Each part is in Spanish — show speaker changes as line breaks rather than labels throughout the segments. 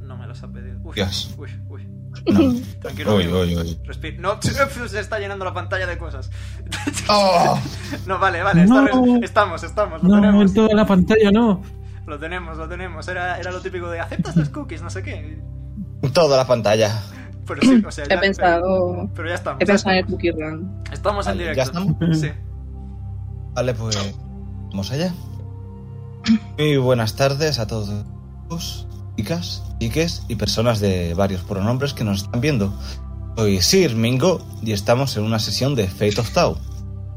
nos ha pedido. Uy,
Dios.
uy, uy.
No.
Tranquilo.
Uy,
amigo.
uy, uy.
Respira. No, se está llenando la pantalla de cosas. Ah.
¡Oh!
No, vale, vale. está
No.
re- Estamos, estamos. Lo
No,
tenemos.
en toda la pantalla no.
Lo tenemos, lo tenemos. Era, era lo típico de aceptas los cookies, no sé qué.
Toda la pantalla.
Pero sí, o sea,
He
ya-
pensado-
Pero, pero ya estamos.
He
ya
pensado en el
estamos.
Cookie Run.
Estamos en
Vale,
directo.
¿ya estamos?
Sí.
Vale, pues vamos allá. Muy buenas tardes a todos, chicas, chiques y personas de varios pronombres que nos están viendo. Soy Sir Mingo y estamos en una sesión de Fate of Tau.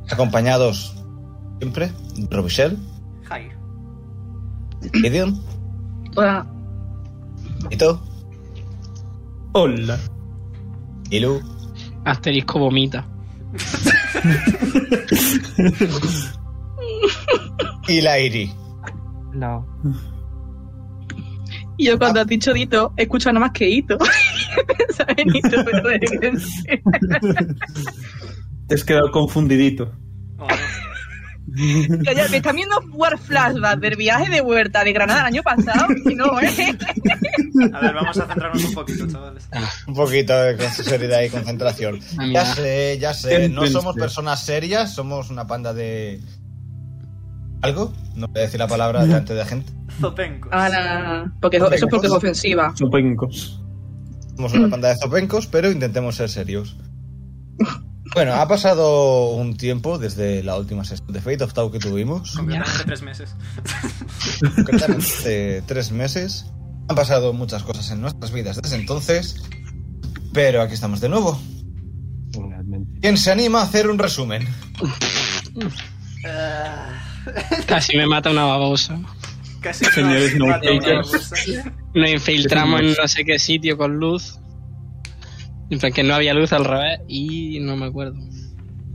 Acompañados siempre de Robichelle,
Hi.
Gideon,
Hola.
Ito,
Hola.
Ilu,
Asterisco vomita.
y Lairi.
No.
Y yo cuando has dicho Dito, he escuchado nada más que Hito. ¿Sabes? Hito, pero es-
Te has quedado confundidito.
No, no.
Calla, Me están viendo jugar flashbacks del viaje de vuelta de Granada el año pasado. Y no, ¿eh?
A ver, vamos a centrarnos un poquito, chavales.
Un poquito de con- seriedad y concentración.
Ah,
Ya
mira.
sé, ya sé. No somos
Entendible.
personas serias, somos una panda de. ¿Algo? No voy a decir la palabra delante de la gente.
Zopencos.
Ahora, porque eso es porque es ofensiva.
Chupencos.
Somos una panda de zopencos, pero intentemos ser serios. Bueno, ha pasado un tiempo desde la última sesión de Fate of Tau que tuvimos,
Concretamente tres meses.
concretamente tres meses. Han pasado muchas cosas en nuestras vidas desde entonces, pero aquí estamos de nuevo.
Realmente.
¿Quién se anima a hacer un resumen?
Ah,
Casi me mata una babosa.
casi
Señores
nos
no
mata una
takers.
babosa.
Nos infiltramos en
Decimos.
no sé qué sitio con luz. En plan que no había luz al revés y no me acuerdo.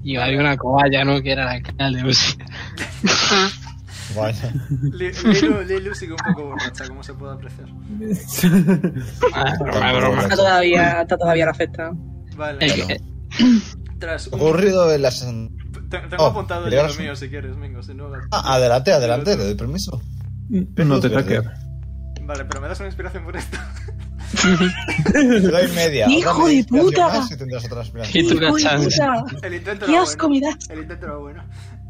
Y había una cobaya, ¿no? Que era la alcalde. o sea.
Vaya.
Li- Lilu, Lilu sigue un poco borracha, como se puede apreciar.
Ah, broma, broma.
Está todavía, está todavía la fiesta. Eh,
El
Vale.
que-
Tras un-
Ocurrido en las... en-
Te- Tengo
Oh,
apuntado el
quería
libro
ver-
mío si quieres, Mingo, si no.
Ah, adelante, adelante, le doy permiso.
No te taqueas.
Vale, pero me das una inspiración por esto.
Te doy media.
¡Hijo
Dame
de
inspiración
puta!
más y tendrás otra inspiración.
Y tú una chance.
El intento
¡Qué
era
asco
bueno.
me das!
El intento era bueno.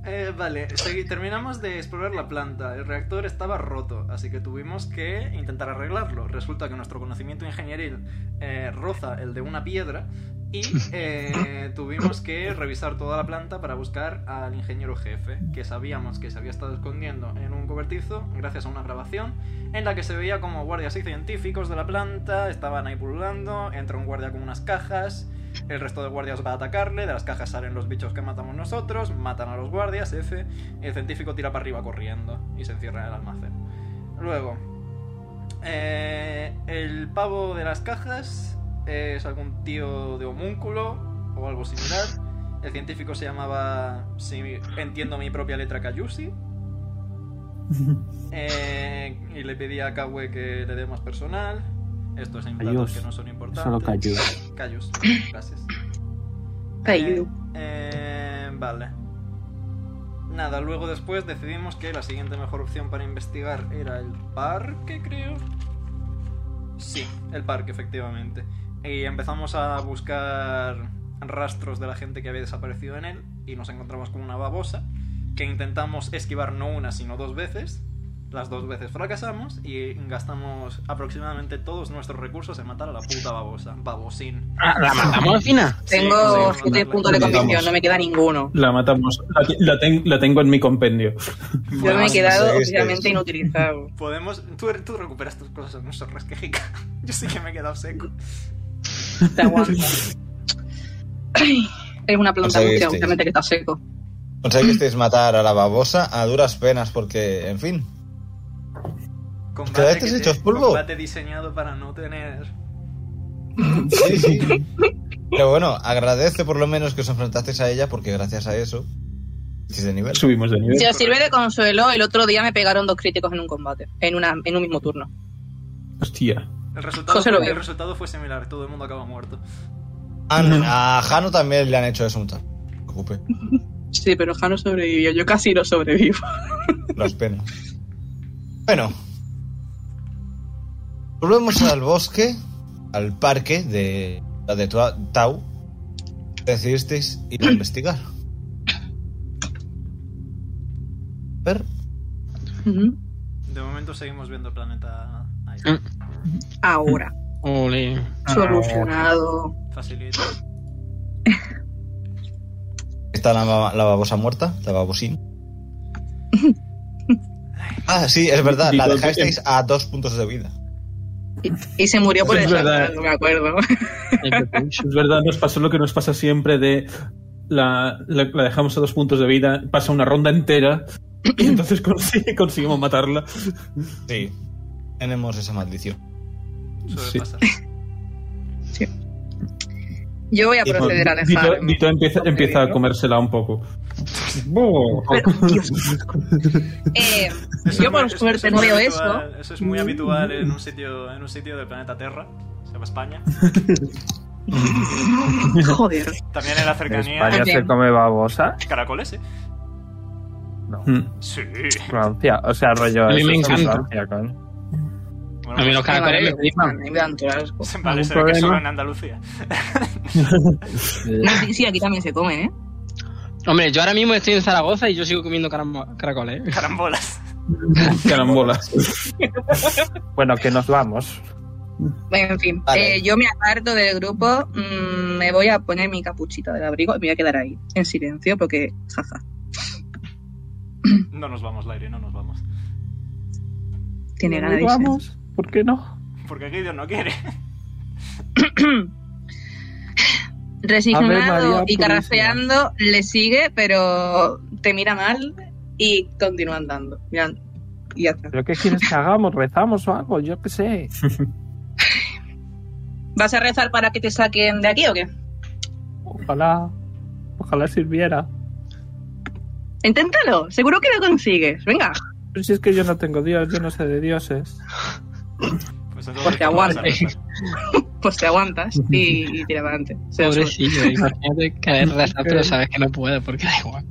Eh, vale, segui- terminamos de explorar la planta. El reactor estaba roto, así que tuvimos que intentar arreglarlo. Resulta que nuestro conocimiento ingenieril eh, roza el de una piedra y eh, tuvimos que revisar toda la planta para buscar al ingeniero jefe, que sabíamos que se había estado escondiendo en un cobertizo gracias a una grabación en la que se veía como guardias y científicos de la planta estaban ahí pululando, entra un guardia con unas cajas, el resto de guardias va a atacarle, de las cajas salen los bichos que matamos nosotros, matan a los guardias, F, el científico tira para arriba corriendo y se encierra en el almacén. Luego, eh, el pavo de las cajas es algún tío de homúnculo o algo similar. El científico se llamaba, si entiendo mi propia letra, Kayushi. Eh, y le pedí a Kawe que le dé más personal. Estos son datos
Cayus.
que no son importantes.
Solo cayó.
Cayus, gracias.
Cayu.
Eh, eh, vale. Nada, luego después decidimos que la siguiente mejor opción para investigar era el parque, creo. Sí, el parque, efectivamente. Y empezamos a buscar rastros de la gente que había desaparecido en él y nos encontramos con una babosa que intentamos esquivar no una sino dos veces. Las dos veces fracasamos y gastamos aproximadamente todos nuestros recursos en matar a la puta babosa. Babosín.
Ah, ¿La matamos al final?
Tengo
Sí, sí,
7
vamos.
puntos de condición,
Vamos.
no me queda ninguno.
La matamos. La, la ten- la tengo en mi compendio.
Yo me he quedado
este,
sí, sí,
oficialmente
sí.
inutilizado.
Podemos. Tú, tú recuperas tus cosas en un sorras quejica. Yo sí que me he quedado seco.
Te aguanto. Es una planta
Conseguiste.
este.
murcia, obviamente que está seco.
Conseguisteis matar a la babosa a duras penas porque, en fin, ¿Te has
que
hecho
te-
polvo?
combate diseñado para no tener.
Sí, sí. Pero bueno, agradece por lo menos que os enfrentasteis a ella porque gracias a eso hicisteis de nivel.
Subimos de nivel.
Si os sirve de consuelo, el otro día me pegaron dos críticos en un combate, en, una, en un mismo turno.
Hostia.
El resultado,
José lo
fue,
vio.
el resultado fue similar, todo el mundo acaba muerto.
Han- Ah, A Jano también le han hecho eso un tal. No te preocupes,
Sí, pero Jano sobrevivió, yo casi no sobrevivo.
las penas. Bueno, Volvemos al bosque, al parque de, de Tua- Tau. Decidisteis ir a investigar. Ver,
Ujú.
De momento seguimos viendo el planeta ahí.
Ahora,
Ole.
Ah,
solucionado.
Facilito.
está la, ba- la babosa muerta, la babosín. Ah, sí, es verdad, la dejasteis a dos puntos de vida.
Y se murió por
Es
el
verdad.
no me acuerdo.
Es verdad, nos pasó lo que nos pasa siempre de la, la- la dejamos a dos puntos de vida, pasa una ronda entera y entonces consi- conseguimos matarla.
Sí, tenemos esa maldición.
Sobre
Sí.
pasar.
Yo voy a
Y
proceder a
pues, Dito-
dejarme.
Dito empieza, empieza a comérsela un poco.
Eh,
Eso
yo
es muy-
por
eso-
suerte
es
no
muy
veo
habitual-
eso. Mm.
Eso es muy habitual en un sitio, en un sitio del planeta Tierra. Se llama España.
Joder.
También en la cercanía.
España se
Bien.
come babosa.
Caracoles, ¿eh?
No.
Mm.
Sí.
Francia, o sea, rollo.
A mí
eso
me
es en
encanta.
Francia, coño.
Bueno, pues,
A mí los caracoles me flipan.
me dan todo asco.
se parece
¿Algún
que solo
problema?
en Andalucía.
No, sí, sí, aquí también se come, ¿eh?
Hombre, yo ahora mismo estoy en Zaragoza y yo sigo comiendo caramo- caracoles. ¿eh?
Carambolas.
Carambolas.
Bueno, que nos vamos.
Bueno, en fin,
Vale.
eh, yo me aparto del grupo, mm, me voy a poner mi capuchita del abrigo y me voy a quedar ahí, en silencio, porque jaja.
No nos vamos, Laire, no nos vamos.
Tiene
¿No
ganas de
nos
irse.
vamos? ¿Por qué no?
Porque aquí Dios no quiere.
Ave
Resignado
María
y
Purísima.
carraspeando, le sigue, pero te mira mal y continúa andando. Mira, y ya está.
¿Pero qué quieres que hagamos? ¿Rezamos o algo? Yo qué sé.
¿Vas a rezar para que te saquen de aquí o qué?
Ojalá. Ojalá sirviera.
Inténtalo, seguro que lo consigues. Venga,
Pero si es que yo no tengo Dios, yo no sé de dioses.
Pues entonces,
Porque
¿cómo vas a
aguante.
rezar?
pues te aguantas y, y tira para adelante. O sea,
Pobrecillo, imagínate caer rezar, pero sabes que no puedes porque da igual.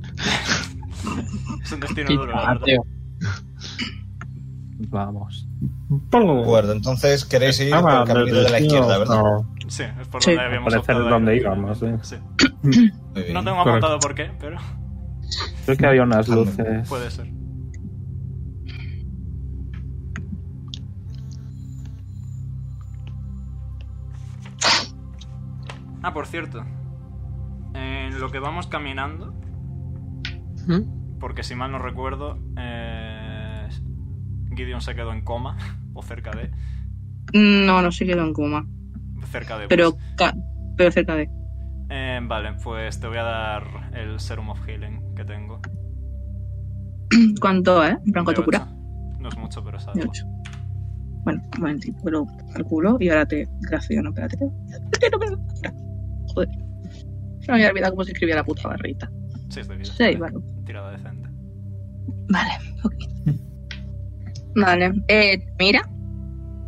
Es un destino duro, la verdad.
Ateo.
Vamos.
De acuerdo, entonces queréis ir por
Ah,
el camino de la
no,
izquierda, ¿verdad?
no.
Sí, es por
Sí.
donde habíamos
Al parecer
optado.
es donde
ahí.
íbamos, ¿eh?
Sí.
Muy bien.
No tengo apuntado por qué, pero
Creo que había unas luces.
puede ser. Ah, por cierto. En lo que vamos caminando,
¿Mm?
porque si mal no recuerdo, eh, Gideon se quedó en coma, o cerca de...
no, no se quedó en coma,
Cerca de... pues.
pero, ca- pero cerca de.
Eh, vale, pues te voy a dar el Serum of Healing que tengo.
¿Cuánto, eh? En plan, ¿cuánto
De
cura?
ocho. No es mucho, pero es
De
algo.
ocho. Bueno, un momentito, que lo calculo y ahora te grafeo, no, espérate. que- no, espérate, Joder. Se me había olvidado cómo se escribía la puta barrita.
Sí, es de vida.
Sí, vale.
Tirada decente.
Vale, ok. Vale, eh, mira.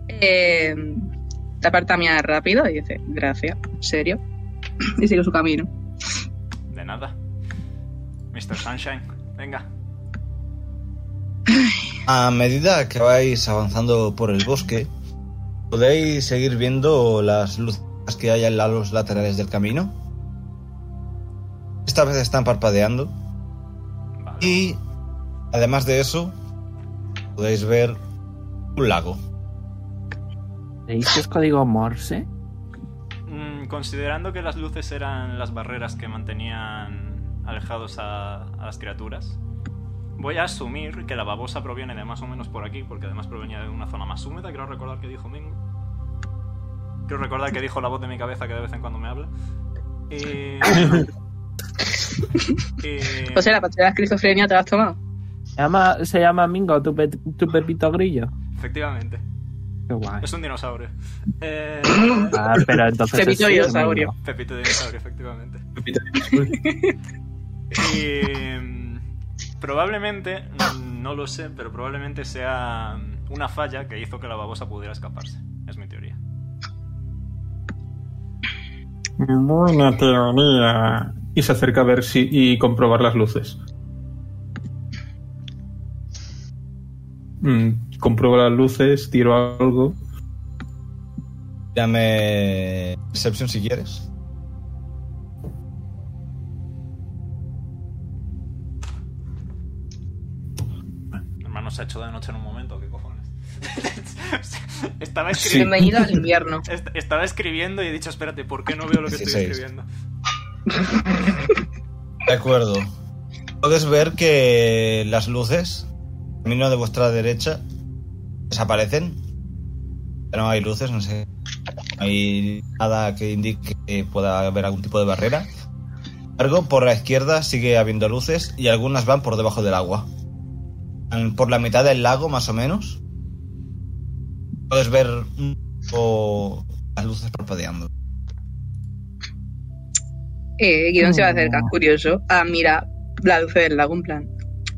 Eh, te aparta mía rápido y dice, gracias, en serio. Y sigue su camino.
De nada. Mr. Sunshine, venga.
A medida que vais avanzando por el bosque, podéis seguir viendo las luces que hay en la- los laterales del camino. Esta vez están parpadeando.
Vale.
Y además de eso, podéis ver un lago.
¿Veis que es código Morse?
Mm, considerando que las luces eran las barreras que mantenían alejados a, a las criaturas, voy a asumir que la babosa proviene de más o menos por aquí, porque además provenía de una zona más húmeda. Quiero recordar que dijo Mingo. Quiero recordar que dijo la voz de mi cabeza que de vez en cuando me habla. Y. y-
O sea, la pastilla de esquizofrenia te la has tomado.
Se llama, se llama Mingo, tu, pe- tu pepito grillo.
Efectivamente.
Qué guay.
Es un dinosaurio. Eh,
Ah, pero entonces es
Pepito
sí,
dinosaurio.
Mingo.
Pepito dinosaurio, efectivamente. Y mm, probablemente, mm, no lo sé, pero probablemente sea mm, una falla que hizo que la babosa pudiera escaparse. Es mi teoría.
Buena teoría. Y se acerca a ver si y comprobar las luces. Mm, comprueba las luces, tiro algo.
Dame Perception si quieres.
Hermano, se ha hecho de noche en un momento, ¿qué cojones? estaba,
Sí.
escribiendo,
Bienvenido al invierno.
est- estaba escribiendo y he dicho, espérate, ¿por qué no veo lo que estoy
16.
escribiendo?
De acuerdo. Puedes ver que las luces, camino de vuestra derecha, desaparecen. Ya no hay luces, no sé. No hay nada que indique que pueda haber algún tipo de barrera. Sin embargo, por la izquierda sigue habiendo luces y algunas van por debajo del agua. Van Por la mitad del lago, más o menos. Puedes ver un poco las luces parpadeando.
Eh, Guidón se va a acercar, curioso. Ah, mira, la luz del lago, en plan.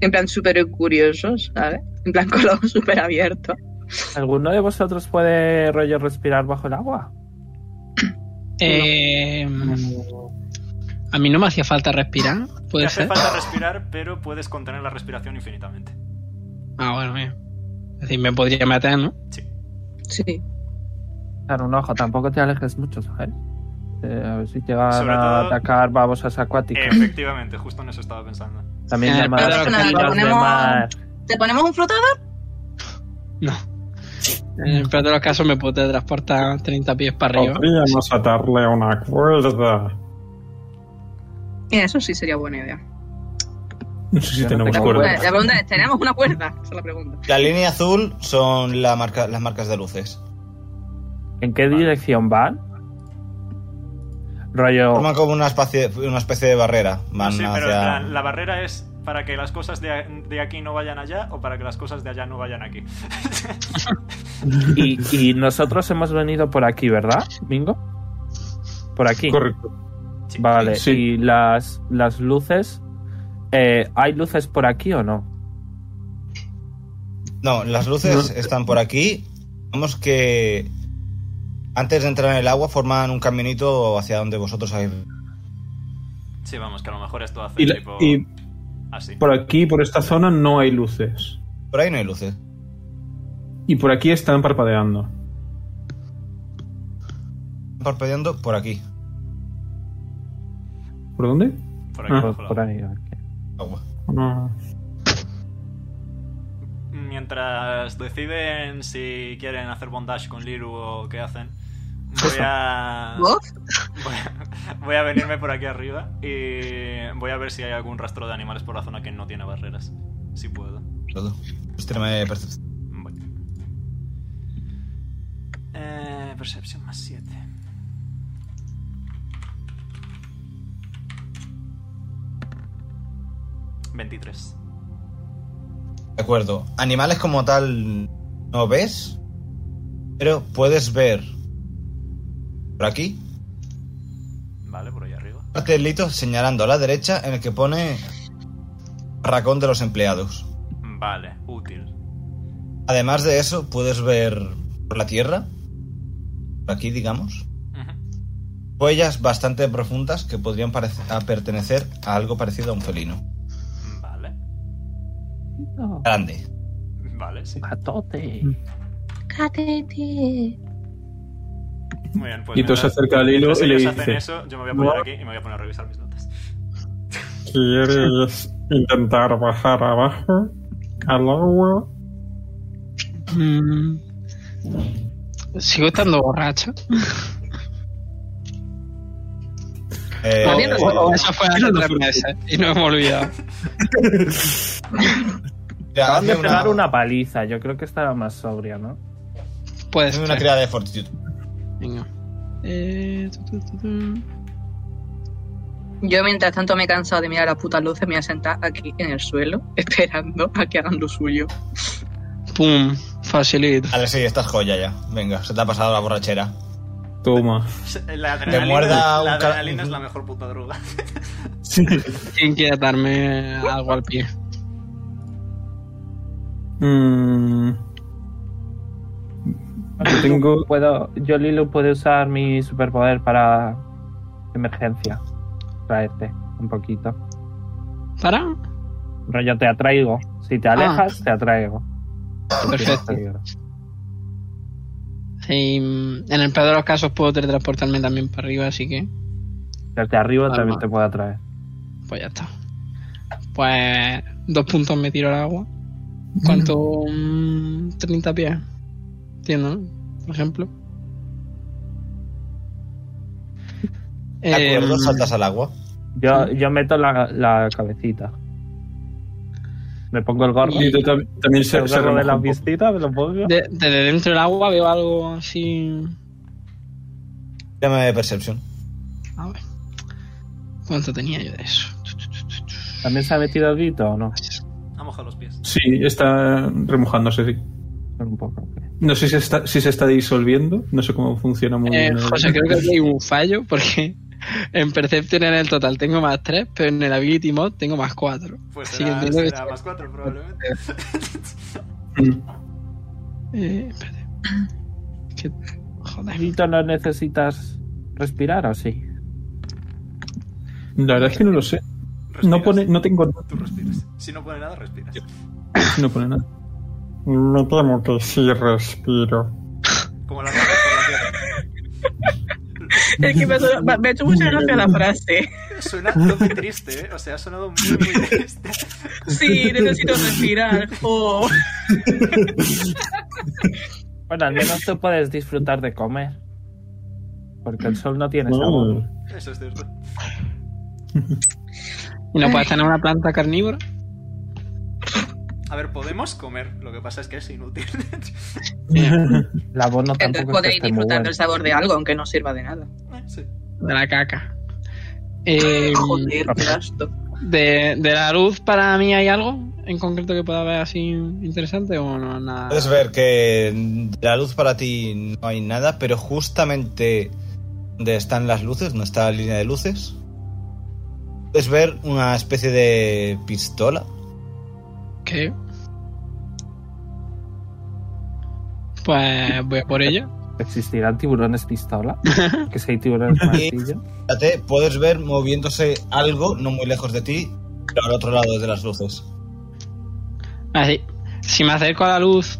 En plan súper curioso, ¿sabes? En plan con los ojos súper abiertos.
¿Alguno de vosotros puede rollo respirar bajo el agua?
Eh,
Mm.
a mí no me hacía falta respirar,
Te
puede
hace
ser.
falta respirar, pero puedes contener la respiración infinitamente.
Ah, bueno, mira. Es decir, me podría matar, ¿no?
Sí.
Claro, un ojo, tampoco te alejes mucho, ¿sabes? Eh, a ver si te van
Sobre
a
todo- eh,
atacar babosas acuáticas.
Efectivamente, justo en eso estaba pensando.
También
Eh,
llamadas
Pedro,
asesinas
Pedro,
de
ponemos-
mar.
¿Te ponemos un flotador?
No. En el peor de los casos me puedo teletransportar 30 pies para arriba.
Podríamos atarle a una cuerda.
Mira, eso sí sería buena idea.
No sé si
Yo no
tenemos
tengo
cuerda.
La pregunta es, ¿tenemos una cuerda? Esa es la pregunta.
La línea azul son la marca- las marcas de luces.
¿En qué dirección van? Rollo.
Forman como una especie, una especie de barrera.
No
Van
sé, pero en
hacia-
plan, la barrera es para que las cosas de, de aquí no vayan allá o para que las cosas de allá no vayan aquí.
Y, y nosotros hemos venido por aquí, ¿verdad, Bingo? Por aquí.
Correcto.
Sí.
Vale,
Sí.
y las, las luces. eh, ¿Hay luces por aquí o no?
No, las luces
No.
están por aquí. Vamos que antes de entrar en el agua forman un caminito hacia donde vosotros habéis.
Sí, vamos, que a lo mejor esto hace
Y, la-
tipo
y
así.
por aquí, por esta zona, no hay luces.
Por ahí no hay luces.
Y por aquí están parpadeando.
Están Parpadeando por aquí.
¿Por dónde?
Por aquí,
Ah.
por
Por,
favor.
por ahí. ok.
Agua.
No.
Mientras deciden si quieren hacer bondage con Liru o qué hacen, voy a,
¿Vos?
voy a- voy a venirme por aquí arriba y voy a ver si hay algún rastro de animales por la zona que no tiene barreras. Si puedo.
Todo. Pues tírame percepción.
Voy. Eh, percepción más 7. ¿23?
De acuerdo. Animales como tal no ves, pero puedes ver por aquí
Vale, por ahí arriba.
cartelito señalando a la derecha en el que pone barracón de los empleados.
Vale, útil.
Además de eso, puedes ver por la tierra, por aquí, digamos,
Ujú.
huellas bastante profundas que podrían parece- a pertenecer a algo parecido a un felino.
Vale,
No,
Grande.
vale, sí.
gatote.
Catete.
Muy bien, pues.
Y tú
mientras-
se acerca al hilo
mientras
y le
ellos hacen
dice-
eso, yo me voy a poner
No.
aquí y me voy a poner a revisar mis notas.
¿Quieres intentar bajar abajo al agua?
Mm. Sigo estando borracho.
Eh,
No,
eh,
oh, oh.
Eso fue hace
Mira los
tres meses y no hemos olvidado.
ya,
Acaban de
hazme
pegar
una,
una paliza. Yo creo que estaba más sobria, ¿no?
Puede
hazme
ser.
una tirada de fortitud.
Venga. Eh, tu, tu, tu, tu.
Yo mientras tanto me he cansado de mirar las putas luces, me voy a sentar aquí en el suelo, esperando a que hagan lo suyo.
Pum. Facilito.
Vale, sí, estás joya ya. Venga, se te ha pasado la borrachera.
Toma.
eh, La adrenalina,
muerda
la
un ca-
adrenalina es la mejor puta droga.
Sí.
¿Quién quiere darme algo al pie?
Mm. Yo tengo.
Puedo, yo, Lilo, puedo usar mi superpoder para emergencia. Traerte un poquito.
¿Para?
Rollo, te atraigo.
Ah.
Si te alejas, te atraigo.
Perfecto. Sí, mm, en el peor de los casos puedo teletransportarme también para arriba, así que
Desde arriba
Vale,
también
vale.
te puede atraer.
pues ya está. Pues dos puntos me tiro al agua. ¿Cuánto? Mm, 30 pies. Entiendo, ¿no? Por ejemplo.
De acuerdo,
Em,
saltas al agua.
Yo, yo meto la, la cabecita. Me pongo el gorro.
Y tú tam- también se,
el
se
gorro de
remoja
la
un poco.
piscina, me lo pongo.
de- desde dentro del agua veo algo así.
Tírame Perception.
A ver. ¿Cuánto tenía yo de eso?
¿También se ha metido Dito o no?
Ha mojado los pies.
Sí, está remojándose, sí.
Un poco.
No sé si, está, si se está disolviendo, no sé cómo funciona muy
Eh,
bien. el-
José, creo que aquí hay un fallo porque en Perception en el total tengo más 3, pero en el Ability Mod tengo más 4.
Pues
Sí,
será,
entiendo que
será más cuatro probablemente.
Mm.
Eh, espérate. Que- Joder.
Dito, ¿no necesitas respirar o sí?
La verdad es que no lo sé. No
Respiras.
pone, no tengo,
Tú respiras. Si no pone nada, respiras.
no pone nada. No temo que sí respiro.
Como las ratas por la tierra.
Es que me, suena- me- me ha hecho mucha gracia la frase.
Suena tope triste, ¿eh? O sea, ha sonado muy, muy triste.
Sí, necesito respirar. Oh.
Bueno, al menos tú puedes disfrutar de comer. Porque el sol no tiene sabor.
No.
Eso es cierto.
¿Y no puedes tener una planta carnívora?
A ver, podemos comer. Lo que pasa es que es inútil. Eh,
La voz no
Entonces
tampoco es que
podréis
esté muy
disfrutar
buena.
del sabor de algo, aunque no sirva de nada.
sí.
De la caca. Eh,
Joder, qué gasto.
de, de la luz para mí hay algo en concreto que pueda haber así interesante o no nada.
Puedes ver que de la luz para ti no hay nada, pero justamente donde están las luces, no está la línea de luces, puedes ver una especie de pistola.
¿Qué? Pues voy a por ella.
¿Existirán tiburones pistola? que si hay tiburones martillo.
Fíjate, puedes ver moviéndose algo no muy lejos de ti, pero al otro lado de las luces.
Así. Si me acerco a la luz.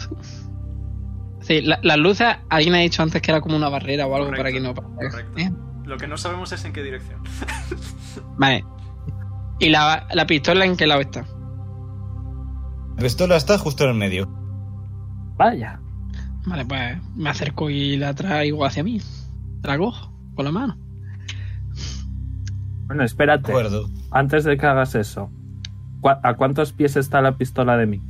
Sí, la- las luces, alguien ha dicho antes que era como una barrera o algo
Correcto,
para que no pase.
correcto.
¿Eh?
Lo que no sabemos es en qué dirección.
Vale. ¿Y la, la pistola en qué lado está?
La pistola está justo en el medio.
Vaya.
Vale, pues me acerco y la traigo hacia mí. La cojo con la mano.
Bueno,
De
espérate.
acuerdo.
Antes de que hagas eso. ¿cu- ¿A cuántos pies está la pistola de mí?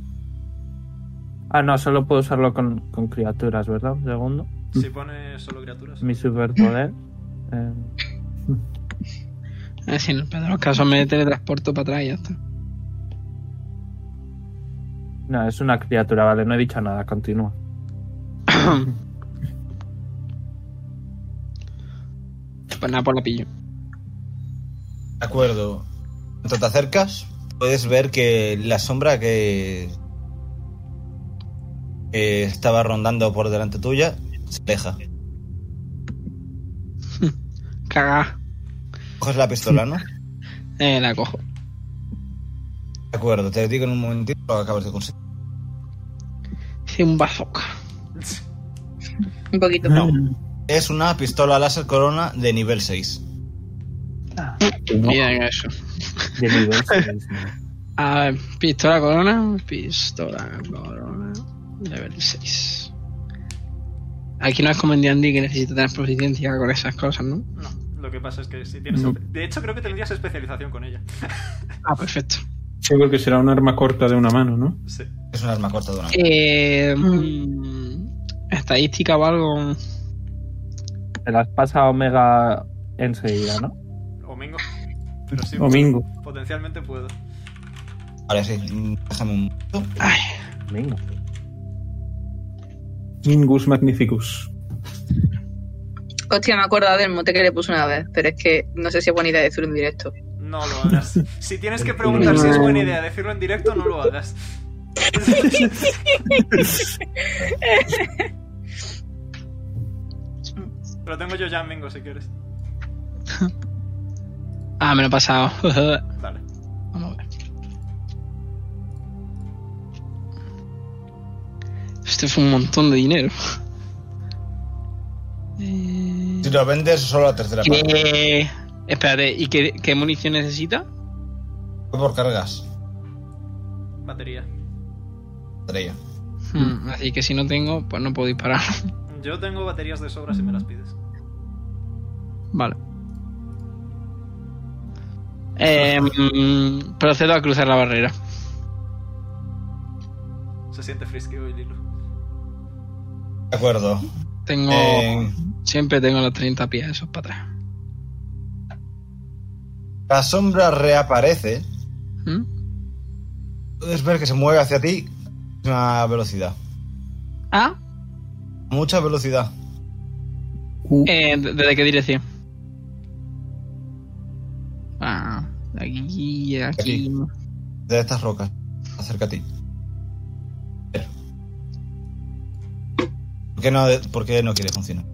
Ah, no, solo puedo usarlo con, con criaturas, ¿verdad? Un segundo.
Si pone solo criaturas.
Mi superpoder. Eh,
Eh, Si en el peor de los casos me teletransporto para atrás y ya está.
no, es una criatura, vale, no he dicho nada, continúa.
Pues nada, por la pillo.
De acuerdo. Cuando te acercas, puedes ver que la sombra que, que estaba rondando por delante tuya se aleja.
Cagá.
Coges la pistola, ¿no?
Eh, la cojo.
De acuerdo, te digo en un momentito lo que acabas de conseguir.
Hice un bazooka.
Un poquito.
Es una pistola láser corona de nivel 6.
Bien, eso.
De nivel seis, ¿no?
A ver, pistola corona, pistola corona, level 6. Aquí no es como en D&D que necesito tener proficiencia con esas cosas, ¿no?
No, lo que pasa es que si tienes...
No.
De hecho, creo que tendrías especialización con ella.
Ah, perfecto.
Sí, porque será un arma corta de una mano, ¿no?
Sí.
Es un arma corta de una.
Eh, mm, estadística o algo.
Te las pasa a Omega enseguida, ¿no?
Domingo. Pero sí,
Domingo.
potencialmente puedo.
Vale, sí. mm, Déjame un momento.
Ay,
Venga.
Mingus Magnificus.
Hostia, me he acordado del mote que le puse una vez, pero es que no sé si es buena idea decirlo en directo.
No lo hagas. Si tienes que preguntar si es buena idea decirlo en directo, no lo hagas. Lo tengo yo ya, Mingo, si quieres.
ah, me lo he pasado.
Vale.
Vamos a ver. Este fue un montón de dinero.
Si lo vendes, solo la tercera parte.
Eh, espérate, ¿y qué, qué munición necesita?
Fue por cargas.
Batería.
Estrella.
Hmm, así que si no tengo, pues no puedo disparar.
Yo tengo baterías de sobra si me las pides.
Vale. Eh, mm, procedo a cruzar la barrera.
Se siente frisky hoy, Lilo.
De acuerdo.
Tengo.
Eh,
Siempre tengo los 30 pies esos para atrás.
la sombra reaparece.
¿Mm?
Puedes ver que se mueve hacia ti a una velocidad.
¿Ah?
Mucha velocidad.
Eh, ¿de- ¿Desde qué dirección? Ah, de aquí, de aquí.
Aquí. De estas rocas. Acerca a ti. ¿Por qué no, por qué no quiere funcionar?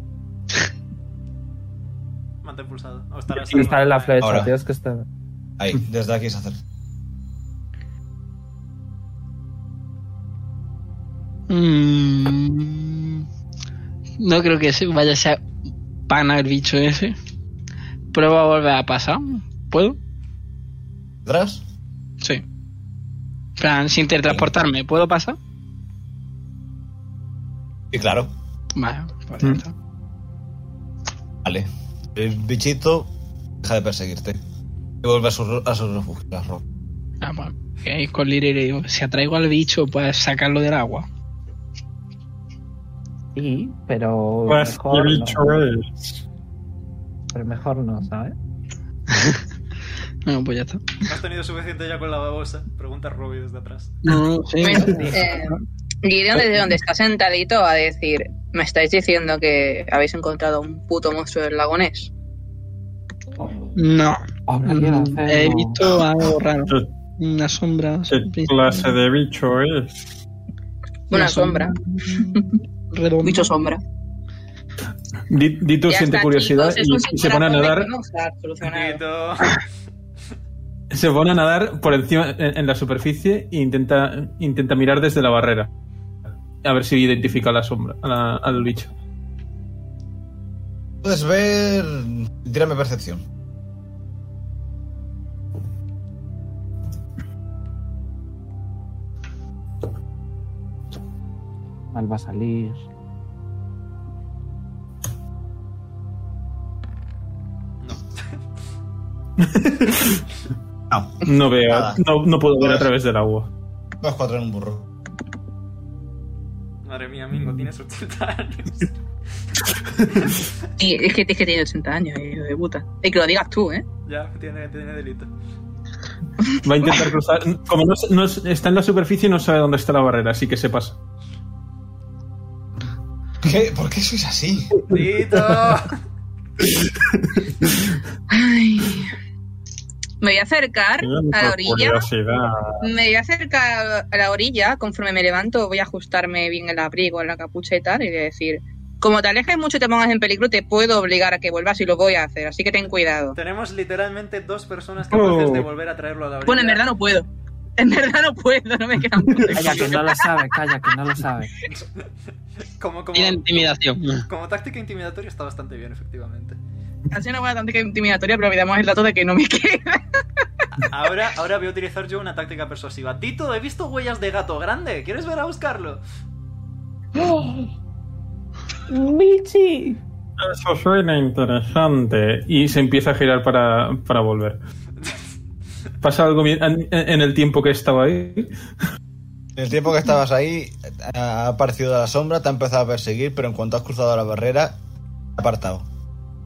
Mantén pulsado. O estarás
Tienes que estar en la flecha,
Ahora.
tienes que estar.
Ahí, desde aquí se acerca.
Mm, no creo que se vaya a ser pana el bicho ese. Prueba a volver a pasar. ¿Puedo?
¿Atrás?
Sí. En plan, sin teletransportarme, ¿puedo pasar?
Y claro.
Vale, pues ya
Mm.
está.
Vale. El bichito deja de perseguirte. Y vuelve a su, ro- a su refugio, la roca.
Ah, pues, ok, con Lira le digo, si atraigo al bicho, pues sacarlo del agua.
Sí, pero.
Pues,
mejor
el
no.
bicho es.
Pero mejor no, ¿sabes?
No, pues ya está.
¿No has tenido suficiente ya con la babosa? Pregunta Robbie desde atrás.
No, no, sí.
Bueno, eh, Gideon desde donde está sentadito va a decir, me estáis diciendo que habéis encontrado un puto monstruo del lagonés.
No.
Ahora quiero
Mm,
hacerlo.
He visto algo raro.
¿Qué-
Una sombra.
¿Qué clase de bicho es?
Una sombra.
Redonda.
Un bicho sombra.
Di, di tú
Ya
siente
está,
curiosidad
chicos, es
y,
un
y se pone a
simulacro de
nadar.
Canosa, solucionado.
Tito.
Se pone a nadar por encima en, en la superficie e intenta, intenta mirar desde la barrera. A ver si identifica la sombra, a la- al bicho.
Puedes ver. Tírame percepción.
Mal va a salir.
No,
No veo,
Nada.
no, no puedo ver a
Pues-
través del agua.
vas cuatro en un burro.
Madre mía, Mingo, tienes 80 años.
Y es que, es que tiene 80 años, hijo de puta. Y que lo digas tú, ¿eh?
Ya, tiene, tiene delito.
Va a intentar cruzar. Como no, no- está en la superficie, no sabe dónde está la barrera, así que se pasa.
¿Qué? ¿Por qué sois así?
¡Tito!
Ay. Me voy a acercar a la orilla.
Curiosidad.
Me voy a acercar a la orilla. Conforme me levanto, voy a ajustarme bien el abrigo, la capucha y tal. Y voy a decir: Como te alejes mucho y te pongas en peligro, te puedo obligar a que vuelvas y lo voy a hacer. Así que ten cuidado.
Tenemos literalmente dos personas capaces
Oh.
de volver a traerlo a la orilla.
Bueno, en verdad no puedo. En verdad no puedo, no me quedan puntos.
Calla, que no lo sabe, calla, que no lo sabe.
Como, como,
Tiene intimidación.
como táctica intimidatoria está bastante bien, efectivamente.
Hace una buena táctica intimidatoria, pero olvidamos el dato de que no me queda.
Ahora, ahora voy a utilizar yo una táctica persuasiva. Tito, he visto huellas de gato grande. ¿Quieres ver a buscarlo?
Eso suena interesante. Y se empieza a girar para, para volver. ¿Pasa algo bien- en, en el tiempo que estaba ahí?
En el tiempo que estabas ahí, ha aparecido la sombra, te ha empezado a perseguir, pero en cuanto has cruzado la barrera, te ha apartado.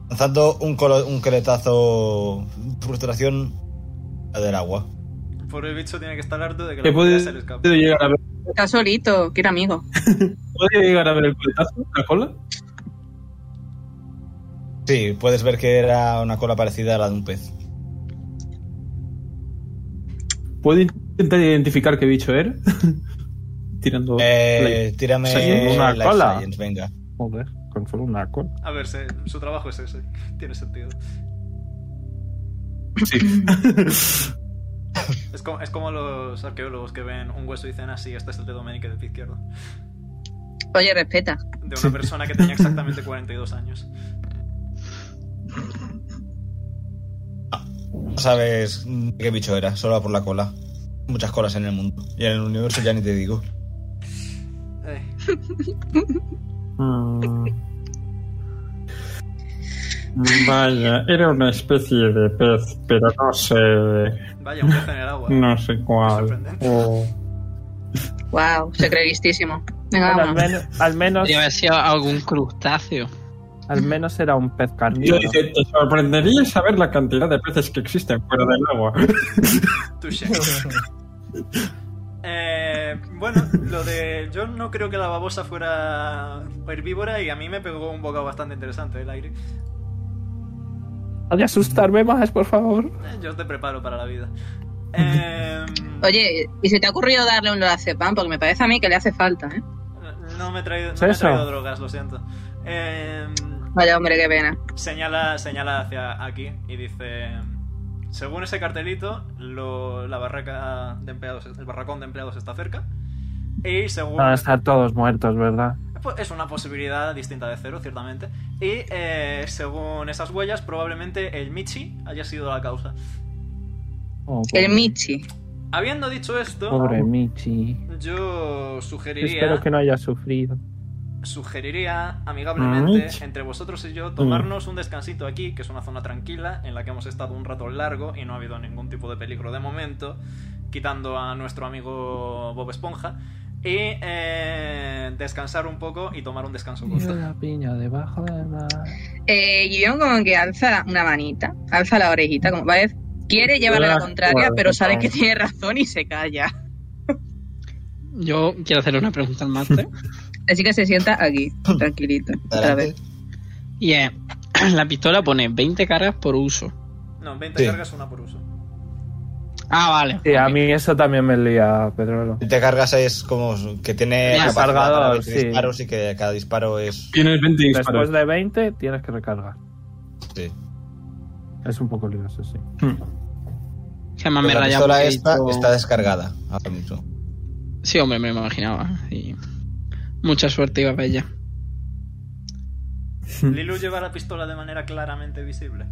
Lanzando un, colo- un coletazo. Frustración del agua.
Por el bicho tiene que estar harto de que la
He podido
comida se le escape.
podido llegar a ver,
Está solito, que era amigo.
¿puedo llegar a ver el coletazo, la cola?
Sí, puedes ver que era una cola parecida a la de un pez.
¿Puedo intentar identificar qué bicho era? Tirando.
Eh, tírame
Sí, una
Life
cola.
Science, venga.
Joder, con solo una cola.
A ver, se- su trabajo es ese. Tiene sentido.
Sí.
Es como, es como los arqueólogos que ven un hueso y dicen así, este es el de Domenique del pie izquierdo.
Oye, respeta.
De una persona que tenía exactamente 42 años.
No sabes de qué bicho era, solo por la cola. Muchas colas en el mundo. Y en el universo ya ni te digo.
Eh,
Mm. Vaya, era una especie de pez, pero no sé,
vaya, un pez en el agua.
no sé cuál. Oh,
Sorprendente.
O-
Wow, se cree listísimo. Venga,
Bueno,
vamos.
al, men- al menos,
Podría haber sido algún crustáceo.
al menos era un pez
Yo
carnívoro.
dije, te sorprendería saber la cantidad de peces que existen fuera del agua.
Touché. Eh, bueno, lo de. Yo no creo que la babosa fuera herbívora y a mí me pegó un bocado bastante interesante el aire.
No de asustarme más, por favor.
Eh, yo te preparo para la vida. Em,
Oye, ¿y se te ha ocurrido darle un lorazepam? Porque me parece a mí que le hace falta, ¿eh?
No me he traído,
¿Es
no me he
eso?
traído drogas, lo siento. Em,
Vaya hombre, qué pena.
señala, señala hacia aquí y dice... Según ese cartelito, lo- la barraca de empleados, el barracón de empleados está cerca. Y según...
No, Ah, están todos muertos, ¿verdad?
Pues Es una posibilidad distinta de cero, ciertamente. Y eh, según esas huellas, probablemente el Michi haya sido la causa.
Oh,
El
pobre-
Michi.
Habiendo dicho esto,
Pobre Michi.
yo sugeriría...
Espero que no haya sufrido.
sugeriría
Ah,
amigablemente
Mm.
entre vosotros y yo tomarnos un descansito aquí, que es una zona tranquila en la que hemos estado un rato largo y no ha habido ningún tipo de peligro de momento, quitando a nuestro amigo Bob Esponja, y eh, descansar un poco y tomar un descanso corto.
la piña debajo del mar.
Eh, Guión como que alza una manita, alza la orejita, como vez quiere llevarle la
Ah,
contraria,
bueno,
pero sabe
no.
que tiene razón y se calla.
Yo quiero hacerle una pregunta al máster.
Así que se sienta aquí, tranquilito. Otra vez.
Y es, la pistola pone 20 cargas por uso.
No, 20
Sí.
cargas, una por uso.
Ah, vale.
Sí, a
Ok.
mí eso también me lía, Pedrolo.
Si te cargas es como que tiene
Ya,
capacidad para
cargador,
20
sí.
disparos y que cada disparo es...
Tienes 20 disparos.
Después de 20 tienes que recargar.
sí.
Es un poco lioso, sí.
Que además Ah, me
Pero la
raya
pistola
porque he
esta
dicho-
está descargada ahora mismo.
Sí, hombre, me lo imaginaba. sí. Mucha suerte iba para ella.
Lilu lleva la pistola de manera claramente visible.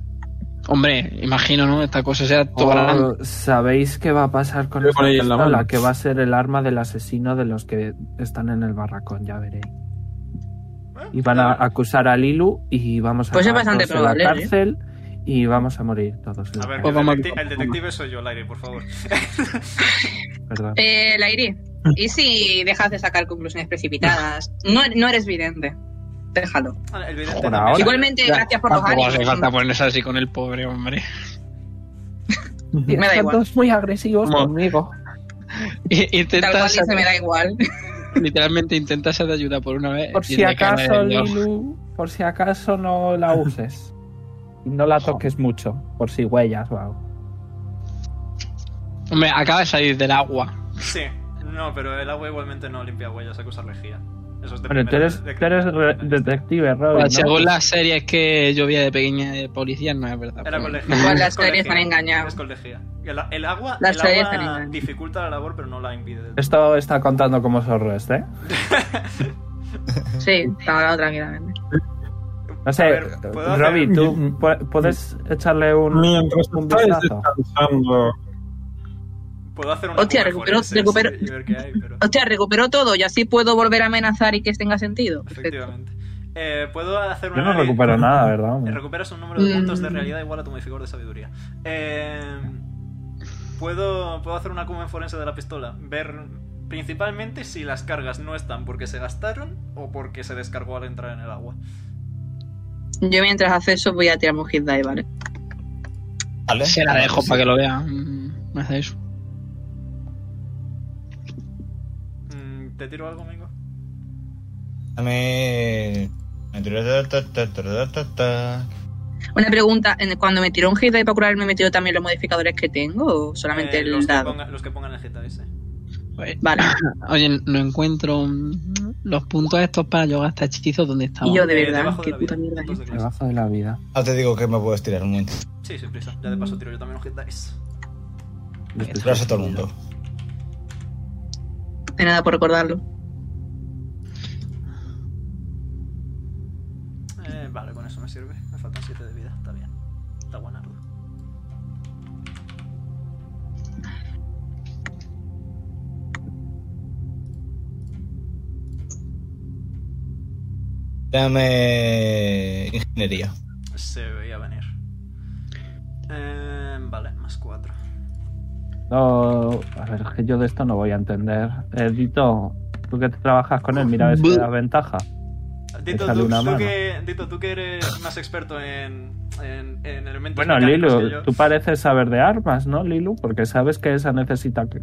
Hombre, imagino, ¿no? Esta cosa sea toda la
Oh, ¿Sabéis qué va a pasar con
Yo
esta
con ella en la
pistola?
mano.
Que va a ser el arma del asesino de los que están en el barracón, ya veréis.
Bueno,
Y van a acusar a Lilu y vamos a
Pues es
acabar
bastante
todos en la
probable, ¿eh?
cárcel y vamos a morir todos.
A
en la
ver,
cárcel,
el,
Pues vamos a-
detecti- el detective soy yo, Lairi, por favor.
¿verdad?
Eh, Lairi, ¿y si dejas de sacar conclusiones precipitadas? No, no eres vidente. Déjalo.
Vale, El vidente
Joder,
también.
ahora.
Igualmente,
Ya,
gracias por los
Tampoco hace falta
ánimos.
ponerse así con el pobre hombre.
Me da
Están
igual.
todos muy agresivos
Como-
conmigo.
I-
Tal
Intenta
cual dice,
ser-
me da igual.
literalmente intenta ser de ayuda por una
Eh,
vez.
Por
y
si
le cae
acaso,
el-
Lilu, por si acaso no la uses. Y No la toques mucho, por si huellas o algo.
Hombre, acaba de salir del agua.
Sí, no, pero el agua igualmente no limpia huellas, hay que usar lejía. Eso es de
Bueno, tú
primera-
eres,
de-
tú eres re- detective, Robin.
Bueno,
¿no?
según las series que yo vi de pequeña de policía, no es verdad. Pues,
Era
pero-
colegia.
Igual las
Es
series
colegia,
me han engañado.
Es colegia. El, el agua,
Las
el
series
agua
me han engañado.
dificulta la labor, pero no la impide. del todo.
Esto está contando como sorrest, ¿eh?
Sí, está hablando tranquilamente.
No sé,
A ver, ¿puedo hacer-
Robin, tú pu- puedes echarle un,
Mientras
un
estáis
vistazo.
descansando,
Puedo hacer una
Hostia,
cuba
recupero-
forense,
recupero-
sí, y ver qué hay, pero...
Hostia, recuperó todo y así puedo volver a amenazar y que tenga sentido. Perfecto.
Efectivamente. Eh, Puedo hacer
Yo
una...
no recupero nada, ¿verdad?
Eh,
hombre?
Recuperas un número de puntos de
Mm.
realidad igual a tu modificador de sabiduría. Eh, ¿puedo, puedo hacer una cumen forense de la pistola. Ver principalmente si las cargas no están porque se gastaron o porque se descargó al entrar en el agua.
Yo mientras hace eso voy a tirar un hit die, ¿vale?
¿Vale?
Se la dejo
Sí.
para que lo vea. Mm, Me hace eso.
Mm, ¿Te tiro algo, amigo?
Dame...
Una pregunta, ¿en- cuando me tiró un hit die para curarme, ¿me tiró también los modificadores que tengo o solamente
Eh,
el
los, que
dado?
ponga- los que pongan el GTS.
Oye,
Vale,
Oye, no encuentro mm, los puntos estos para yo gastar hechizos donde estaban.
y yo de
Eh,
verdad,
debajo de
qué
la
puta
vida,
mierda.
puntos
¿eh?
de clase.
Debajo de la vida.
Ah, te digo que me puedo estirar un momento.
Sí, sin prisa. Ya de paso tiro yo también un hit dice.
Gracias a todo el mundo.
De nada por recordarlo.
Eh, vale, con eso me sirve. Me faltan 7 de vida. Está bien. Está guanardo.
Dame ingeniería.
Se veía venir. Eh, vale, más cuatro.
No, a ver, es que yo de esto no voy a entender. Eh, Dito, tú que trabajas con él, mira a ver si le das ventaja.
Dito,
Échale
tú,
una
tú
mano.
que, Dito, tú que eres más experto en, en, en elementos
Bueno,
mecánicos que
Lilu,
yo.
tú pareces saber de armas, ¿no, Lilu? Porque sabes que esa necesita que-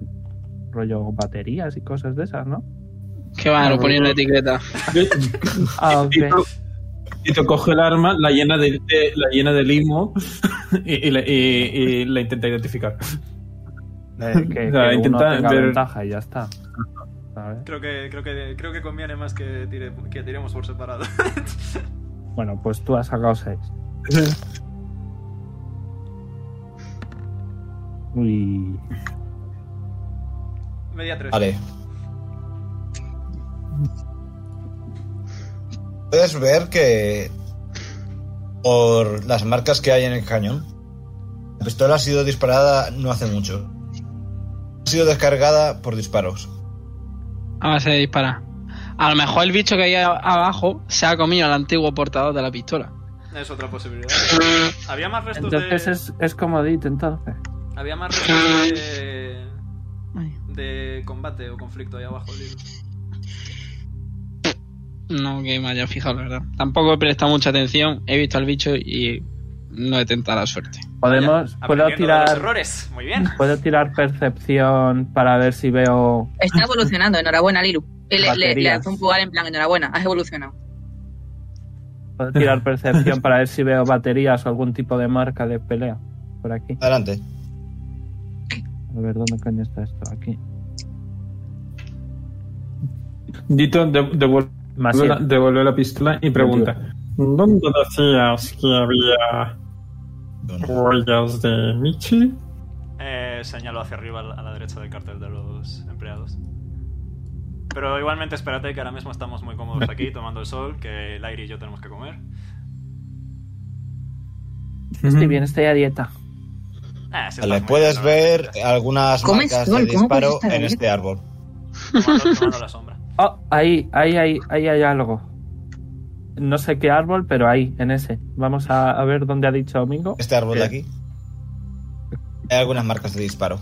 rollo baterías y cosas de esas, ¿no?
¿Qué va? Lo ponía en la etiqueta.
Ah, ok.
Dito- Dito coge el arma, la llena de, de- la llena de limo y, y la, y- y la intenta identificar.
Eh, que,
O sea,
que uno
intenta
tenga
ver-
ventaja y ya está. ¿Sabes?
Creo que, creo, que, creo que conviene más que, tire- que tiremos por separado.
Bueno, pues tú has sacado 6. Uy.
Media tres.
Vale. Puedes ver que por las marcas que hay en el cañón, la pistola ha sido disparada no hace mucho. Ha sido descargada por disparos.
A base de disparar. A lo mejor el bicho que hay a- abajo se ha comido al antiguo portador de la pistola.
Es otra posibilidad. Había más restos
Entonces
de.
es, es comodito, entonces.
Había más restos de.
Ay,
de combate o conflicto ahí abajo, Lilo.
No que me haya fijado, la verdad. Tampoco he prestado mucha atención. He visto al bicho y no he tentado la suerte.
Podemos,
Ya,
puedo
aprendiendo de los
tirar,
errores. Muy bien.
puedo tirar percepción para ver si veo.
Está evolucionando, enhorabuena, Lilu. Y le, le, le
Baterías.
hace un pugal en plan, enhorabuena, has evolucionado.
Puedo tirar percepción para ver si veo baterías o algún tipo de marca de pelea por aquí.
Adelante.
A ver dónde coño está esto aquí.
Dito de- devuelve,
Más
la, devuelve la pistola y pregunta: ¿Dónde decías que había huellas de Michi?
Eh, señalo hacia arriba a la- a la derecha del cartel de los empleados. Pero igualmente espérate que ahora mismo estamos muy cómodos aquí tomando el sol, que el aire y yo tenemos que comer.
Estoy bien, estoy a dieta.
Ah, sí,
Vale,
estás muy
puedes
bien,
ver algunas
Come
marcas
sol,
de
¿cómo
disparo
puedes estar
en
ahí?
este árbol.
Tomando, tomando la sombra.
Oh, ahí, ahí, ahí, ahí hay algo. No sé qué árbol, pero ahí, en ese. Vamos a, a ver dónde ha dicho Domingo.
Este árbol de aquí. Hay algunas marcas de disparo.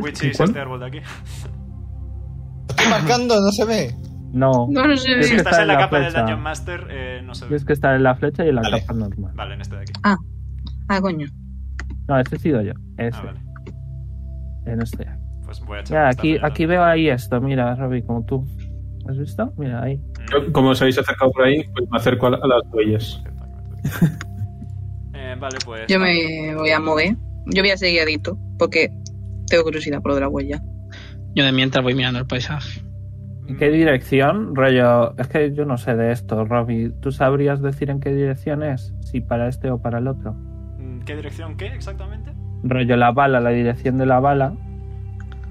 Witchy es
¿Cuál?
este árbol de aquí.
Lo Estoy marcando, no se ve.
No.
No lo sé.
Es
Si
que
estás
está
en la capa del
flecha.
Dungeon Master, eh, no se ve.
Tienes que estar en la flecha y en la
Vale.
capa normal.
Vale, en este de aquí.
Ah, coño.
No, ese he sido yo.
Ah,
Ese,
vale.
en este.
Pues voy a echar
Ya,
un
aquí,
vistazo
aquí
yo
veo ahí esto. Mira, Robbie, como tú. ¿Has visto? Mira, ahí.
también. Mm.
Como os habéis acercado por ahí, pues me acerco a, la- a las huellas.
Eh, vale, pues.
Yo me voy a mover. Yo voy a seguir a Dito, porque tengo curiosidad por lo de la huella.
Yo de mientras voy mirando el paisaje.
¿En qué dirección, rollo? Es que yo no sé de esto, Robbie. ¿Tú sabrías decir en qué dirección es? Si para este o para el otro.
Mm, ¿Qué dirección qué exactamente?
Rollo la bala, la dirección de la bala.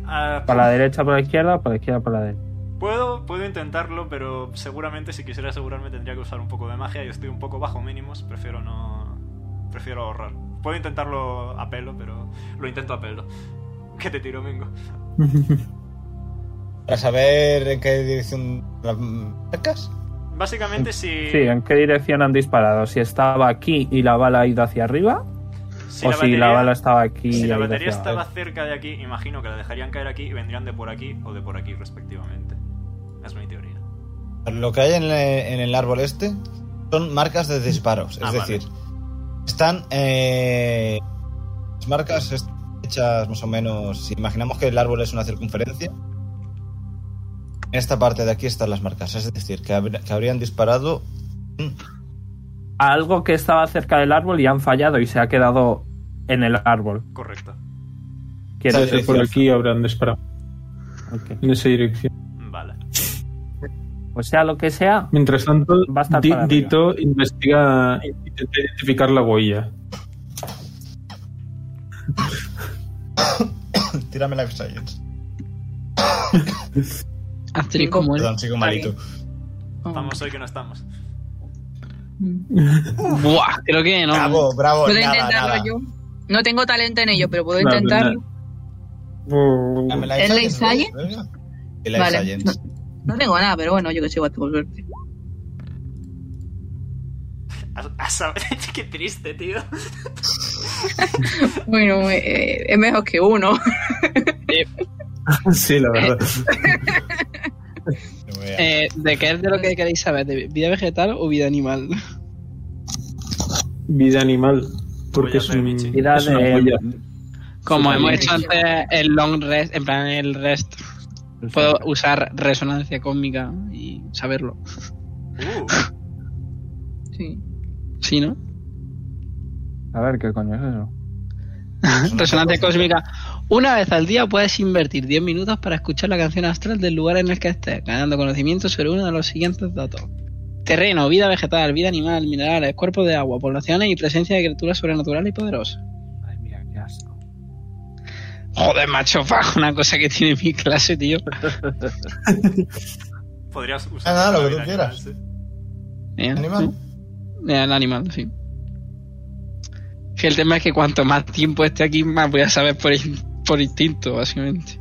Ah,
Para la derecha, para la izquierda, para la izquierda, para la derecha.
Puedo, puedo intentarlo, pero seguramente si quisiera asegurarme tendría que usar un poco de magia. Yo estoy un poco bajo mínimos, prefiero no. Prefiero ahorrar. Puedo intentarlo a pelo, pero lo intento a pelo. Que te tiro, Mingo.
Para saber en qué dirección las marcas.
Básicamente, si,
Sí, eh, ¿en qué dirección han disparado? ¿Si estaba aquí y la bala ha ido hacia arriba?
si
¿O
la
si
batería,
la bala estaba aquí
si
y eh.
la
ha ido
batería
hacia
estaba
abajo?
cerca de aquí, imagino que la dejarían caer aquí y vendrían de por aquí o de por aquí, respectivamente. Es mi teoría.
Lo que hay en, le- en el árbol este son marcas de disparos, es
Ah, vale.
decir, están eh, las marcas est- hechas más o menos. Si imaginamos que el árbol es una circunferencia, en esta parte de aquí están las marcas, es decir, que, habr- que habrían disparado
Algo que estaba cerca del árbol y han fallado y se ha quedado en el árbol.
Correcto.
Quiero
¿Sabes?
decir,
Por aquí habrán disparado.
ok.
En esa dirección.
Vale.
Pues sea lo que sea,
Mientras tanto,
Va a estar
Di-
para arriba.
Dito investiga. Intenta identificar la huella.
Tírame Life Science.
Asterisco
Cinco.
muere.
Perdón, sigo malito.
Estamos hoy que no estamos.
Buah, creo que no.
Bravo, bravo,
Puedo
Pues nada,
intentarlo
nada.
yo. No tengo talento en ello, pero puedo
Claro,
intentarlo.
Dame
¿Es Life Science?
venga. Y Life
Vale.
Science.
No tengo nada, pero bueno, yo que sé, igual tengo suerte.
A, a saber. Qué triste, tío.
Bueno, eh, es mejor que uno.
sí, la verdad.
Eh, ¿De qué es de lo que queréis saber? ¿De vida vegetal o vida animal?
Vida animal. Porque es, un,
Michi.
Vida
es una
de-
polla.
Como
Sí,
hemos
sí.
hecho antes el long rest, en plan el rest, puedo usar resonancia cósmica y saberlo.
Uh,
Sí.
¿Sí, no?
A ver, ¿qué coño es eso?
Resonancia cósmica. Una vez al día puedes invertir 10 minutos para escuchar la canción astral del lugar en el que estés, ganando conocimiento sobre uno de los siguientes datos. Terreno, vida vegetal, vida animal, minerales, cuerpos de agua, poblaciones y presencia de criaturas sobrenaturales y poderosas.
Ay, mira, qué asco.
Joder, macho, fajo, una cosa que tiene mi clase, tío.
podrías usar.
Ah, nada, lo
la
que
vida
tú
animal,
quieras.
sí.
Eh,
¿Animal?
eh, El animal, sí. Sí, el tema es que cuanto más tiempo esté aquí, más voy a saber por, in- por instinto, básicamente.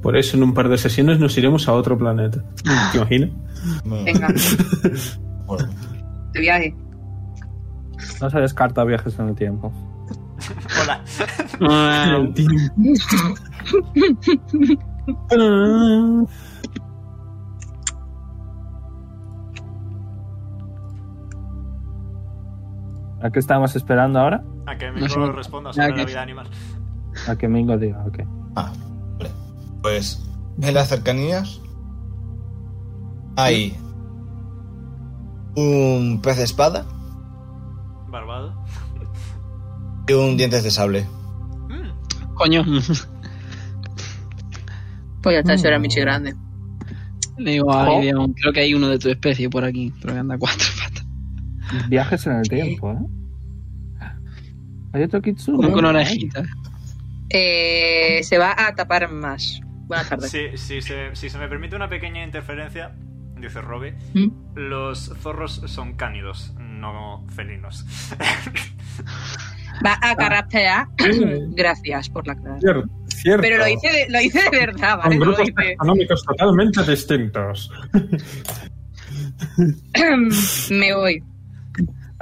Por eso en un par de sesiones nos iremos a otro planeta. ¿Te imaginas?
Bueno,
Venga,
bueno.
de viaje.
No se descarta viajes en el tiempo.
Hola.
Ah,
¿A qué estábamos esperando ahora?
A que
No
me
sé.
lo responda sobre
Ya que-
la vida animal.
A que Mingo diga, ok.
Ah, vale. Pues en las cercanías hay un pez de espada
Barbado.
y un dientes de sable.
Mm,
coño.
Pues ya está, eso era Michi grande.
Le digo a Gideon, creo que hay uno de tu especie por aquí, pero que anda a cuatro patas.
Viajes en el tiempo, ¿eh? Hay otro Kitsune.
Uno con orejitas.
Eh, se va a tapar más. Buenas tardes.
Si, si se, si se me permite una pequeña interferencia, dice Robe,
¿Mm?
los zorros son cánidos, no felinos.
Va a carraspear. Gracias por la clase.
Cierto, cierto.
Pero lo hice, de, lo hice de verdad, ¿vale?
Con
No lo
grupos
hice.
económicos totalmente distintos.
Me voy.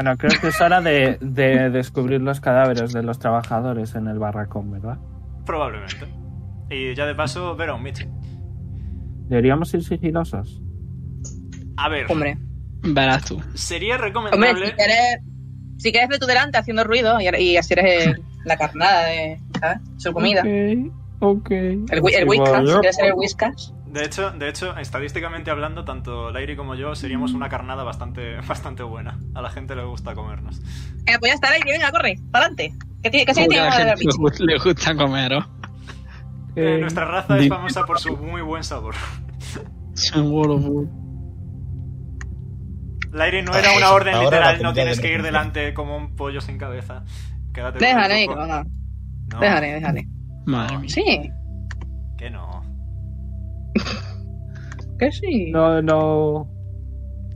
Bueno, creo que es hora de, de descubrir los cadáveres de los trabajadores en el barracón, ¿verdad?
Probablemente. Y ya de paso, ver a un Mitch.
Deberíamos ir sigilosos.
A ver,
Hombre.
Verás tú.
sería
Hombre,
recomendable.
si quieres, si quieres ve tú delante haciendo ruido y, y así eres eh, la carnada de ¿sabes? su comida.
Ok, ok.
El, wi- el
Igual
whiskas, si
yo-
quieres ser el whiskas.
De hecho, de hecho, estadísticamente hablando, tanto Lairi como yo seríamos una carnada bastante, bastante buena. A la gente le gusta comernos.
Eh, pues ya está, Lady, venga, corre, para adelante. Que tiene que ser
Porque a
tiene
la
que ver la
gente le
bici.
gu- le gusta comer, ¿oh? ¿o?
Eh,
Eh,
nuestra raza es
di-
famosa por su muy buen sabor.
Seguro.
Lairi no era una
Ahora
orden
la
literal,
comida
no tienes
de
que ir
emergencia.
delante como un pollo sin cabeza. Quédate con
Déjale,
el
que
grupo.
va,
No,
déjale, déjale.
Madre mía.
Sí,
que no.
que sí.
No, no.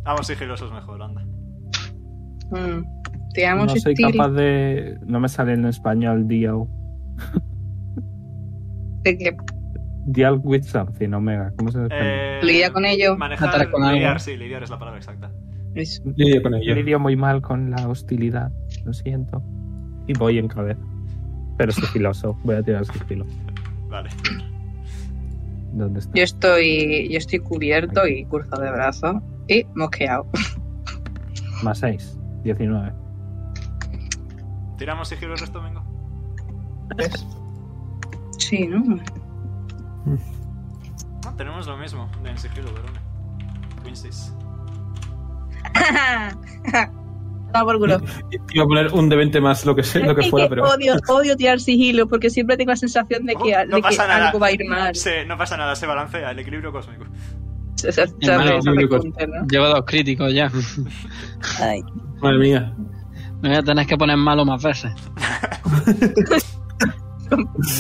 Vamos sigilosos mejor, anda.
Mm, Te amo,
No soy
Chistiri.
capaz de. No me sale en español Deal.
De que
Deal with something, Omega. ¿Cómo se dice?
Eh,
lidia con ello.
Manejar,
Atar con algo.
lidiar, sí, lidiar es la palabra exacta.
es-
Lidia con ello.
Lidio muy mal con la hostilidad. Lo siento. Y voy en cabeza. Pero sigiloso. Voy a tirar sigilo.
Vale.
¿Dónde está?
Yo estoy, yo estoy cubierto y cruzado de brazos y mosqueado.
Más 6. 19.
¿Tiramos sigilosos domingo?
¿Ves?
Sí, ¿no?
No, tenemos lo mismo de en sigilo, Verone. Twinsies.
Toma por culo.
Iba a poner un de 20 más lo que, sea, lo que
Es
fuera, pero.
odio, odio tirar sigilo porque siempre tengo la sensación de que,
Oh, no
de que
pasa nada.
algo va a ir mal.
Se- no pasa nada, se balancea el equilibrio cósmico.
Se- se- se-
Hermano,
se- se-
muy rico.
juntan, ¿no?
Llevo dos críticos ya.
Ay.
Madre mía.
Me voy a tener que poner malo más veces.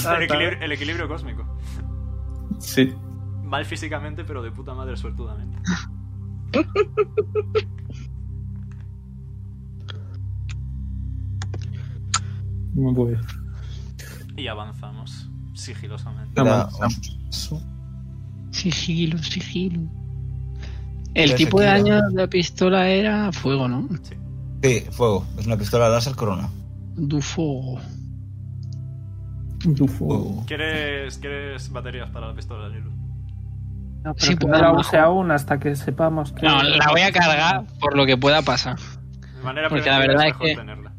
Ah,
El equilibrio, el equilibrio cósmico.
Sí.
Mal físicamente, pero de puta madre suertudamente.
No voy.
Y avanzamos sigilosamente.
Vamos,
Era
vamos.
un-
Sigilo, sigilo. El
Pero
tipo de
Shakira-
daño de la pistola era fuego, ¿no?
Sí, fuego. Es una pistola láser corona.
Du fuego.
Tu fuego.
Uh.
Fuego.
¿Quieres, ¿Quieres baterías para la pistola, Lilu?
No, pero
Sí,
que
pues,
no la
abajo.
use aún hasta que sepamos que.
No, la voy a cargar por lo que pueda pasar.
De manera
Porque la
preventiva
verdad es
mejor
que
tenerla.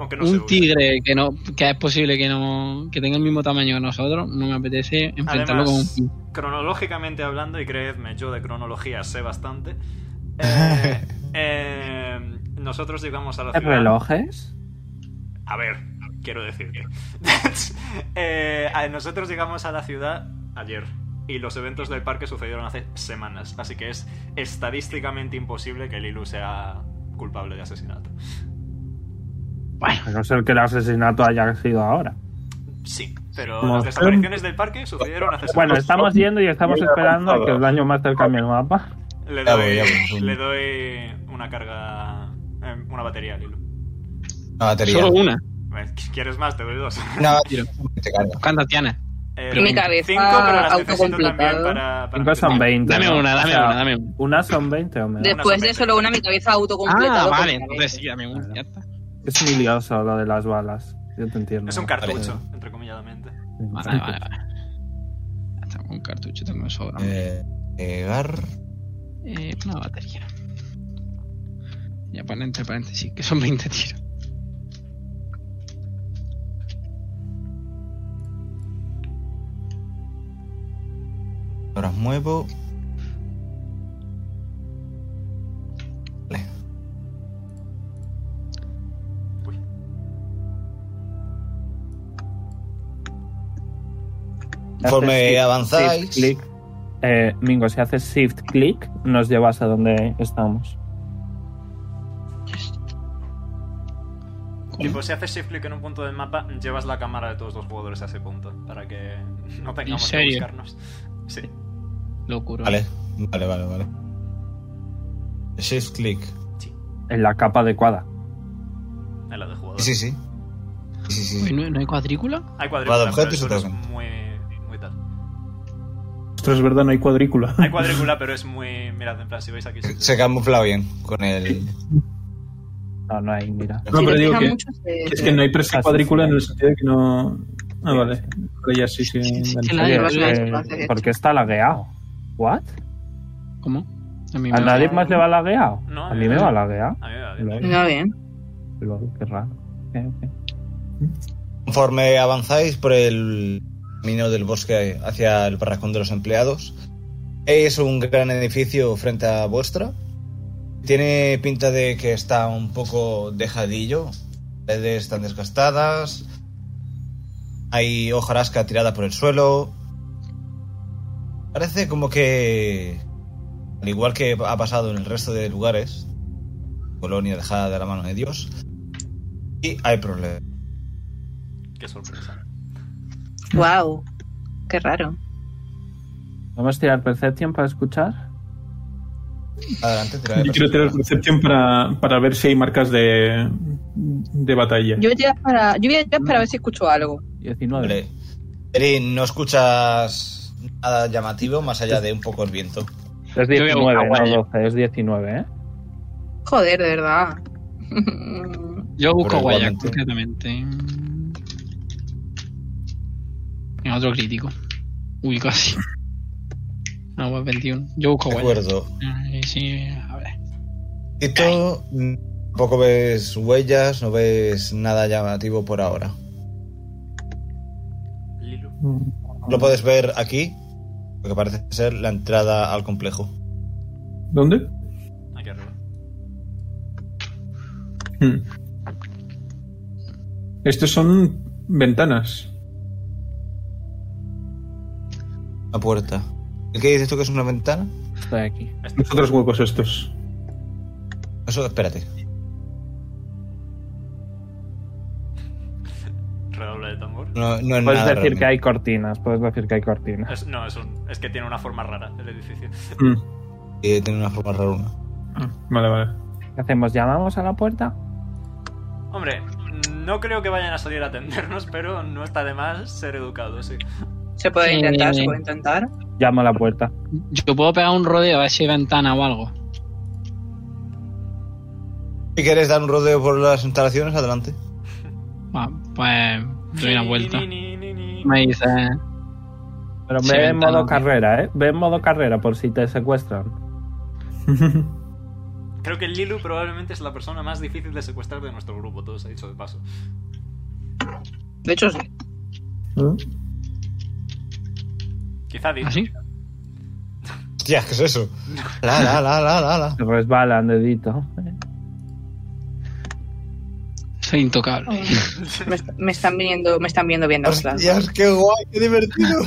Aunque no se
Un
use.
tigre que no, que es posible que no, que tenga el mismo tamaño que nosotros, no me apetece enfrentarlo con un
Además,
pin.
cronológicamente hablando, y creedme, yo de cronología sé bastante. eh, eh, nosotros llegamos a la
¿Hay
ciudad.
relojes?
A ver, quiero decirte. Eh, a- nosotros llegamos a la ciudad ayer y los eventos del parque sucedieron hace semanas, así que es estadísticamente imposible que Lilu sea culpable de asesinato.
A no ser que el asesinato haya sido ahora.
Sí, pero
Como
las
son-
desapariciones del parque sucedieron hace
Bueno,
semanas.
Pues,
estamos yendo y estamos esperando a que el daño más cambie el mapa.
Le
Ya voy,
doy,
ya voy.
le doy una carga, eh, una batería a Lilu.
Una batería.
Solo una.
Bueno, ¿Quieres más? Te doy dos.
Una batería. Te carga.
¿Cuántas tienes?
Eh,
Pero mi
cabeza
cinco, pero las necesito
autocompletado.
también para... para
Cinco son
empezar.
20.
Dame
¿no?
una,
O
dame
sea,
una, dame una.
Una son 20 o menos.
Después
pues
de solo una, mi cabeza autocompletada.
Ah,
con
vale,
cabeza.
entonces sí, dame una. Ya está.
Es muy lioso lo de las balas. Yo te entiendo.
Es un cartucho, entrecomilladamente.
Vale, vale, vale. Ya está, un cartucho tengo de sobra. Eh.
Eh, pegar.
una batería. Ya ponen entre paréntesis, que son 20 tiros.
Ahora muevo. Vale. Conforme avanzáis.
click. Eh, Mingo, si haces shift click, nos llevas a donde estamos.
Tipo, si haces shift click en un punto del mapa, llevas la cámara de todos los jugadores a ese punto, para que no tengamos que
serio?
buscarnos. Sí.
Locura.
Vale, vale, vale, vale. Shift click.
En la capa adecuada.
En la de jugador.
Sí, sí. Sí, sí,
Uy,
sí.
¿no, no hay cuadrícula?
Hay
Va de
cuadrícula, pero
objetos
eso
y
no es
token.
muy, muy tal.
Ostras, es verdad, no hay cuadrícula.
Hay cuadrícula, pero es muy... Mirad, en plan, si veis aquí... sí, sí.
Se camufla bien con el.
No, no hay, mira.
Si
No, pero
te
digo
fijas
que-
mucho, se-
Es que no hay presa
Ah, sí,
cuadrícula
sí.
en el sentido de que no. Ah, vale. Pero ya sí, sí.
Sí, sí,
vale.
que la-
Oye,
lo has
eh,
hecho, lo has hecho.
¿Por qué está lagueado? ¿What?
¿Cómo? A mí
¿A
me
nadie
no.
más le va lagueado?
No,
a mí
eh.
me
no.
va lagueado.
A mí me va bien.
Lol,
No, bien.
lol, qué raro. Ok, ok.
Conforme avanzáis por el camino del bosque hacia el barracón de los empleados, es un gran edificio frente a vuestra. Tiene pinta de que está un poco dejadillo. Las paredes están desgastadas. Hay hojarasca tirada por el suelo. Parece como que, al igual que ha pasado en el resto de lugares, colonia dejada de la mano de Dios, y hay problemas.
Qué sorpresa.
Wow. Qué raro.
Vamos a tirar Perception para escuchar.
Adelante, tira de
Yo quiero tirar Perception para, para ver si hay marcas de, de batalla.
Yo voy a tirar para, yo voy a tirar para ver si escucho algo.
19.
Vale. Erin, no escuchas nada llamativo más allá de un poco el viento.
Es
Yo veo
19,
una
no
huella.
12, es 19, ¿eh?
Joder, de verdad.
Yo busco
Pero
huella,
igualmente.
concretamente. En otro crítico. Uy, casi. No, pues 21. Yo busco
De
huella.
acuerdo.
Ay, Sí, a ver.
Tito, tampoco ves huellas, no ves nada llamativo por ahora.
Lilu.
Lo puedes ver aquí, lo que parece ser la entrada al complejo.
¿Dónde?
Aquí arriba.
Hmm. Estos son ventanas.
La puerta. ¿El que dices tú que es una ventana?
Estoy aquí.
Los otros huecos estos.
Eso, espérate.
Redoble de tambor.
No, no es
Puedes
nada.
decir que hay cortinas, puedes decir que hay cortinas.
Es- no, es, un- es que tiene una forma rara el edificio.
Hmm.
realmente. Eh, tiene una forma raruna.
Ah, Vale, vale.
¿Qué hacemos? ¿Llamamos a la puerta?
Hombre, no creo que vayan a salir a atendernos, pero no está de más ser educados, sí.
Se puede
Sí.
intentar, se puede intentar.
Llamo a la puerta.
Yo puedo pegar un rodeo a ver si hay ventana o algo.
Si quieres dar un rodeo por las instalaciones, adelante.
Ah, pues doy una vuelta.
Ni, ni, ni, ni.
Me dice, ¿ah,
Pero
Sí,
ve en
ventana,
modo
ok.
carrera, ¿eh? Ve en modo carrera por si te secuestran.
Creo que Lilu probablemente es la persona más difícil de secuestrar de nuestro grupo, todo se ha dicho de paso.
De hecho, sí.
Quizá Dil.
¿así?
Hostia, ¿qué es eso? La, la, la, la, la, la.
Se resbalan, dedito.
Soy intocable.
Me, est- me están viniendo, me están viendo bien las
Hostias, qué guay, qué divertido.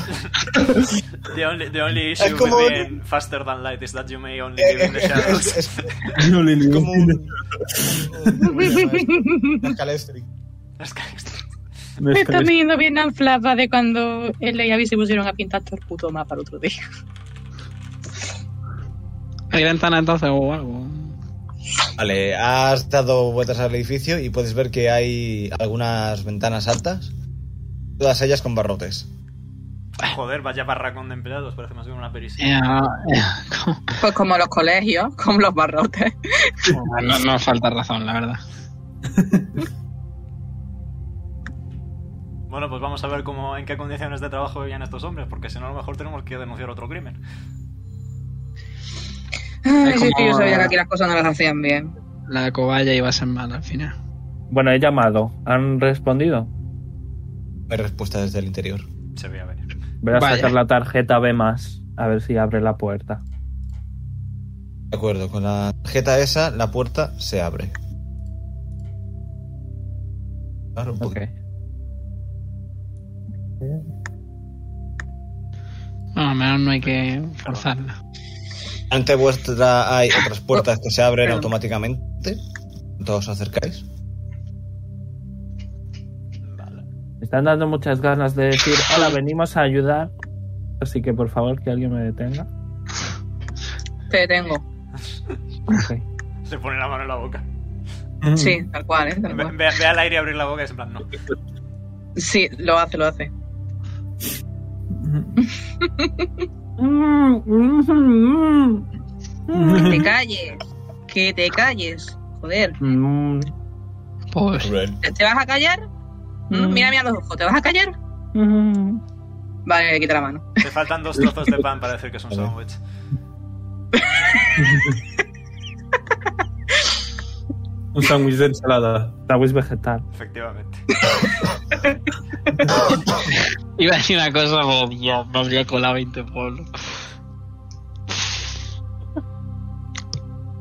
The only, the only issue
como-
with being faster than light is that you may only live in the
es,
shadows.
es- es como un. Una calestri.
Es que-
Me
Me escribes-
están viniendo bien al flashback de cuando él y Abby se pusieron a pintar todo el puto mapa el otro día.
Hay ventana entonces o algo.
Vale, has dado vueltas al edificio y puedes ver que hay algunas ventanas altas, todas ellas con barrotes.
Joder, vaya barracón de empleados, parece más bien una perisilla.
Eh, eh, como-
Pues como los colegios, como los barrotes.
no, no falta razón, la verdad.
Bueno, pues vamos a ver cómo, en qué condiciones de trabajo vivían estos hombres, porque si no a lo mejor tenemos que denunciar otro crimen.
Ay, sí, es eh,
como-
que yo sabía que aquí las cosas no las hacían bien.
La cobaya iba a ser mala al final.
Bueno, he llamado. ¿Han respondido?
No hay respuesta desde el interior.
Se veía venir.
Voy a
Vaya.
sacar la tarjeta B más. A ver si abre la puerta.
De acuerdo, con la tarjeta esa, la puerta se abre. Claro, un
Ok.
poquito.
Bueno, al menos no hay que forzarla.
Ante vuestra hay otras puertas que se abren
Perdón.
automáticamente. Todos os acercáis.
Vale.
Me están dando muchas ganas de decir, hola, venimos a ayudar. Así que por favor que alguien me detenga.
Te tengo.
Ok.
Se pone la mano en la boca.
Sí, tal cual, ¿eh?
Ve,
Tal cual.
ve- ve al aire abrir la boca y es en plan, no.
Sí, lo hace, lo hace.
Hmm.
Que te calles. Que te calles. Joder.
Mm,
Pues,
¿Te- ¿Te vas a callar?
Mm.
Mírame a los ojos. ¿Te vas a callar?
mm.
Vale, le quita la mano.
Te faltan dos trozos de pan para decir que es un
Vale.
sándwich.
Un sándwich de ensalada.
Sándwich vegetal.
Efectivamente.
iba a decir una cosa, pero Dios, me habría colado 20 polos.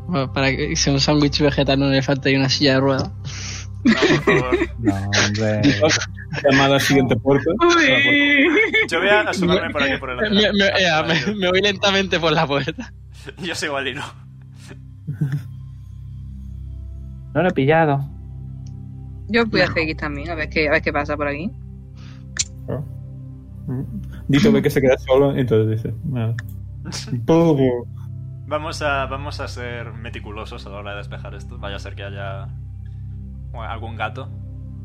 Bueno, para que sea un sándwich vegetal no le falta y una silla de ruedas.
No, por favor.
No, hombre.
Llamada al siguiente puerto.
Yo voy a asomarme por aquí por el
Me, me- eh,
lateral.
me- me voy lentamente por la puerta.
Yo sigo al hilo.
No lo he pillado.
Yo voy a seguir también, a ver qué, a ver qué pasa por aquí.
Dito ve que se queda solo, entonces dice. "Nada". Poco.
Vamos a, vamos a ser meticulosos a la hora de despejar esto. Vaya a ser que haya bueno, algún gato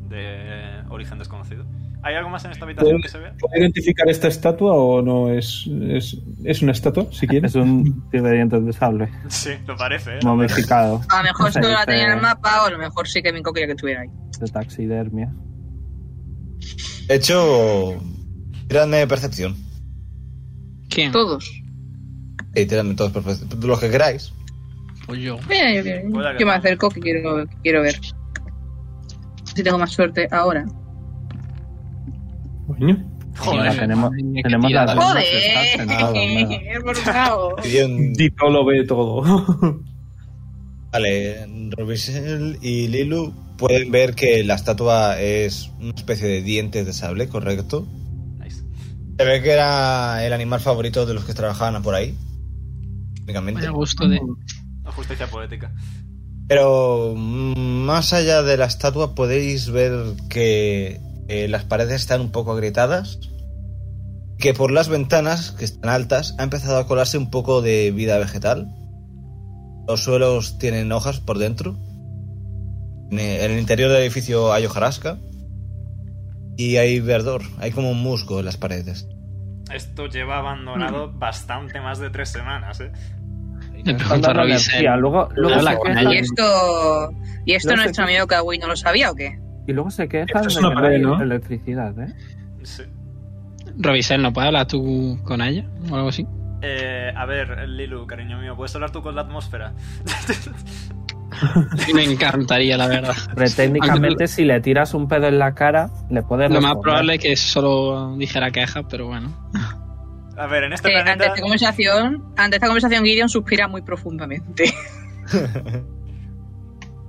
de origen desconocido. ¿Hay algo más en esta habitación que se vea?
¿Puedo identificar esta estatua o no es, es, es una estatua, si quieres?
Es un tigre de dientes de sable.
Sí, lo parece, ¿eh?
Momificado.
A lo mejor
Sí,
solo la
sí.
tenía en el mapa o a lo mejor sí que Minko quería que estuviera ahí.
De taxidermia.
De hecho, tiradme percepción.
¿Quién?
Todos.
Sí, tiradme todos percepción. Los que queráis.
Pues yo.
Mira, yo quiero-
Puede que
que me
no.
acerco, que quiero, que quiero ver. Si tengo más suerte ahora.
Coño.
Venga,
Joder.
tenemos,
Madre mía, qué
tenemos las
tirada.
armas estas en nada, nada.
Por favor.
Pidiendo-
Dito lo ve todo.
Vale, Robisel y Lilu pueden ver que la estatua es una especie de dientes de sable, correcto.
Nice.
Se ve que era el animal favorito de los que trabajaban por ahí. Únicamente.
Vaya gusto de.
La Justicia poética.
Pero mm, más allá de la estatua podéis ver que eh, las paredes están un poco agrietadas. Que por las ventanas, que están altas, ha empezado a colarse un poco de vida vegetal. Los suelos tienen hojas por dentro. En e- en el interior del edificio hay hojarasca. Y hay verdor, hay como un musgo en las paredes.
Esto lleva abandonado bastante más de tres semanas, ¿eh?
Le
Están
pregunto a
dando
Robinson.
energía. Luego, luego
Habla
se
con
quejan-
Y esto. ¿Y esto
No sé
nuestro
qué-
amigo Kawi no lo sabía o qué?
Y luego se queja
Esto es
de
una
que no
pared,
hay
¿no?
electricidad, ¿eh?
Sí.
Robisel, ¿no puedes hablar tú con ella o algo así?
Eh, a ver, Lilu, cariño mío, ¿puedes hablar tú con la atmósfera?
Me encantaría, la verdad.
Pero técnicamente, si le tiras un pedo en la cara, le puedes
Lo más
responder.
probable es que solo dijera quejas, pero bueno.
a ver, en este
Eh, ante,
planeta...
esta conversación, ante esta conversación, Gideon suspira muy profundamente.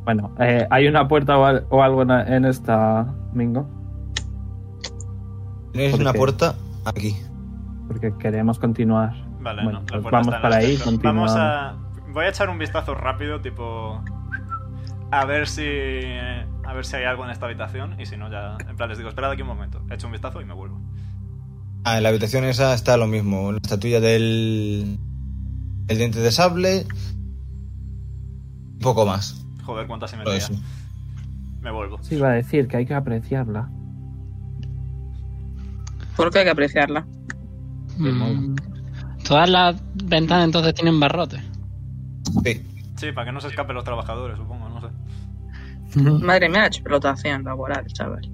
Bueno, eh, ¿hay una puerta o, al- o algo en, en esta, Mingo?
Tenéis
¿Por
una
qué?
puerta aquí.
Porque queremos continuar.
Vale,
Bueno,
no, la
pues
puerta
vamos
está en
para
el
ahí,
centro. Vamos a...
continuamos.
Voy a echar un vistazo rápido, tipo... A ver si... A ver si hay algo en esta habitación y si no ya... En plan, les digo, esperad aquí un momento. Echo un vistazo y me vuelvo.
Ah, en la habitación esa está lo mismo. La estatuilla del. El diente de sable. Un poco más.
Joder, cuánta
Pues
se me
Todo eso.
Me vuelvo.
Sí, iba a decir que hay que apreciarla.
Porque hay que apreciarla.
Mm. Todas las ventanas entonces tienen barrotes.
Sí.
Sí, para que no se escapen los trabajadores, supongo, no sé.
Mm.
Madre mía, la explotación laboral, chaval.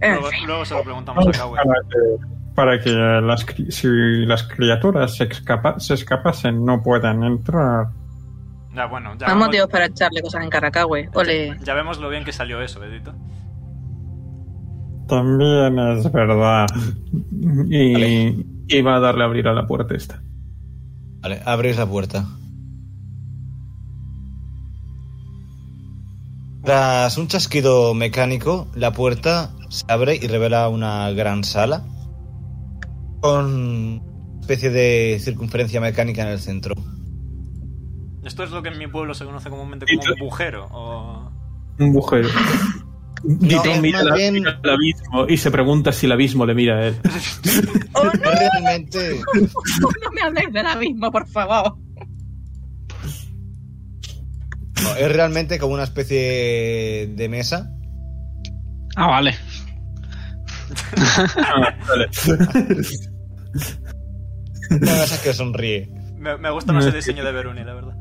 En
Luego,
fin,
luego se lo preguntamos a
Vamos
Kawe.
para que, para que las, cri- si las criaturas se, escapa- se escapasen no puedan entrar.
Ya, bueno, ya
más
vemos,
motivos para echarle cosas en Caracagüe. Ole.
ya vemos lo bien que salió eso, Edito.
También es verdad.
Y y va a darle a abrir a la puerta esta.
Vale, abrís la puerta. Tras un chasquido mecánico, la puerta se abre y revela una gran sala con una especie de circunferencia mecánica en el centro.
Esto es lo que en mi pueblo se conoce comúnmente
Y
como
tú-
un bujero. O...
Un bujero. Dito
es
mira
más
la-
bien-
mira el abismo y se pregunta si el abismo le mira a él.
¡Oh, no!
Realmente,
No me habléis de la misma, por favor.
no, es realmente como una especie de mesa
Ah, vale.
Ah, vale.
Una de esas que sonríe.
Me, me gusta más
No,
el
es que-
diseño de Beruni, la verdad.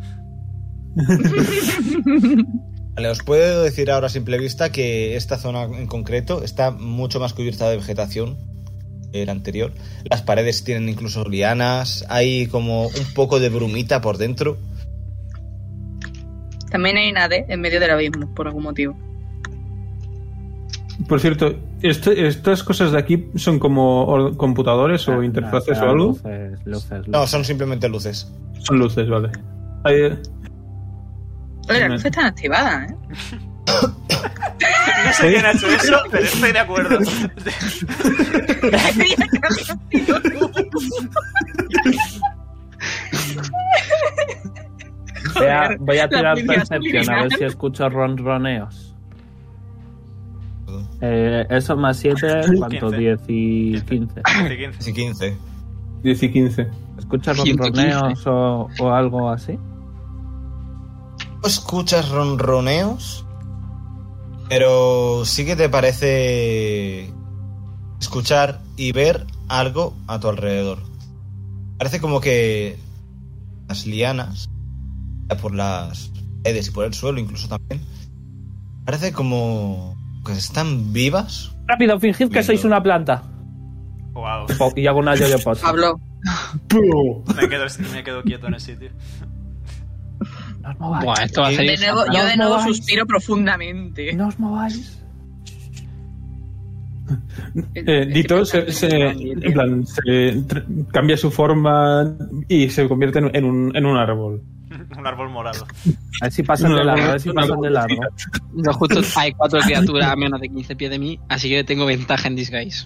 Vale, os puedo decir ahora a simple vista que esta zona en concreto está mucho más cubierta de vegetación que el anterior. Las paredes tienen incluso lianas, hay como un poco de brumita por dentro.
También hay una D en medio del abismo, por algún motivo.
Por cierto, esto- ¿estas cosas de aquí son como or- computadores o
Ah,
interfaces
ah,
o algo?
Luces, luces,
No,
luces.
son simplemente luces.
Son luces, vale. eh, Ahí-
Oye, las
Me-
luces están activadas, ¿eh?
No sé quién ha hecho eso, pero estoy de acuerdo.
Voy a, voy a
La
tirar
primera
percepción a ver si escucho ronroneos. Eh, eso más 7, ¿cuánto?
15.
10 y 15.
15, 15.
Así 15.
10 y 15.
¿Escuchas
115.
ronroneos o, o algo así?
Escuchas ronroneos, pero sí que te parece escuchar y ver algo a tu alrededor. Parece como que las lianas, ya por las paredes y por el suelo incluso también, parece como que están vivas.
Rápido, fingid que
Venga.
sois una planta.
Wow,
Po- Y hago una yo-yo pose.
Pablo,
me quedo, me quedo quieto en el sitio.
No os mováis.
Buah, esto va a
yo
ser
de nuevo, yo de
No
nuevo
vais.
suspiro profundamente.
No os mováis.
Eh, Dito se, se- en plan, se tr- cambia su forma y se convierte en, en un, en un árbol.
Un árbol morado.
A ver si pasan de largo, a ver si pasan de largo.
Yo justo hay cuatro criaturas a menos de 15 pies de mí, así que tengo ventaja en disguise.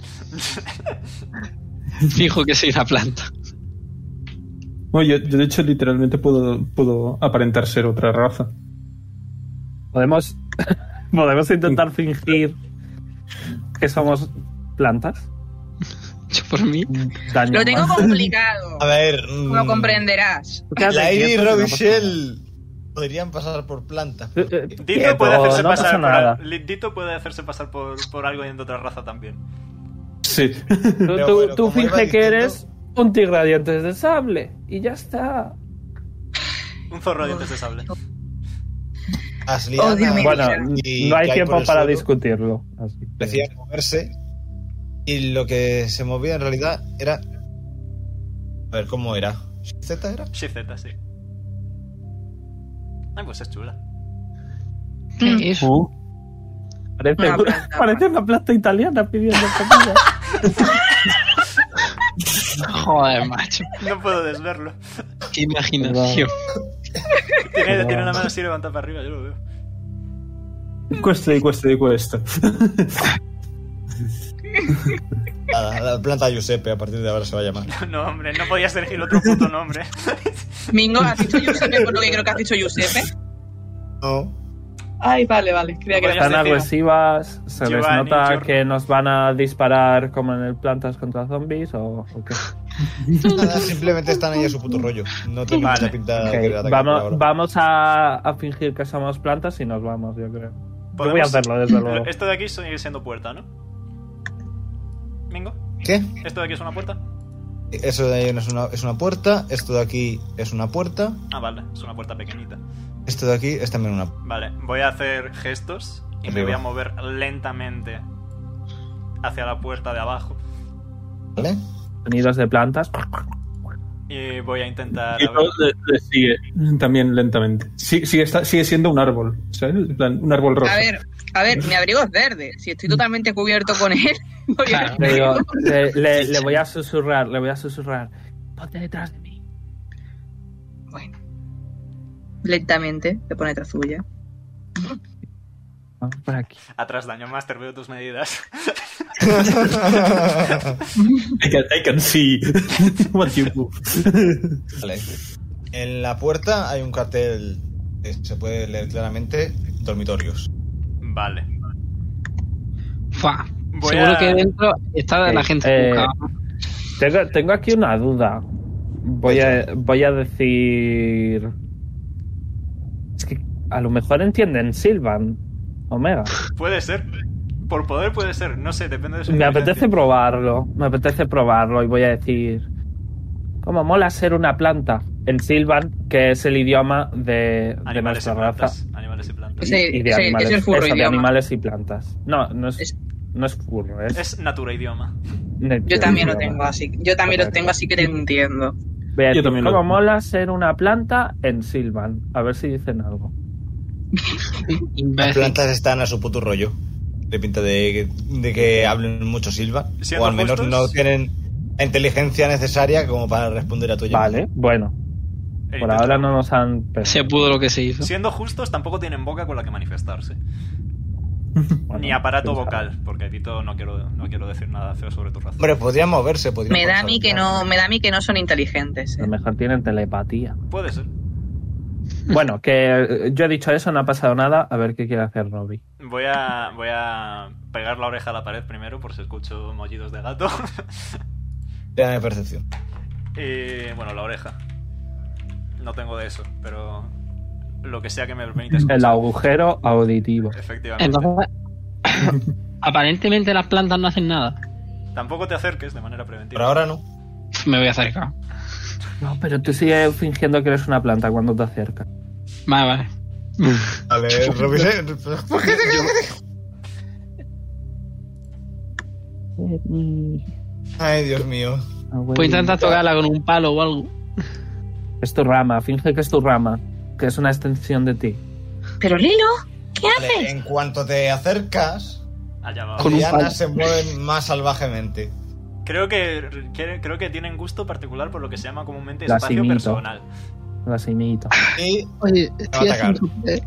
Fijo que soy una planta.
No, yo, yo de hecho literalmente puedo, puedo aparentar ser otra raza.
Podemos, podemos intentar fingir que somos plantas.
Yo por mí.
Daño
Lo tengo
más.
complicado.
A ver,
Como
mm,
comprenderás.
Tú quédate
la Ivy y
quieto, no pasa
Robichelle podrían pasar por plantas.
Eh, eh,
porque-
Dito
Quieto,
puede hacerse
no pasa
pasar
nada.
por, Li- Dito puede hacerse pasar por, por algo de otra raza también.
Sí.
nada.
Pero
Tú,
bueno,
tú
como iba
finge que
diciendo-
eres un tigre de dientes de sable y ya está.
Un zorro de dientes de sable.
Las lianas
Dios mío.
Bueno,
y
no hay
que
tiempo
por el
para
suelo
discutirlo. así que-
parecían moverse y lo que se movía en realidad era... A ver, ¿cómo era? ¿Z era?
Sí, Z, sí. Ay, pues es chula.
¿Qué
Mm.
es?
Uh. Parece
Una
una,
planta.
parece una planta italiana pidiendo comida.
Joder, macho.
No puedo desverlo.
Qué imaginación.
Tiene, tiene la mano así levantada para arriba, yo lo veo.
Cuesta y cuesta y cuesta.
La, la planta Giuseppe a partir de ahora se va a llamar.
No, hombre, no podías elegir otro puto nombre.
Mingo, ¿has dicho Giuseppe por lo que creo que has dicho Giuseppe?
No.
Ay, vale, vale. Creía que
Bueno, ya
era
Están
se tira.
agresivas, se
Giovanni,
les nota
Gior-
que nos van a disparar como en el Plantas contra Zombies o, o qué.
Nada, simplemente están ahí a su puto rollo. No tiene
Vale,
mucha pinta
Ok,
de querer atacar por ahora.
Vamos, vamos a, a fingir que somos plantas y nos vamos, yo creo. Yo voy a
Podemos-
hacerlo, desde luego.
Esto de aquí sigue siendo puerta, ¿no? Mingo,
¿Qué?
¿esto de aquí es una puerta?
Eso de ahí no es una, es una puerta, esto de aquí es una puerta,
Ah, vale, es una puerta pequeñita.
esto de aquí es también una...
Vale, voy a hacer gestos y me
Arriba.
voy a mover lentamente hacia la puerta de abajo.
¿Vale?
Sonidos de plantas.
Y voy a intentar.
Y
a ver-
todo le, le sigue también lentamente. Sí, sigue, esta- sigue siendo un árbol, ¿sabes? En plan, un árbol rojo.
A ver, a ver, mi abrigo es verde. Si estoy totalmente cubierto con él, voy
Claro.
Le, digo- le- le- le voy a susurrar, le voy a susurrar. Ponte detrás de mí.
Bueno. Lentamente te pone tras suya.
Vamos por aquí.
Atrás, daño master, veo tus medidas.
I can, I can see what you do.
Vale. En la puerta hay un cartel que se puede leer claramente dormitorios.
Vale.
Fua.
Voy
Seguro
a-
que dentro está la
Ok,
gente
eh,
buscada.
Tengo, tengo aquí una duda. Voy a, voy a decir. Es que a lo mejor entienden Silvan. Omega.
Puede ser. Por poder puede ser. No sé, depende de su.
Me
inteligencia.
apetece probarlo. Me apetece probarlo y voy a decir. ¿Cómo mola ser una planta? En Silvan, que es el idioma de, de
Animales y
nuestra raza.
plantas. Animales y plantas.
Sí,
y de
sí,
animales.
es el furro
Eso, de
idioma.
animales y plantas. No, no es,
Es-
no es furro. Es,
Es natura idioma.
Yo también lo tengo
idioma.
así. Yo también lo
Correcto.
tengo así que te entiendo.
Voy
Yo
a decir,
también lo
¿Cómo
tengo.
mola ser una planta en Silvan? A ver si dicen algo.
Las
Imbécil.
plantas están a su puto rollo. De pinta de, de que hablen mucho Silva.
Siendo
O al menos
justos-
no tienen la inteligencia necesaria como para responder a tu llamada.
Vale, bueno.
El
Por
intento-
ahora no nos han...
Se pudo lo que se hizo.
Siendo justos, tampoco tienen boca con la que manifestarse.
Bueno,
Ni aparato
quién sabe.
vocal, porque Tito no quiero, no quiero decir nada feo sobre tu raza.
Hombre, podrían moverse, podrían
Me da a
consultar.
mí que no, me da a mí que no son inteligentes.
A
eh.
lo mejor tienen telepatía.
Puede ser.
Bueno, que eh, yo he dicho eso, no ha pasado nada. A ver qué quiere hacer Robbie.
Voy a, voy a pegar la oreja a la pared primero por si escucho mollidos de gato.
Tírame percepción.
y bueno, la oreja. No tengo de eso, pero lo que sea que me permita escuchar.
El agujero auditivo.
Efectivamente.
Entonces, aparentemente las plantas no hacen nada.
Tampoco te acerques de manera
Por
preventiva.
ahora no.
Me voy a acercar.
No, pero tú sigues fingiendo que eres una planta cuando te acercas.
Vale, vale.
Vale, Robise. ¿Por qué Ay, Dios mío.
Ah,
Pues intenta tocarla con un palo o algo.
Es tu rama, finge que es tu rama. Que es una extensión de ti.
Pero Lilo, ¿qué haces?
Vale, en cuanto te acercas,
Allá va.
las
Con un
lianas
palo.
se mueven más salvajemente.
Creo que, que- creo que tienen gusto particular por lo que se llama comúnmente
Las
espacio
imito.
personal.
Las imito.
Y
Oye,
estoy a atacar.
cinco pies.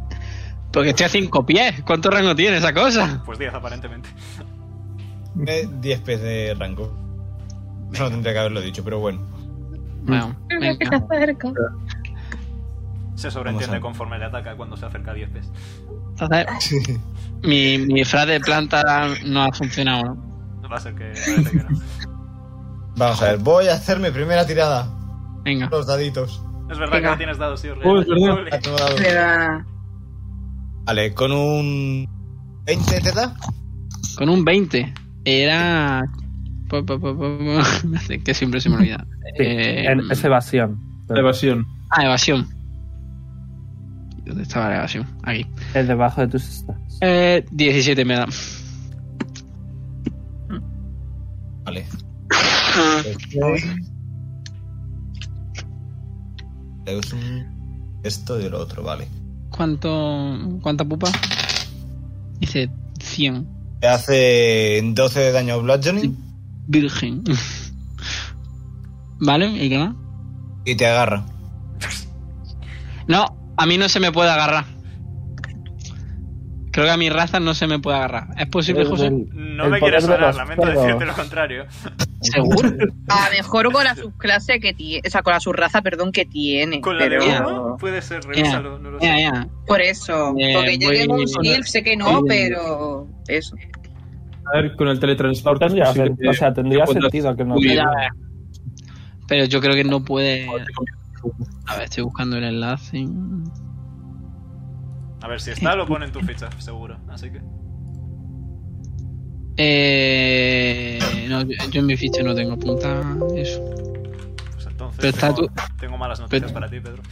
Porque estoy a cinco pies. ¿Cuánto rango tiene esa cosa?
Pues 10 aparentemente.
eh, 10 pies de rango. Eso no tendría que haberlo dicho, pero bueno.
Bueno, venga.
cerca.
Se sobreentiende
Vamos a-
conforme le ataca cuando se acerca a 10 pies.
Entonces, mi, mi disfraz de planta no ha funcionado, ¿no?
Va a ser que, parece que no.
Vamos a ver, voy a hacer mi primera tirada.
Venga.
Los daditos.
Es verdad que
Venga.
no tienes dados, sí,
Oh, es verdad.
Ole.
Ya tengo dados.
Me da-
Vale, con un 20 te da.
Con un 20. Era. po, po, po, po, po. Me hace que siempre se me olvida.
Sí,
Eh,
en- es evasión.
La evasión.
Ah, evasión. ¿Dónde estaba la elevación? Aquí.
Es debajo de tus stats.
Eh, 17 me da.
Vale. Es un- Esto y lo otro, vale.
¿Cuánto, ¿Cuánta pupa? Dice 100.
Te hace 12 de daño bludgeoning
Virgen. ¿Vale? ¿Y qué más?
y te agarra.
No, a mí no se me puede agarrar. Creo que a mi raza no se me puede agarrar. ¿Es posible,
eh.
José?
No
El
me
poder
quieres
de
sonar,
los
lamento
perros.
decirte lo contrario.
Seguro.
A lo Ah, mejor con la subclase que tiene, o sea, con la subraza, perdón, que tiene.
Con la de
pero-
Ya.
uno puede ser, revísalo, no lo
Ya,
sé.
ya.
Por eso,
Eh,
porque yo
voy-
llevo un
voy-
shield, sé que no,
voy-
pero eso.
A ver, con el
No
teletransporte. pues
tendría,
es posible
sen- o sea, tendría
que puedas-
sentido que no.
Uy,
Ya, ya. Pero yo creo que no puede. A ver, estoy buscando el enlace.
A ver, si está, lo pone en tu ficha, seguro. Así que.
Eh, no, yo yo en mi ficha no tengo punta. Eso.
Pues entonces.
Pero está
tengo, tengo malas noticias para ti, Pedro.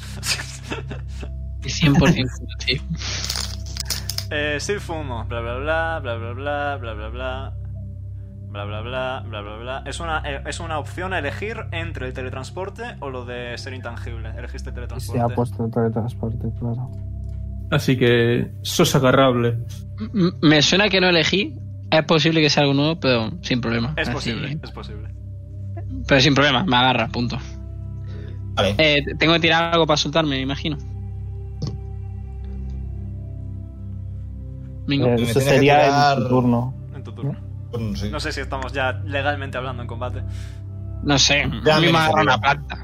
100% sí.
eh, sí fumo. Bla bla bla, bla bla bla, bla bla bla. Bla bla bla, bla bla bla. Es una, eh, es una opción a elegir entre el teletransporte o lo de ser intangible. Elegiste
Se ha
teletransporte.
puesto el teletransporte, claro.
Así que sos agarrable.
M- Me suena que no elegí. Es posible que sea algo nuevo, pero sin problema.
es
Así-
posible, es posible.
Pero sin problema, me agarra, punto.
Vale.
Eh, tengo que tirar algo para soltarme, me imagino. Bingo.
Eh,
Me
eso
tienes que
sería
tirar-
el turno.
En tu turno.
Mm, sí.
No sé si estamos ya legalmente hablando en combate.
No sé,
Ya
a mí
me
me agarra
salió.
una planta.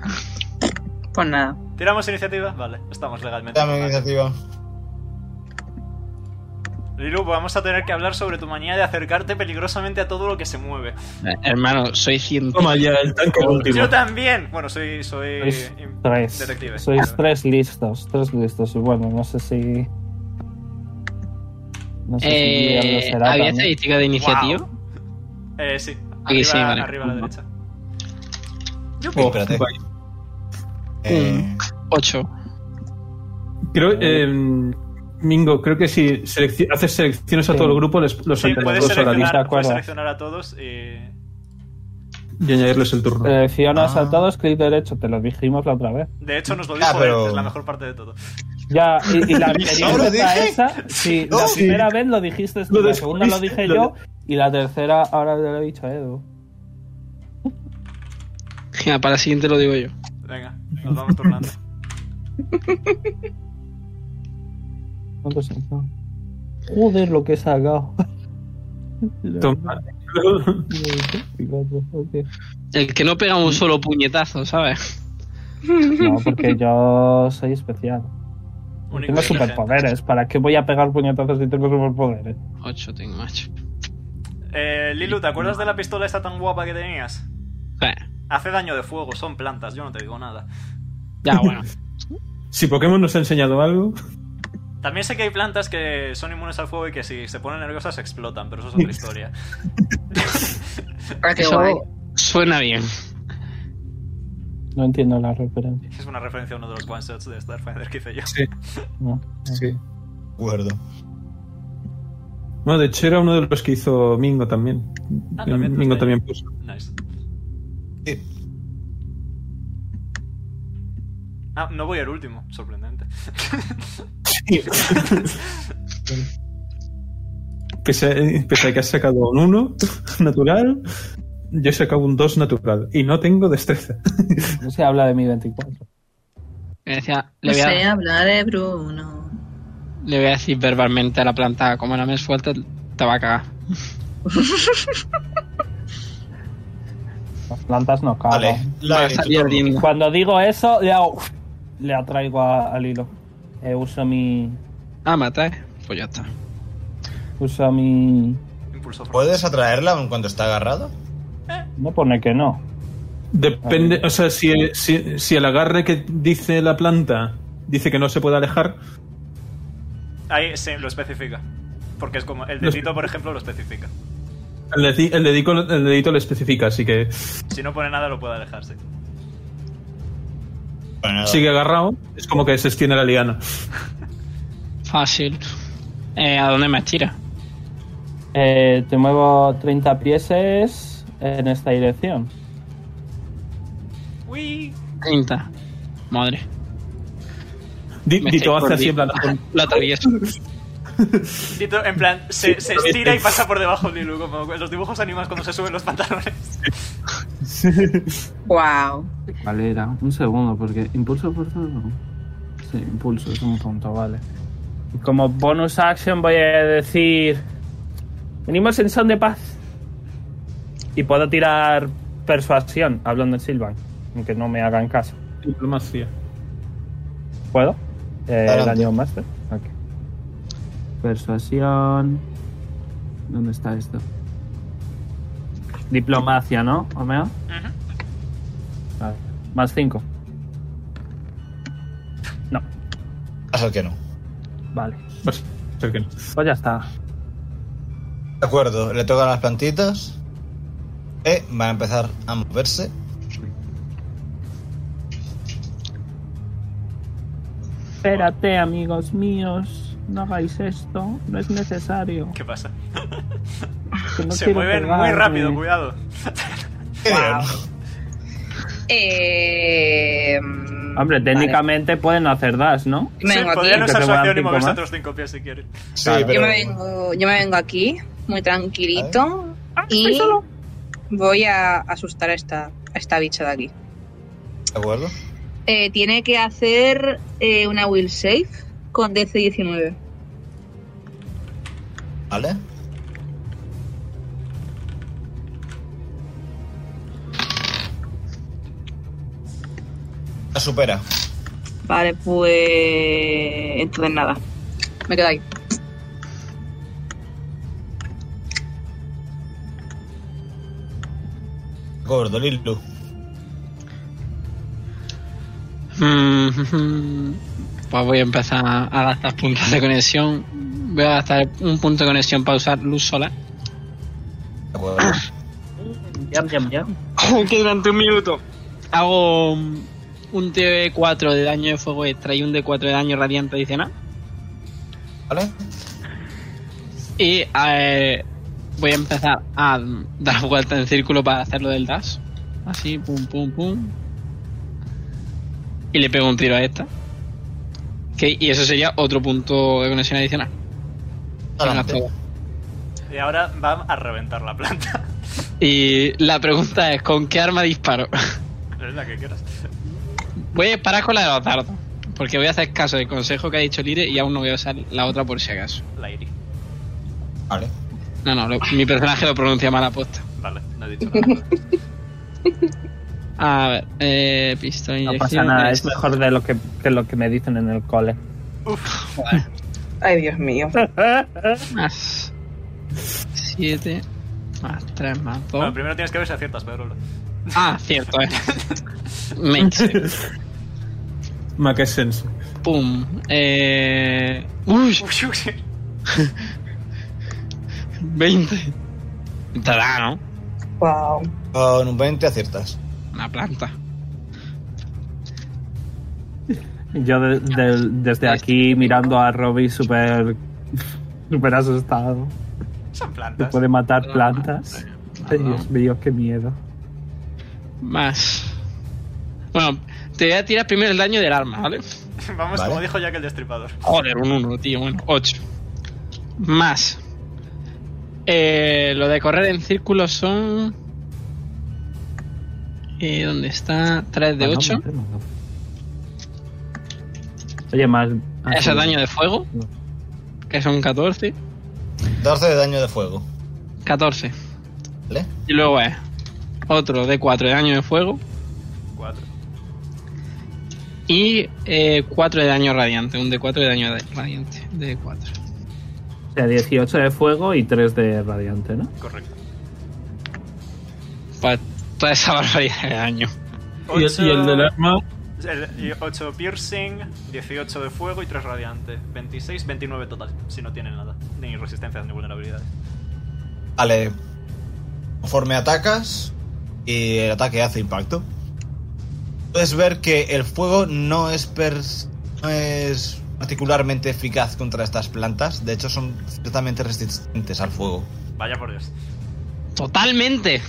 Pues nada.
¿Tiramos iniciativa? Vale, estamos legalmente.
Dame
hablando.
iniciativa.
Lilu, vamos a tener que hablar sobre tu manía de acercarte peligrosamente a todo lo que se mueve.
Eh, hermano, soy científico.
Toma ya el tanque al último.
Yo también. Bueno, soy
eh,
soy
Sois
im-
tres.
detective.
Sois tres listos, tres listos. Y bueno, no sé si. No sé
Eh,
si Liam lo será.
¿Había
también.
estadística de iniciativa?
Eh, sí. Arriba,
Aquí sí, vale.
arriba a la derecha.
Oh,
espérate.
vaya.
Eh,
8.
Creo, eh, Mingo, creo que si selec- haces selecciones a
Sí.
todo el grupo, les, los
Sí, puedes
añades a la lista
seleccionar,
de acuerdo.
puedes seleccionar a todos eh, y.
y añadirles el turno.
Seleccionas
Ah.
a todos, clic derecho, te lo dijimos la otra vez.
De hecho, nos lo dijo
Ah, pero-
él, es la mejor parte de todo.
Ya, y, y la
¿No
anterior
lo
era
dije?
esa. Sí,
No,
la
sí.
primera vez lo dijiste, tú,
Lo
la
descubriste,
segunda lo dije
lo
yo, y la tercera ahora lo he dicho a Edu.
Ya, para la siguiente lo digo yo.
Venga, nos vamos tornando.
¿Cuánto se hizo? Joder, lo que he sacado.
Toma.
El que no pega un solo puñetazo, ¿sabes?
No, porque yo soy especial.
Único
Tengo
y inteligente.
superpoderes. ¿Para qué voy a pegar puñetazos si tengo superpoderes?
8 tengo, macho.
Eh, Lilu, ¿te acuerdas de la pistola esta tan guapa que tenías?
Eh,
Hace daño de fuego, son plantas, yo no te digo nada.
Ya, bueno.
Si Pokémon nos ha enseñado algo,
También sé que hay plantas que son inmunes al fuego y que si se ponen nerviosas explotan, pero eso es otra historia.
Ah, qué
Eso
guay.
suena bien.
No entiendo la referencia.
Es una referencia a uno de los one shots de Starfinder que hice yo.
No.
de acuerdo.
bueno, de hecho era uno de los que hizo Mingo también.
Ah, también tú
Mingo
te-
también puso.
Nice.
Sí.
Ah, no voy al último, sorprendente.
Pese, pese a que has sacado un 1 natural, yo he sacado un 2 natural y no tengo destreza.
No se habla de mi 24.
Me decía,
No
le voy,
sé
a,
habla de Bruno.
le voy a decir verbalmente a la planta, como no me suelta, te va a cagar.
Las plantas no cagan.
Vale.
Va a
Lari,
estar
tu turno.
ardiendo.
Cuando digo eso, le hago. Le atraigo a- al hilo. Eh, uso mi.
Ah, matar. Pues ya está.
Uso mi.
Impulso frontal.
¿Puedes atraerla en cuanto está agarrado?
No pone que no.
Depende, o sea, si, si, si el agarre que dice la planta dice que no se puede alejar,
Ahí sí, lo especifica. Porque es como. El
Lo
dedito, por ejemplo, lo especifica.
el, dedi- el dedico- el dedito lo especifica, así que
Si no pone nada, lo puede alejarse.
Para nada.
Ah,
sigue agarrado, es como que se extiende la liana.
Fácil. Eh, ¿A dónde me tira?
Eh, te muevo 30 pies en esta dirección.
Uy.
30. Madre.
Di-
Me
Dito
estoy
hace así en plan.
corriendo. Lo atravieso.
Dito, en plan, se, se estira y pasa por debajo de Lilu, como en los dibujos animados cuando se suben los pantalones.
Wow.
Vale, era un segundo, porque impulso fuerza. no. Sí, impulso es un punto, vale. Y Como bonus action voy a decir. Venimos en son de paz. Y puedo tirar persuasión hablando en Silvan, aunque no me hagan caso.
Diplomacia.
¿Puedo? Eh,
Adelante.
daño master. Ok. Persuasión. ¿Dónde está esto? Diplomacia, ¿no, Omeo? Vale. Más 5. No,
Pasa que no.
vale.
Pues, creo que no.
Pues ya está.
De acuerdo, le tocan las plantitas. Eh, van a empezar a moverse.
Espérate, amigos míos. No hagáis esto. No es necesario.
¿Qué pasa?
que no
se
quiero
mueven muy
pegarme.
rápido, cuidado.
¿Qué dirán?
Eh, mm,
Hombre, técnicamente pueden hacer dash, ¿no?
vale. Me vengo
Sí, podrían
aquí.
Que
usar su
te muevan
acción y
cinco
moverse
más.
otros 5 pies si quieren.
Sí,
Claro.
Yo
pero.
me vengo, yo me vengo aquí, muy tranquilito.
¿Eh?
Y voy a asustar a esta, a esta bicha de aquí.
De acuerdo.
Eh, tiene que hacer eh, una will save con DC-19.
Vale. La supera.
Vale, pues. Entonces nada. Me quedo ahí.
De acuerdo, Lilu.
Mm, Pues voy a empezar a gastar puntos de conexión. Voy a gastar un punto de conexión para usar luz solar.
De acuerdo.
Yam, yam, yam.
que durante un minuto hago un un T4 de daño de fuego extra y un D4 de daño radiante adicional.
¿Vale?
Y eh, voy a empezar a dar vueltas en círculo para hacer lo del dash. Así, pum, pum, pum. Y le pego un tiro a esta. Que- Y eso sería otro punto de conexión adicional. en las
Adelante.
pruebas.
Y ahora van a reventar la planta.
Y la pregunta es, ¿con qué arma disparo?
Es la que quieras.
voy a disparar con la de los dardos. Porque voy a hacer caso del consejo que ha dicho Lire y aún no voy a usar la otra por si acaso.
La Iri.
Vale.
No, no, lo- mi personaje lo pronuncia mal aposta.
Vale, no he dicho nada.
A ver, eh, pistola
No pasa
inyección,
nada,
eh,
es mejor de lo que, que lo que me dicen en el cole.
Ay, Dios mío.
Ah.
Más 7, más 3, ah, más 2.
Bueno, primero tienes que ver si aciertas, Pedro.
Ah, cierto, eh. Make sense.
Make sense.
Pum. Eh. Uy,
Uy, uy.
20. Te da, ¿no?
Wow.
Con un 20 aciertas.
Una planta.
Yo de- de- desde aquí mirando a Robbie súper súper asustado.
Son
Que
plantas.
puede matar plantas. Ay,
Ah, No.
Dios mío, qué miedo.
Más. Bueno, te voy a tirar primero el daño del arma, ¿vale?
Vamos,
Vale.
como dijo Jack el destripador.
Joder, un 1, tío. Bueno, 8. Más. Eh, lo de correr en círculo son. Eh, ¿Dónde está? 3
Ah,
de 8.
Oye, más. ah,
Eso es
sí.
daño de fuego.
No.
Que son 14.
12 de daño de fuego.
14.
¿Vale?
Y luego es otro de 4 de daño de fuego.
Cuatro.
Y 4 de daño radiante. Un de 4 de daño da- radiante. De 4.
O sea, 18 de fuego y 3 de radiante, ¿no?
Correcto.
Pues toda esa barbaridad de daño.
Y el, y el del arma.
8 piercing, 18 de fuego y 3 radiante. 26, 29 total, si no tienen nada. Ni resistencias ni vulnerabilidades.
Vale. Conforme atacas y el ataque hace impacto, puedes ver que el fuego no es per- no es particularmente eficaz contra estas plantas. De hecho, son ciertamente resistentes al fuego.
Vaya por Dios.
Totalmente.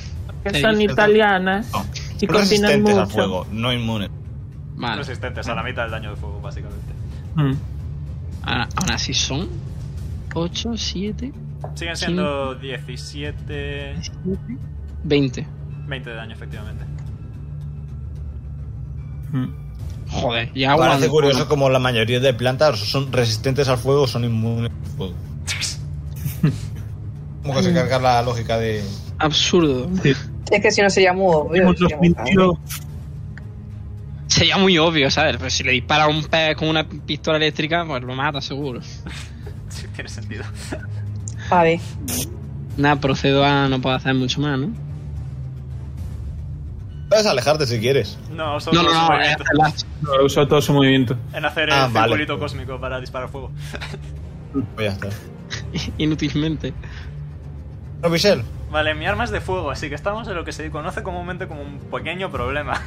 Que son italianas
No,
y
son
cocinan
resistentes al
mucho.
fuego, no inmunes.
Vale.
Resistentes a la mitad del daño de fuego, básicamente.
Mm.
Ahora, ahora sí son 8, 7,
Siguen siendo 17.
20.
20 de daño, efectivamente.
Mm.
Joder, ya
Parece
aguanto.
curioso como la mayoría de plantas son resistentes al fuego o son inmunes al fuego. Como que se carga la lógica de...
Absurdo.
Es que si no sería muy obvio.
Hemos
¿eh?
sería muy
desmentido-
Sería muy obvio, ¿sabes? Pero si le dispara a un pez con una pistola eléctrica, pues lo mata seguro.
Sí, tiene sentido.
fácil. A ver.
Nada, procedo a no puedo hacer mucho más, ¿no?
Puedes alejarte si quieres.
No, solo
No, no, eh,
su
no, es
movimiento.
hacer las-
No, ha usado todo su movimiento.
En hacer
Ah,
el
vale.
circulito cósmico para disparar fuego.
Voy a estar.
inútilmente.
No, Michelle,
Vale, mi arma es de fuego, así que estamos en lo que se conoce comúnmente como un pequeño problema.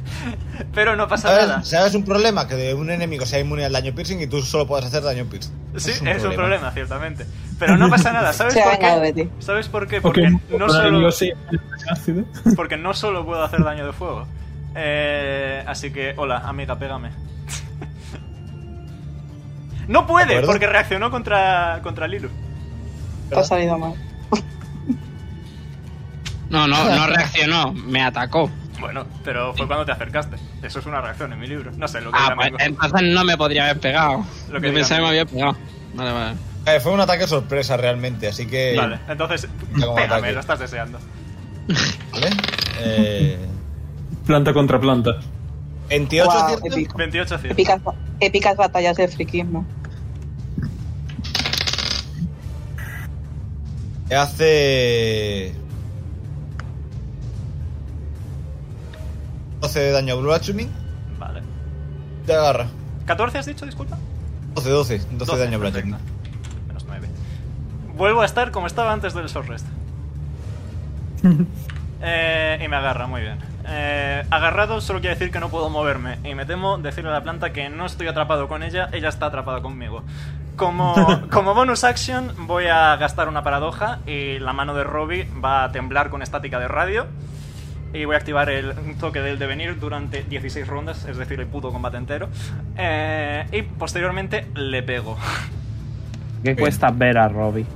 Pero no pasa
¿sabes,
nada.
sabes un problema? Que de un enemigo sea inmune al daño piercing y tú solo puedes hacer daño piercing.
Sí, es un, problema. ciertamente. Pero no pasa nada, ¿sabes
Se ha
por
vengado
qué?
de ti.
¿Sabes por qué?
Porque
Porque no solo...
yo sí, ácido.
Porque no solo puedo hacer daño de fuego. Eh, así que, hola, amiga, pégame. No
¿De
puede,
acuerdo?
porque reaccionó contra, contra Lilu.
Te ha salido mal.
No, no, no reaccionó, me atacó.
Bueno, pero fue cuando te acercaste. Eso es una reacción en mi libro. No sé lo que
Ah,
era,
pues
amigo.
entonces no me podría haber pegado.
Lo que
Yo
diga,
pensaba que me había
amigo.
pegado. Vale, vale.
Eh, fue un ataque sorpresa realmente, así que...
Vale, entonces,
Ya como
pégame,
ataque.
lo estás deseando.
¿Vale? Eh,
Planta contra planta.
28,
Guau,
¿cierto?
épico.
28 100.
Épicas, épicas batallas de friquismo.
Te hace... 12 de daño a Blue Achumi.
Vale.
Te agarra.
14 has dicho, disculpa.
12, 12. 12, de daño a Blue
perfecto.
Achumi.
Menos 9. Vuelvo a estar como estaba antes del short rest. Eh, y me agarra, muy bien. Eh, agarrado solo quiere decir que no puedo moverme. Y me temo decirle a la planta que no estoy atrapado con ella, ella está atrapada conmigo. Como, como bonus action, voy a gastar una paradoja y la mano de Robbie va a temblar con estática de radio. Y voy a activar el toque del devenir durante 16 rondas, es decir, el puto combate entero. Eh, y posteriormente le pego.
¿Qué cuesta ver a Robbie?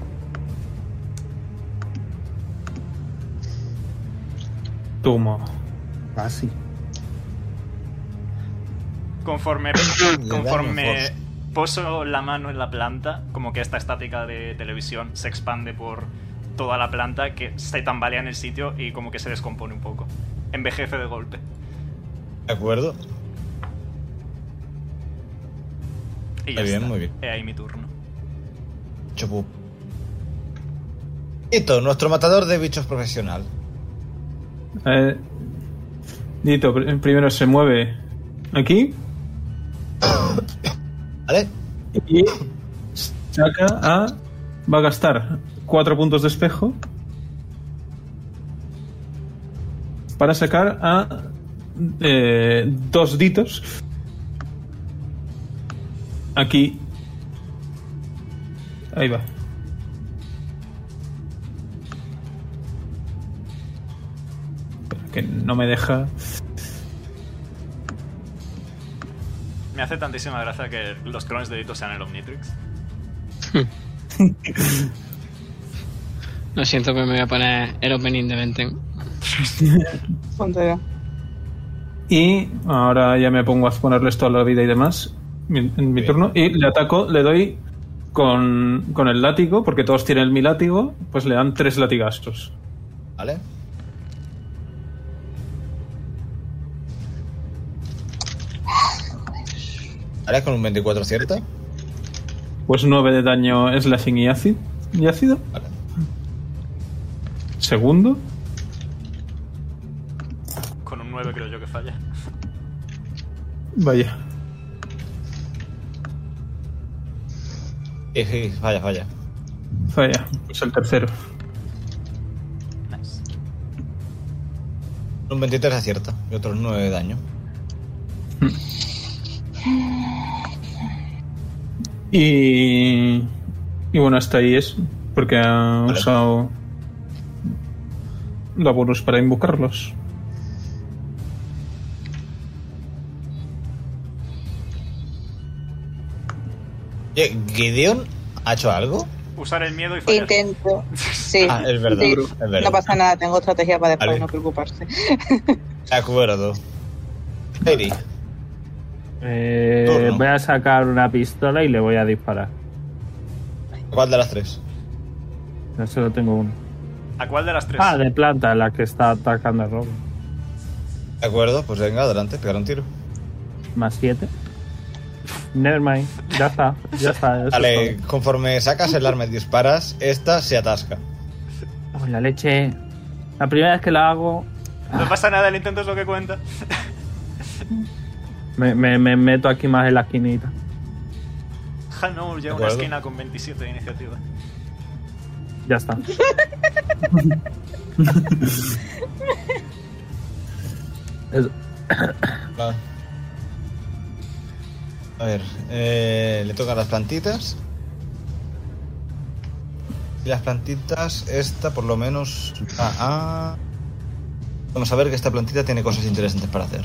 Tumo.
Casi.
Conforme,
daño
conforme
force.
poso la mano en la planta, como que esta estática de televisión se expande por toda la planta, que se tambalea en el sitio y como que se descompone un poco. Envejece de golpe.
De acuerdo.
Y ya
Muy bien,
está.
muy bien.
He ahí mi turno.
Chopu. Listo, nuestro matador de bichos profesional.
Eh, Dito, pr- primero se mueve aquí
¿Vale?
y saca a... Va a gastar cuatro puntos de espejo para sacar a eh, dos ditos aquí. Ahí va. Espera, Que no me deja.
Me hace tantísima gracia que los clones de Dito sean el Omnitrix.
Lo siento, pero me voy a poner el opening de Venten.
Tontería.
Y ahora ya me pongo a ponerles toda la vida y demás mi- en mi
Bien.
turno. Y le ataco, le doy con, con el látigo, porque todos tienen mi látigo, pues le dan tres latigazos.
¿Vale? ¿Vale? Con un 24 cierta.
Pues nueve de daño slashing y ácido. Y ácido.
Vale.
Segundo.
Con un 9 creo yo que falla.
Vaya.
Sí, sí, falla, falla.
Vaya. Pues el tercero.
Nice.
Un 23 acierta y otros 9 de daño.
Y, y bueno, hasta ahí es. Porque ha usado la bonus para invocarlos.
Eh, ¿Gideon ha hecho algo?
Usar el miedo y fallar.
Intento. Sí.
Ah, es verdad,
sí.
es verdad.
No pasa nada, tengo estrategia para después,
Vale.
no preocuparse.
De acuerdo. Lady.
Eh,
Turno.
voy a sacar una pistola y le voy a disparar.
¿Cuál de las tres?
Ya solo tengo uno.
¿A cuál de las tres?
Ah, de planta, la que está atacando a Robin.
De acuerdo, pues venga, adelante, pegar un tiro.
Más 7. Nevermind. Ya está. Ya está. eso
Vale,
es
conforme sacas el arma y disparas, esta se atasca.
todo. Oh, la leche. La primera vez que la hago,
No pasa nada, el intento es lo que cuenta.
me, me- me meto aquí más en la esquinita.
Hanou lleva
De
una
acuerdo.
esquina con 27 de iniciativa.
Ya está. Es-
Va. A ver, eh, le tocan las plantitas. Y las plantitas, esta por lo menos. Ah, ah. Vamos a ver que esta plantita tiene cosas interesantes para hacer.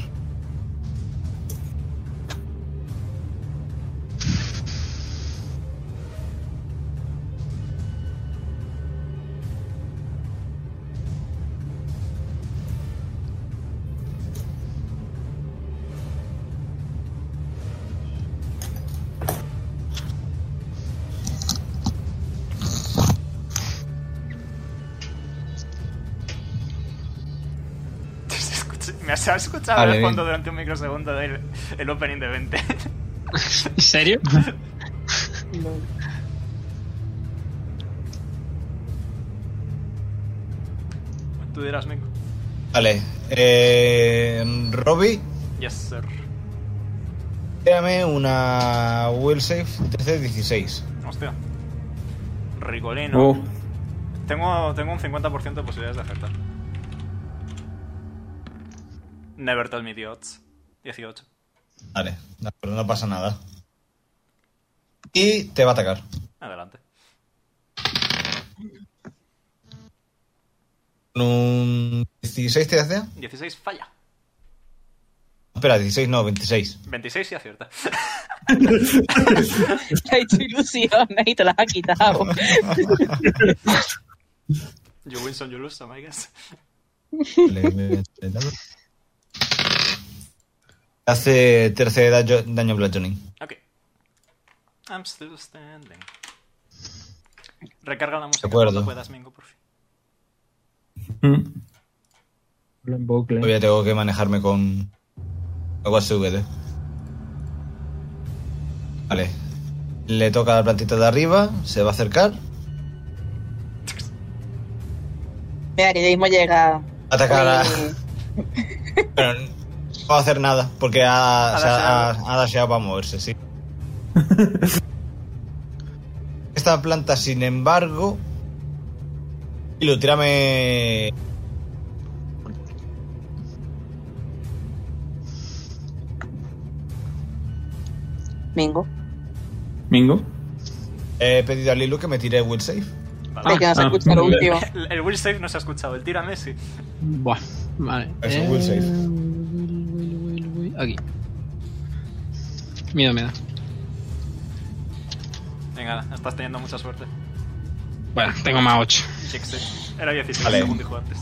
Me has escuchado
Vale,
en el
bien.
fondo durante un microsegundo del el opening de 20.
¿En serio?
Tú dirás, Nico.
Vale, eh. Robbie,
Yes, sir.
tírame una Will Safe 13-16.
Hostia. Ricolino.
Oh,
Tengo, tengo un 50% de posibilidades de acertar. Never tell me the odds. 18.
Vale, de acuerdo, no pasa nada. Y te va a atacar.
Adelante.
Con un 16 te hace.
16 falla.
Espera, 16 no, 26.
26 y acierta.
Te ha hecho ilusiones y te las ha quitado.
You win some, you lose some, I guess.
Vale, me voy a echar el dado. Hace 13 daño, daño bludgeoning.
Ok. I'm still standing. Recarga la música
De acuerdo.
cuando puedas, Mingo, por fin.
mm.
en bucle.
Todavía tengo que manejarme con. Agua SVD. Vale. Le toca a la plantita de arriba, se va a acercar.
Mira, que ya mismo llega.
Atacar a.
Uy,
Pero no va a hacer nada, porque ha,
Ha
se ha-
dasheado.
ha- ha dasheado para moverse, sí. Esta planta, sin embargo. Y lo tírame.
Mingo.
Mingo.
He pedido a Lilu que me tire Will Safe.
Es que no se
ah,
escucha lo
muy bien.
último.
El, el will save no se ha escuchado, el tira Messi.
Buah, vale.
Es un will save.
will, will, will, will. Aquí. Miedo me da.
Venga, estás teniendo mucha suerte.
Bueno, tengo más 8.
Check save. Era 16
Vale.
según dijo antes.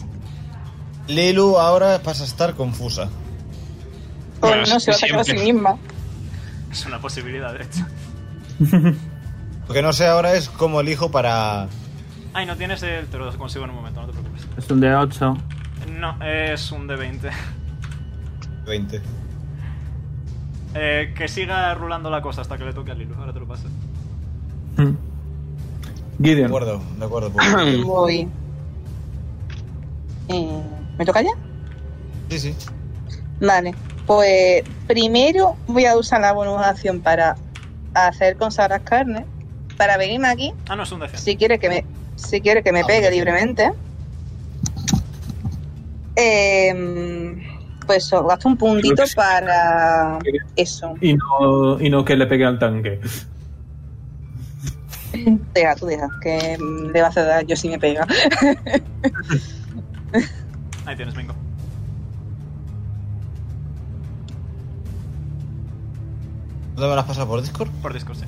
Lilu ahora pasa a estar confusa.
Oh,
Bueno,
no, se va a atacar a sí
siempre.
misma.
Es una posibilidad, de hecho.
Lo que no sé ahora es cómo elijo para.
Ay, no tienes el... Te lo consigo en un momento, no te preocupes.
Es un de 8.
No, es un de 20.
20.
Eh, que siga rulando la cosa hasta que le toque al hilo. Ahora te lo paso.
Mm.
De
Gideon.
acuerdo, de acuerdo. pues.
Voy. Eh, ¿Me toca ya?
Sí, sí.
Vale, pues primero voy a usar la bonus acción para hacer con Saras carne, para venirme aquí,
Ah, no, es un de 100.
si quiere que me, si quiere que me
Ah,
pegue
bueno.
libremente. Eh, pues eso, gasto un puntito
Creo que sí.
para eso.
Y no, y no que le pegue al tanque.
Deja, tú deja, que mm, le vas a dar yo si me pega.
Ahí tienes, vengo.
¿Dónde me las pasas por Discord?
Por Discord, sí.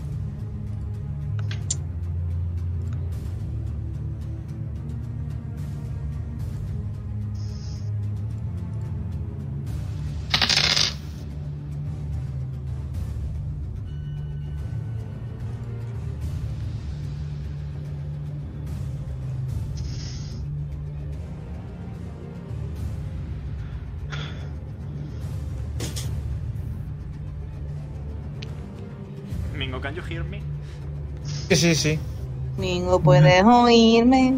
Mingo, can you hear me?
Sí, sí, sí.
Mingo, puedes oírme.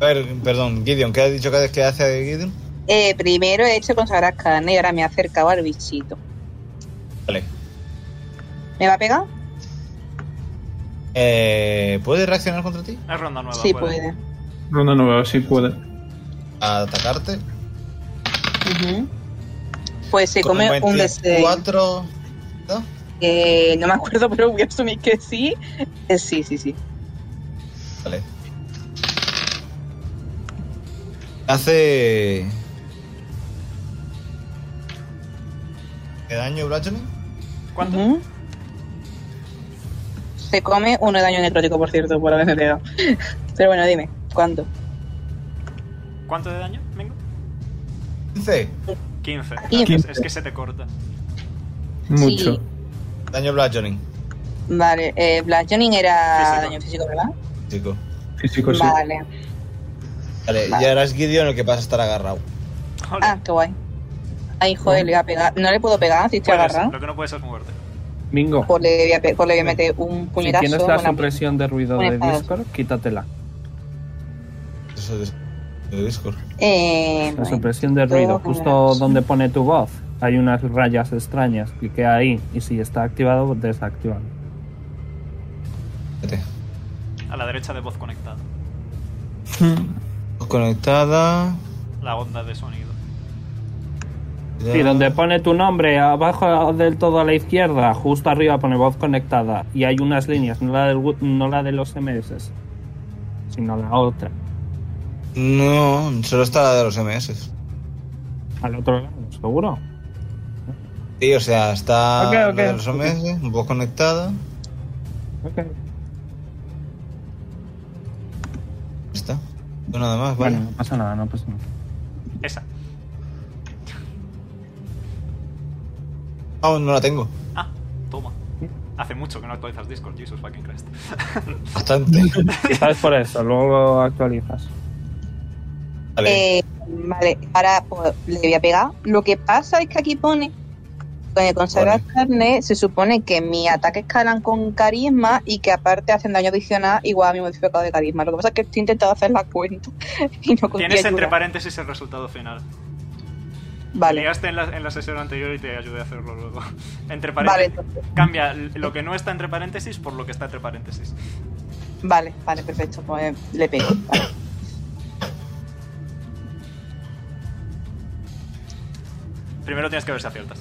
A ver, perdón, Gideon, ¿qué has dicho que que hace Gideon?
Eh, primero he hecho consagrar carne y ahora me acercaba al bichito.
Vale.
¿Me va a pegar?
Eh, ¿Puede reaccionar contra ti?
Es ronda nueva.
sí, puede.
Ronda nueva, sí puede.
¿A atacarte?
Ujú. Pues se
Con
come un D6.
24, ¿no?
Eh, no me acuerdo, pero voy a asumir que sí. Eh, sí, sí, sí.
Vale. Hace. ¿Qué daño, Bludgeoning?
¿Cuánto?
Ujú. Se come uno de daño necrótico, por cierto, por haberme pegado. Pero bueno, dime, ¿cuánto?
¿Cuánto de daño, Mingo?
15.
15.
Quince.
Es, es que se te corta.
Mucho.
Sí.
Daño Bludgeoning,
Vale, eh, Bludgeoning era
Físico.
daño físico, ¿verdad?
chico.
Físico, Pues sí.
Vale.
Vale,
Vale.
y ahora es Gideon el que pasa a estar agarrado.
Joder,
Ah, qué guay. Ay, joder, le voy a pegar. No le puedo pegar si estoy
puedes,
agarrado.
lo que no puedes es moverte.
Mingo,
Pues le voy a, pe- pues le voy a meter un
si
puñetazo.
tienes la
con la-
supresión de ruido
con
de
espadas.
Discord, quítatela.
Eso es de Discord.
Eh,
La supresión de
todo
ruido,
con
justo
la-
donde pone tu voz, hay unas rayas extrañas. Cliquea ahí y si está activado, desactivado.
Vete.
A la derecha de voz conectada.
Conectada.
La onda de sonido.
ya.
Sí, donde pone tu nombre, abajo del todo a la izquierda, justo arriba pone voz conectada. Y hay unas líneas, no la, del gu- no la de los MS, sino la otra.
No, solo está la de los MS.
Al otro lado, seguro.
Sí, o sea, está
Ok, ok,
la de los MS, un poco conectada.
Ok.
Ya Está. No nada más,
Bueno,
vale.
no pasa nada, no pasa nada.
Esa.
Aún no la tengo.
Ah, toma. Hace mucho que no actualizas Discord, Jesus fucking Christ.
Bastante.
Quizás por eso, luego lo actualizas.
Vale.
Eh, vale, ahora pues, le voy a pegar. Lo que pasa es que aquí pone con el consagrar
Vale.
carne se supone que mis ataques escalan con carisma y que aparte hacen daño adicional igual a mi modificador de carisma. Lo que pasa es que estoy intentando hacer la cuenta y no consigo.
Tienes entre
ayuda.
paréntesis el resultado final.
Vale,
Liaste en la, en la sesión anterior y te ayudé a hacerlo luego. Entre
vale,
paréntesis.
entonces-
Cambia l- lo que no está entre paréntesis por lo que está entre paréntesis.
vale, vale, perfecto. Pues le pego. vale.
Primero tienes que ver si aciertas.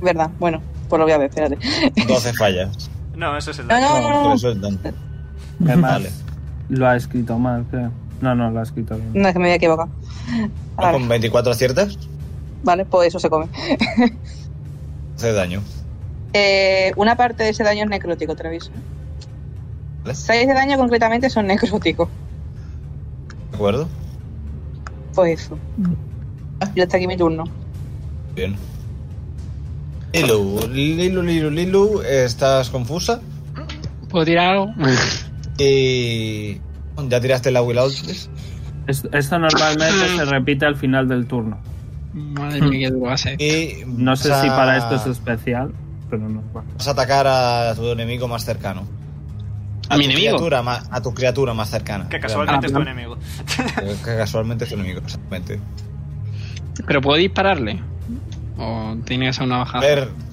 ¿Verdad? Bueno, pues lo voy a ver, espérate.
12 fallas.
No, eso es el
No,
daño.
no, no, no,
Por
no.
Ah, eso es tanto.
Además,
Vale.
lo ha escrito mal, creo. No, no, lo ha escrito bien.
No, es que me había equivocado. Vale,
Ah, Con 24 aciertas,
vale, pues eso se come.
hace daño.
Eh, una parte de ese daño es necrótico, te lo aviso.
Vale.
Seis de daño concretamente son necróticos.
¿De acuerdo?
Pues eso. Y hasta aquí mi turno.
Bien. Lilu, Lilu, Lilu, Lilu, estás confusa
¿Puedo tirar algo?
y. Eh, ¿Ya tiraste la Will Out?
Es- Esto normalmente se repite al final del turno.
Madre mía, qué duro va a ser.
Y
No sé
Eh, vas a-
si para esto es especial, pero no.
Vas a atacar a tu enemigo más cercano.
¿A mi
tu
enemigo?
Criatura, más, a tu criatura más cercana.
Que casualmente
Ah,
es tu
perdón.
enemigo.
Realmente. Que casualmente es tu enemigo, exactamente.
¿Pero puedo dispararle? ¿O tiene que ser una
A
bajada?
ver, puedes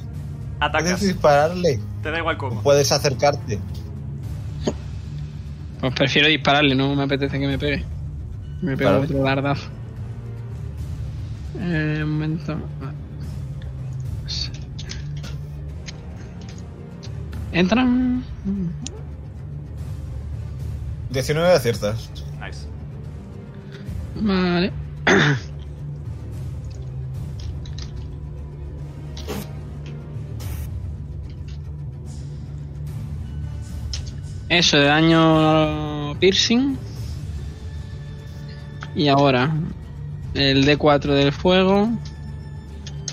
Atacas.
dispararle,
Te da igual cómo.
puedes acercarte.
Pues prefiero dispararle, no me apetece que me pegue. Me pega
Vale.
otro dardazo. Eh, un momento. Entran.
19 aciertas.
Nice.
Vale. Eso de daño piercing. Y ahora el D4 del fuego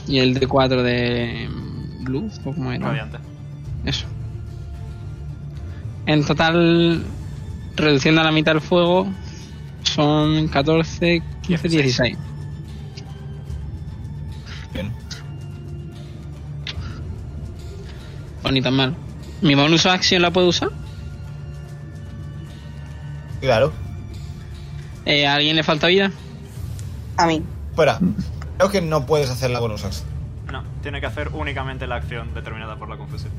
y el D4 de mm, luz, o como era.
Radiante.
Eso. En total, reduciendo a la mitad el fuego, son 14, 15, 16.
Bien.
Pues ni tan mal. ¿Mi bonus acción la puedo usar?
Claro.
Eh, ¿A alguien le falta vida?
A mí.
Espera. Creo que no puedes hacer la bonus action.
No, tiene que hacer únicamente la acción determinada por la confusión.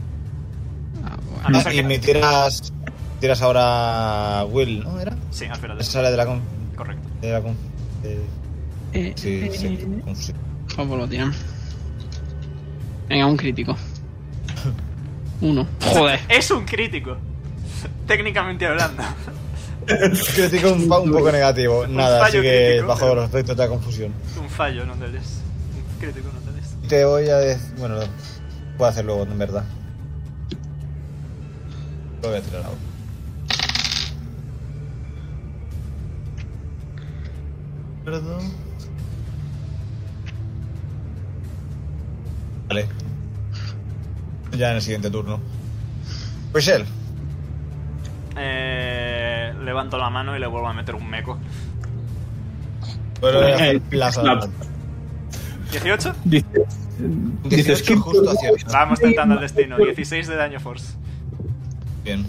Ah, bueno.
A no ser
Y me
que...
tiras. Tiras ahora Will, ¿no? ¿Era?
Sí, al final. de-
Esa sale de la con.
Correcto.
De la con. eh,
Eh,
sí, sí,
eh,
con- sí.
Vamos, lo tiran. Venga, un crítico. Uno. Joder.
Es un crítico. Técnicamente hablando.
Crítico un, pa- un poco negativo.
Un
Nada, así
fallo
que
crítico,
bajo
pero-
los efectos de la confusión.
un fallo, no te des. Un crítico, no te des.
Te voy a decir. Bueno, lo puedo hacer luego, en verdad. Lo voy a tirar ahora. Perdón. Vale. Ya en el siguiente turno. Pues él.
Eh, levanto la mano y le vuelvo a meter un meco.
Pero voy a hacer
Eh,
plaza.
snap.
¿18?
Dice, dice
18
skip.
justo hacia arriba.
Vamos tentando el destino. 16 de daño force.
Bien.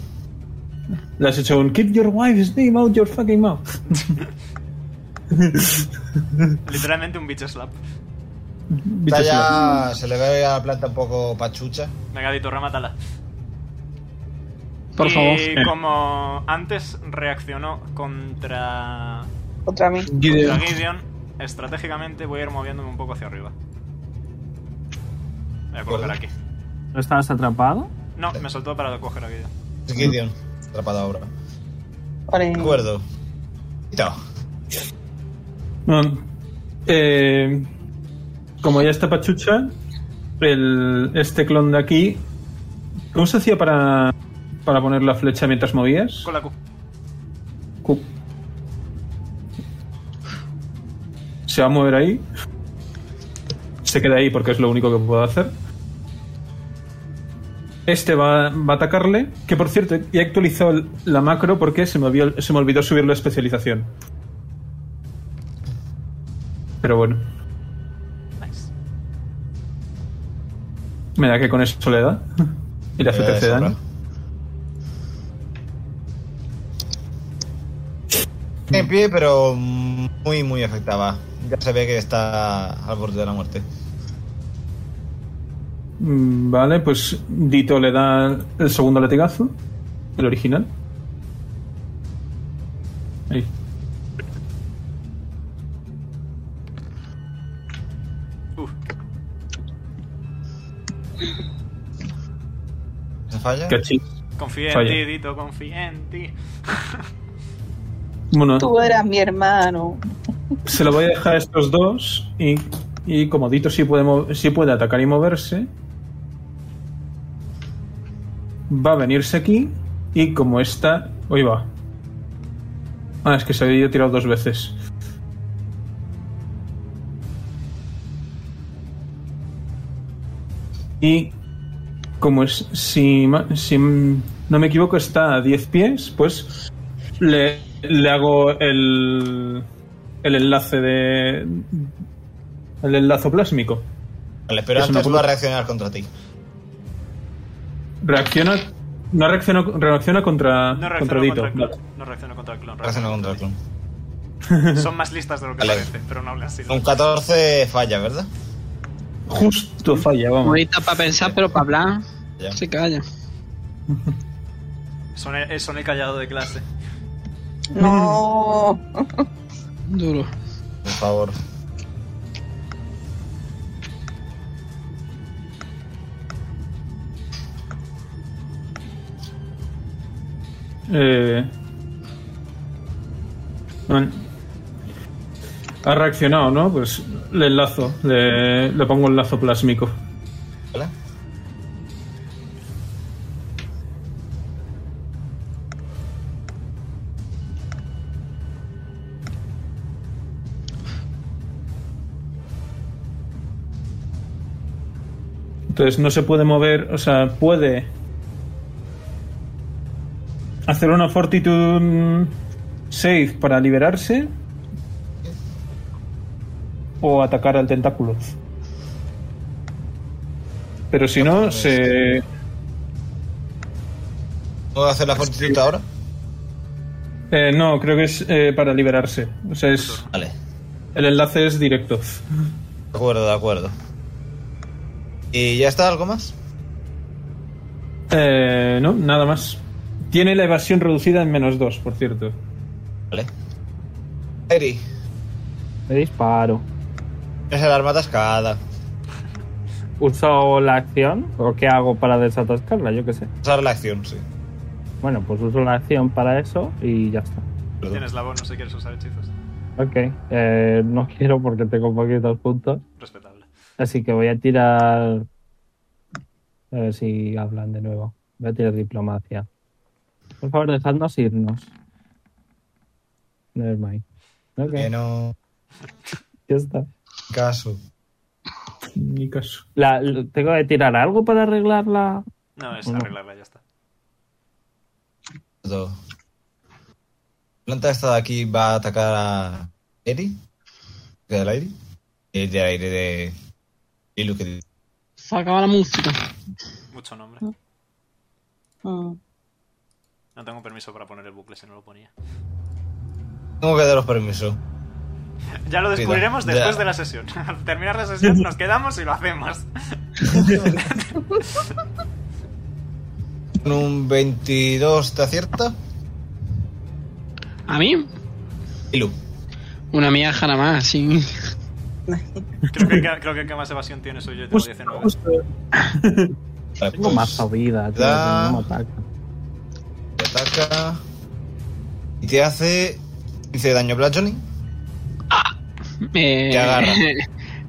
Le has hecho un keep your wife's name out your fucking mouth.
Literalmente un bitch slap.
Está
Dice,
ya, se le ve a la planta un poco pachucha.
Venga, Ditorra, mátala.
Por
y
favor.
como antes reaccionó contra,
Contra mí.
contra
Gideon,
Gideon, estratégicamente voy a ir moviéndome un poco hacia arriba. Voy a colocar aquí.
¿No estabas atrapado?
No, me soltó para coger a Gideon.
Es Gideon, atrapado ahora.
Vale.
De acuerdo. No.
Mm. Eh, como ya está Pachucha, el, este clon de aquí. ¿Cómo se hacía para, para poner la flecha mientras movías?
Con la Q.
Cu- Se va a mover ahí. Se queda ahí porque es lo único que puedo hacer. Este va, va a atacarle. Que por cierto, he actualizado el- la macro porque se me, olvidó, se me olvidó subir la especialización. Pero bueno,
Nice.
me da que con eso le da. Y le hace
Eh,
13 de
sobra.
daño.
En pie, pero muy, muy afectada. Ya se ve que está al borde de la muerte.
Mm, Vale, pues Dito le da el segundo latigazo, el original. Ahí.
Uf,
¿Se falla?
Cachín.
confía en
Falla.
ti, Dito, confía en ti.
Bueno,
Tú eras mi hermano.
se lo voy a dejar a estos dos y, y como Dito sí puede, mo- sí puede atacar y moverse, va a venirse aquí y como está... Hoy va. Ah, es que se había tirado dos veces. Y como es, si, ma- si no me equivoco está a 10 pies, pues le, le hago el, el enlace de... El enlazo plásmico.
Vale, pero
Es una
antes
pulga.
va a reaccionar contra ti.
Reacciona... No reacciona, reacciona contra,
No
contra
reacciono
Dito.
contra, el clon. No reacciono contra el clon.
Reacciona
reacciono
contra el clon.
contra- Son más listas de lo que
Vale.
parece, pero no hablan así.
Un 14 falla, ¿verdad?
Justo falla, vamos.
Ahorita para pensar, pero para hablar
Ya.
se calla.
Son el, son el callado de clase.
No.
Duro.
Por favor.
Eh, Bueno. Ha reaccionado, ¿no? Pues le enlazo, le, le pongo el lazo plásmico.
¿Hola?
Entonces no se puede mover, o sea, puede hacer una fortitude save para liberarse o atacar al tentáculo. Pero si no, se...
¿Puedo hacer la fortitud ahora?
eh, no, creo que es eh, para liberarse. O sea, es,
Vale.
el enlace es directo.
De acuerdo, de acuerdo. ¿Y ya está? ¿Algo más?
Eh, no, nada más. Tiene la evasión reducida en menos 2, por cierto.
Vale. Eri,
Me disparo.
tienes el arma atascada.
¿Uso la acción? ¿O qué hago para desatascarla? Yo qué sé.
Usar la acción, sí.
Bueno, pues uso la acción para eso y ya está.
Perdón.
Tienes la bonus si quieres usar hechizos.
Ok. eh, no quiero porque tengo poquitos puntos.
Respetable.
Así que voy a tirar. A ver si hablan de nuevo. Voy a tirar diplomacia. Por favor, dejadnos irnos. Nevermind. Ok,
Que Eh, no.
ya está.
Caso.
Ni caso.
La- l- ¿Tengo que tirar algo para arreglarla?
No, es
Bueno.
arreglarla, ya está.
Todo. La planta esta de aquí va a atacar a Eri. Del aire. Y del aire de. Y lo que dice.
Se acaba la música.
Mucho nombre.
Mm.
No tengo permiso para poner el bucle si no lo ponía.
Tengo que daros permiso.
Ya lo descubriremos
Ya.
después de la sesión. Al terminar la sesión nos quedamos y lo hacemos.
Con un 22 te acierta.
¿A mí?
Ilu.
Una miaja nada más, sí.
Creo que, creo que el que más evasión tiene soy yo y tengo 19.
Vale,
Tengo
pues,
más vida, tío,
da-
no me ataca.
Te ataca. Y te hace 15 de daño Johnny.
Eh,
Te agarra.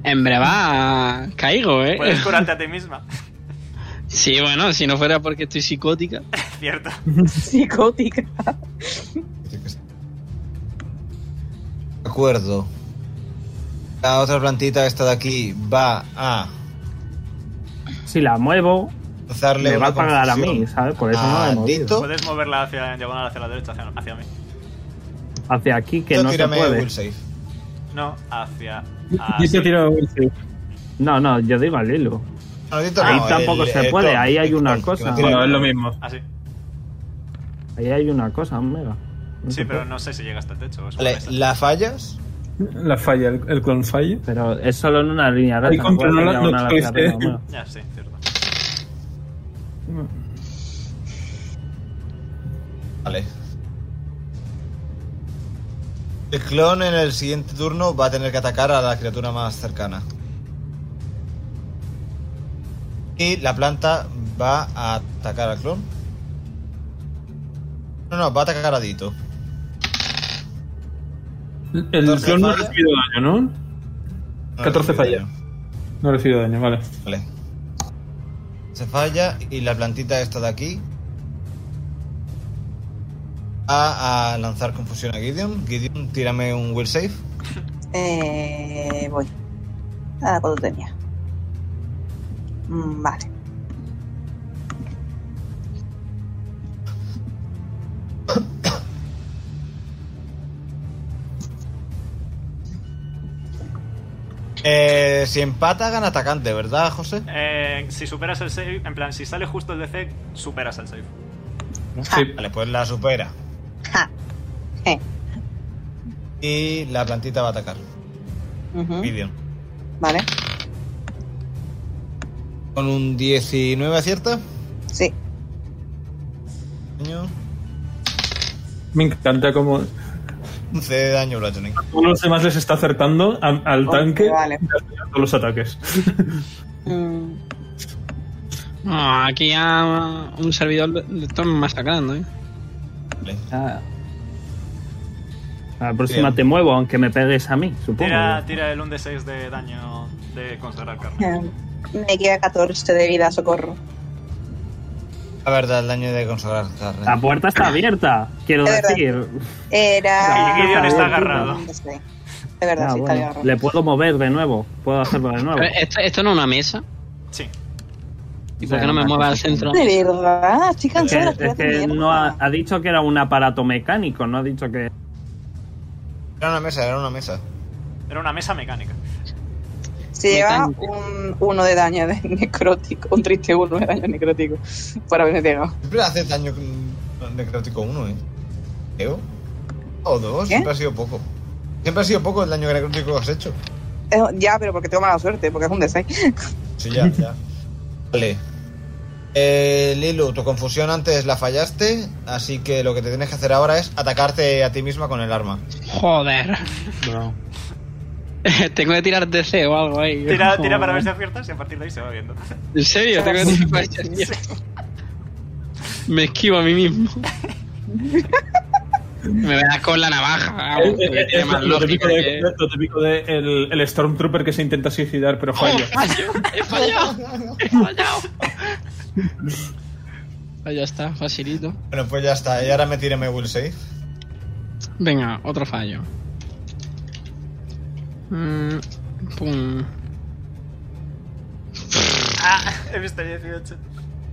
En breva, caigo, ¿eh?
Puedes curarte a ti misma.
Sí, bueno, si no fuera porque estoy psicótica.
Cierto.
Psicótica.
Así que sí. De acuerdo. La otra plantita, esta de aquí, va a
Si la muevo,
lanzarle.
me va a
una
pagar a
confusión
mí, ¿sabes? Por eso no la he
a
movido.
Dito.
Puedes moverla hacia, en diagonal hacia la derecha, hacia, hacia mí.
Hacia aquí, que
Tú
no se
tírame
puede.
will save.
No, hacia.
Y
así.
se tira un save.
No, no, yo digo al hilo.
No, Dito
Ahí
no,
tampoco se puede,
Thor,
ahí hay
el
una
Thor, que
cosa.
no tiene-
Bueno, es lo mismo.
Así.
Ahí hay una cosa, mega.
Sí, pero no sé si llega hasta el techo. es una
Vale,
mesa.
la fallas.
La falla, el, el clon falla.
Pero es solo en una línea recta.
Ahí contra
puedes
no la-
ir a una
no
hacia
puede
arriba,
ser.
mega.
Ya, sí, cierto.
Vale. El clon en el siguiente turno va a tener que atacar a la criatura más cercana. Y la planta va a atacar al clon. No, no, va a atacar a Dito.
El
Entonces,
clon no ha
falla.
recibido daño, ¿no?
No,
14 falla.
daño.
No ha recibido daño, vale.
Vale. Se falla y la plantita esta de aquí va a lanzar confusión a Gideon. Gideon, tírame un will save.
Eh, voy. Ah, cuando tenía. Mm, Vale.
Eh, si empata, gana atacante, ¿verdad, José?
Eh, si superas el save, en plan, si sale justo el DC, superas el save.
Sí.
Vale, pues la supera.
Ja. Eh.
Y la plantita va a atacar.
¿Ah?
Ujú.
Gideon.
Vale.
Con un 19 acierta.
Sí.
Daño.
Me encanta como
11 de daño, Bludgeoning.
a todos los demás les está acertando a- al
Oh,
tanque
vale.
y hace todos los ataques.
Mm,
No, aquí a un servidor le- le están masacrando, ¿eh?
Vale.
Ah. A la próxima
Bien.
te muevo, aunque me pegues a mí, supongo.
Tira, tira el 1 de 6 de daño de consagrar carne.
Eh, Me queda 14 de vida, socorro.
La verdad, el daño de consagrar carne.
La puerta está abierta, quiero
Es verdad.
decir.
Era.
Y Gideon está
Ah,
agarrado.
Sí. De verdad,
Ah,
sí, está
bueno.
agarrado.
Le puedo mover de nuevo, puedo hacerlo de
A
nuevo.
ver, esto, esto no es una mesa.
Sí.
¿Y eh, por qué no me mueve al centro?
De verdad, estoy
Es que,
cansada.
es que no ha, ha dicho que era un aparato mecánico, no ha dicho que.
Era una mesa, era una mesa.
Era una mesa mecánica.
Se lleva
Mecánico.
un uno de daño de necrótico, un triste uno de daño necrótico por haberme pegado.
Siempre hace daño con necrótico 1, ¿eh? Creo. O dos,
¿Qué?
siempre ha sido poco. Siempre ha sido poco el daño necrótico que has hecho.
Es- Ya, pero porque tengo mala suerte, porque es un D6.
Sí, ya, ya. Vale. Eh, Lilu, tu confusión antes la fallaste, así que lo que te tienes que hacer ahora es atacarte a ti misma con el arma.
Joder. Tengo que tirar DC o algo ahí.
Tira, tira para ver si aciertas y a partir de ahí se va viendo.
¿En serio? Tengo que tirar para ver si- Me esquivo a mí mismo. me verás con la navaja. vamos,
Eh, eh,
porque pues tiene
es
más
lo típico
lógica
de,
que-
lo típico de el, el Stormtrooper que se intenta suicidar pero
¡Oh,
falla.
fallo! ¡He fallado! ¡He fallado! Ahí Ah, ya está, facilito.
Bueno, pues ya está. Y ahora me tiré mi will save.
Venga, otro fallo. Mm, pum.
Ah, he visto 18.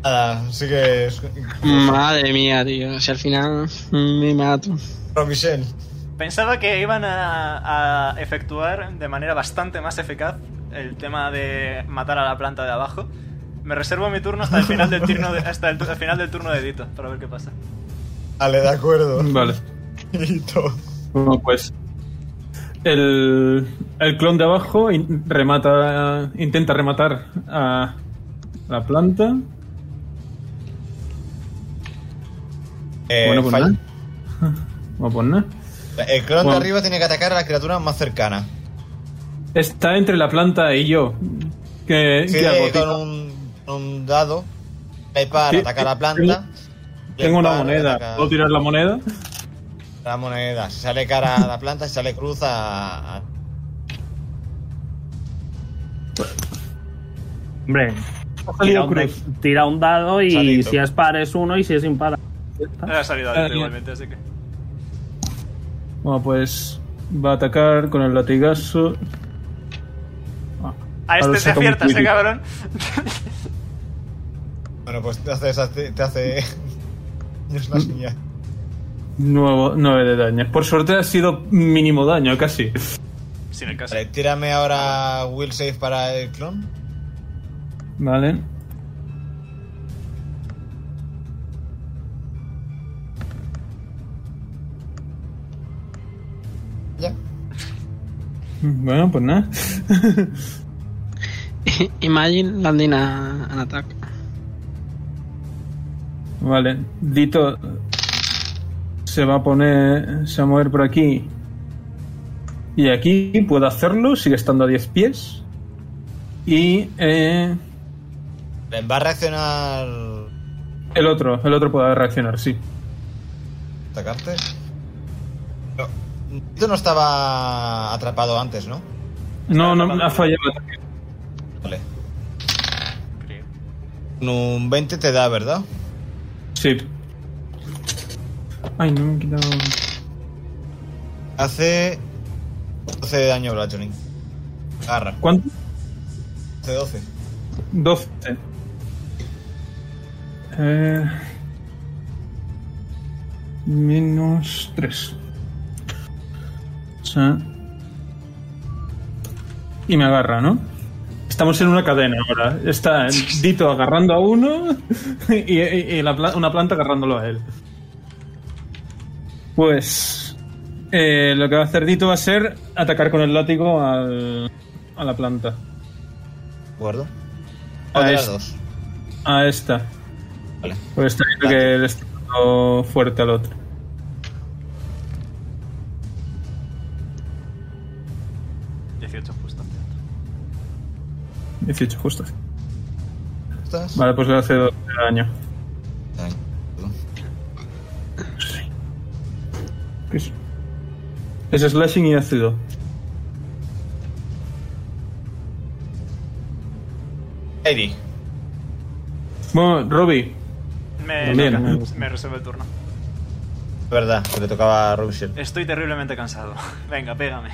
Nada, así que... es-
Madre mía, tío. Si al final me mato.
Pero, Michelle,
Pensaba que iban a, a efectuar de manera bastante más eficaz el tema de matar a la planta de abajo. Me reservo mi turno hasta el final del turno de, hasta el, tu- el final del turno de Edito para ver qué pasa.
Vale, de acuerdo.
Vale.
Y todo.
Bueno, pues. El, el clon de abajo in- remata, intenta rematar a la planta.
Eh,
bueno, pues
falla.
nada. Bueno, pues nada.
El clon
Bueno.
de arriba tiene que atacar a la criatura más cercana.
Está entre la planta y yo. ¿Qué,
Sí,
qué hago,
eh,
tío?
con un, un dado. Le para
Sí,
atacar a la
tengo-
planta. Le
Tengo una
para, le
moneda.
ataca
¿Puedo tirar la moneda?
La moneda. Si sale cara a la planta, si sale cruz a. a-
Hombre, tira
salido
un, de-
cruz.
tira un dado y
Salito.
si es par es uno y si es impar.
No ha salido
Ah,
Edito
bien.
igualmente, así que.
Bueno, pues va a atacar con el latigazo. Ah,
A
ahora
este te
saca un
aciertas, eh,
crítico.
cabrón.
Bueno, pues te hace. Te hace... No es la señal.
Nuevo, 9 de daño. Por suerte ha sido mínimo daño, casi.
Sin el caso.
Vale, tírame ahora Will Save para el clon.
Vale.
Ya.
Bueno, pues nada.
Imagine landing a- an attack.
Vale. Dito se va a poner. Se va a mover por aquí. Y aquí puedo hacerlo, sigue estando a 10 pies. Y eh,
Vale, Va a reaccionar.
el otro, el otro puede reaccionar, sí.
Atacarte. No. Esto no estaba atrapado antes, ¿no?
No, no, ha fallado. el ataque.
Vale.
creo.
Un 20 te da, ¿verdad?
Sí. Ay, no me he quitado.
Hace 12 de daño bludgeoning. Agarra.
¿Cuánto?
Hace 12.
12. Eh, menos 3. O sea, y me agarra, ¿no? Estamos en una cadena ahora. Está Dito agarrando a uno y, y- y la pla- una planta agarrándolo a él. Pues eh, lo que va a hacer Dito va a ser atacar con el látigo al- a la planta.
Guardo.
Ah,
¿Cuál de
es-
las dos?
A Ah, esta.
Vale.
Pues está viendo que le está dando fuerte al otro.
Vale. 18 justo.
18 justo.
¿Estás?
Vale, pues le hace 12 de daño.
Daño.
¿Qué es? Pues, Es slashing y ácido.
Eddie.
Bueno, Robbie.
Me,
También.
toca. me resuelve el turno.
Es verdad, que le tocaba a Rubius.
Estoy terriblemente cansado. Venga, pégame.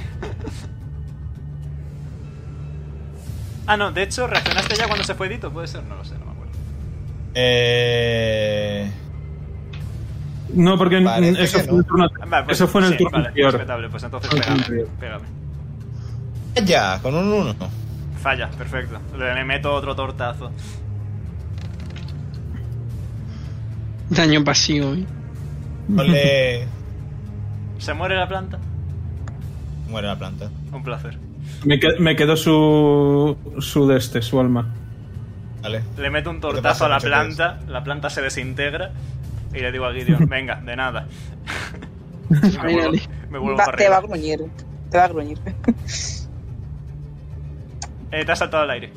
ah, no, de hecho, reaccionaste ya cuando se fue Dito, puede ser, no lo sé, no me acuerdo.
Eh...
No, porque en-
Parece
eso
este que
fue,
no.
en el turno,
Vale, pues
eso fue en el
sí,
turno
vale,
anterior.
respetable, pues entonces
Turno
pégame,
anterior.
pégame.
Ya, con un 1.
Falla, perfecto. Le, le meto otro tortazo.
Daño pasivo. ¿eh?
Ole.
¿Se muere la planta?
Muere la planta.
Un placer.
Me, que- me quedó su, su de este, su alma.
Vale.
Le meto un
pasa
tortazo a la
mucho
planta, la planta se desintegra y le digo a Gideon, venga, de nada. Y me vuelvo, me vuelvo
Va-
para
te va a
arriba.
gruñir. Te va a gruñir.
Eh, te has saltado al aire.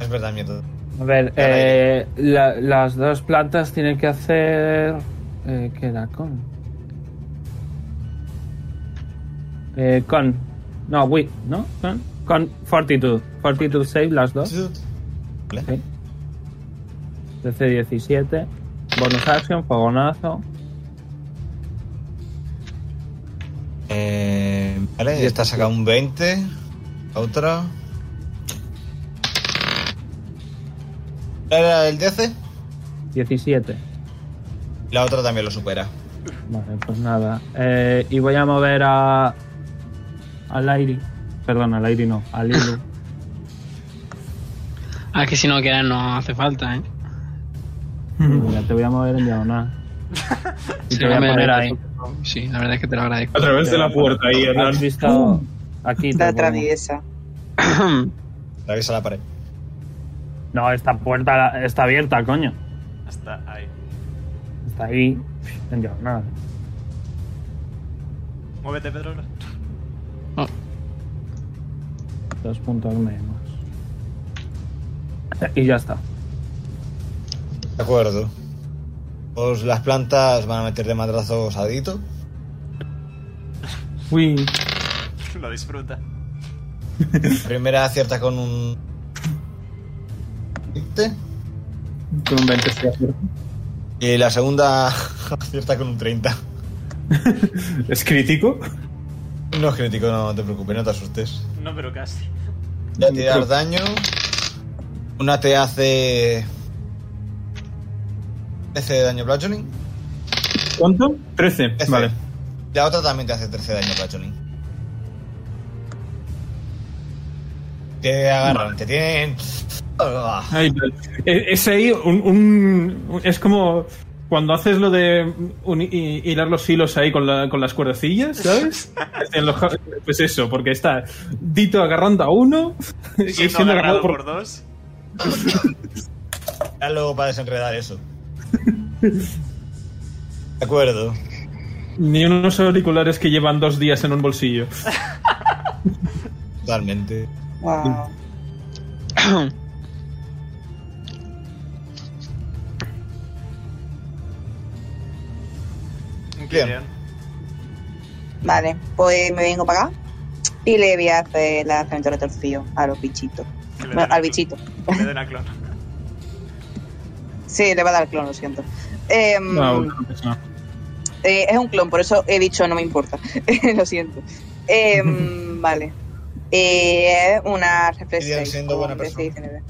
Es verdad, miedo.
A ver, eh, la- las dos plantas tienen que hacer. Eh, ¿Qué era? Con. Eh, con. No, with, ¿no? Con, con fortitude. Fortitude save las dos.
Vale.
DC-17. Bonus action, fogonazo.
Eh, vale, esta saca un 20. La otra. Era el 13.
17.
La otra también lo supera.
Vale, pues nada. Eh, y voy a mover a. Al aire. Perdón, al aire no. Al hilo.
Ah, que si no queda no hace falta, ¿eh?
Mira, te voy a mover en diagonal. Y
Sí,
te voy a
me
poner ahí.
agradezco. Sí, la verdad es que te lo agradezco.
A través de la puerta ahí, en
¿Has
la-
visto aquí? te
La
pongo.
traviesa.
Atraviesa la pared.
No, esta puerta la- está abierta, coño.
Hasta ahí.
Está ahí. En diagonal.
Muévete, Pedro.
Dos puntos menos. Y ya está.
De acuerdo. Pues las plantas van a meter de madrazos a Dito.
Uy,
Lo disfruta.
La primera acierta con un. 20.
con un 20 sí acierto.
Y Eh, la segunda acierta con un 30.
¿Es crítico?
No es crítico, no te preocupes, no te asustes.
No, pero casi.
Voy a tirar daño. Una te hace. 13 de daño bludgeoning.
¿Cuánto? 13.
13.
Vale.
La otra también te hace 13 de daño bludgeoning. Te agarran, te tienen. Ah,
Ahí, vale. E- es ahí un, un- un- Es como cuando haces lo de uni- hi- hilar los hilos ahí con, la- con las cuerdecillas, ¿sabes? En los ja- pues eso, porque está Dito agarrando a uno y
Siendo
siendo
agarrado
agarrado
por
por...
dos.
Ya luego para desenredar eso. De acuerdo.
Ni unos auriculares que llevan dos días en un bolsillo.
Totalmente.
Wow.
Mm.
Bien.
Vale, pues me vengo para acá. Y le voy a hacer la acción de retorcido a los bichitos.
Que le den
Bueno,
a
al
clon.
bichito.
Que Le den a clon.
Sí, le va a dar clon, lo siento. Eh,
Ah,
No, Ah, pues no pasa nada.
eh, es un clon, por eso he dicho no me importa. lo siento. Eh, vale. Eh, una
Sigue
reflexión.
siendo buena persona.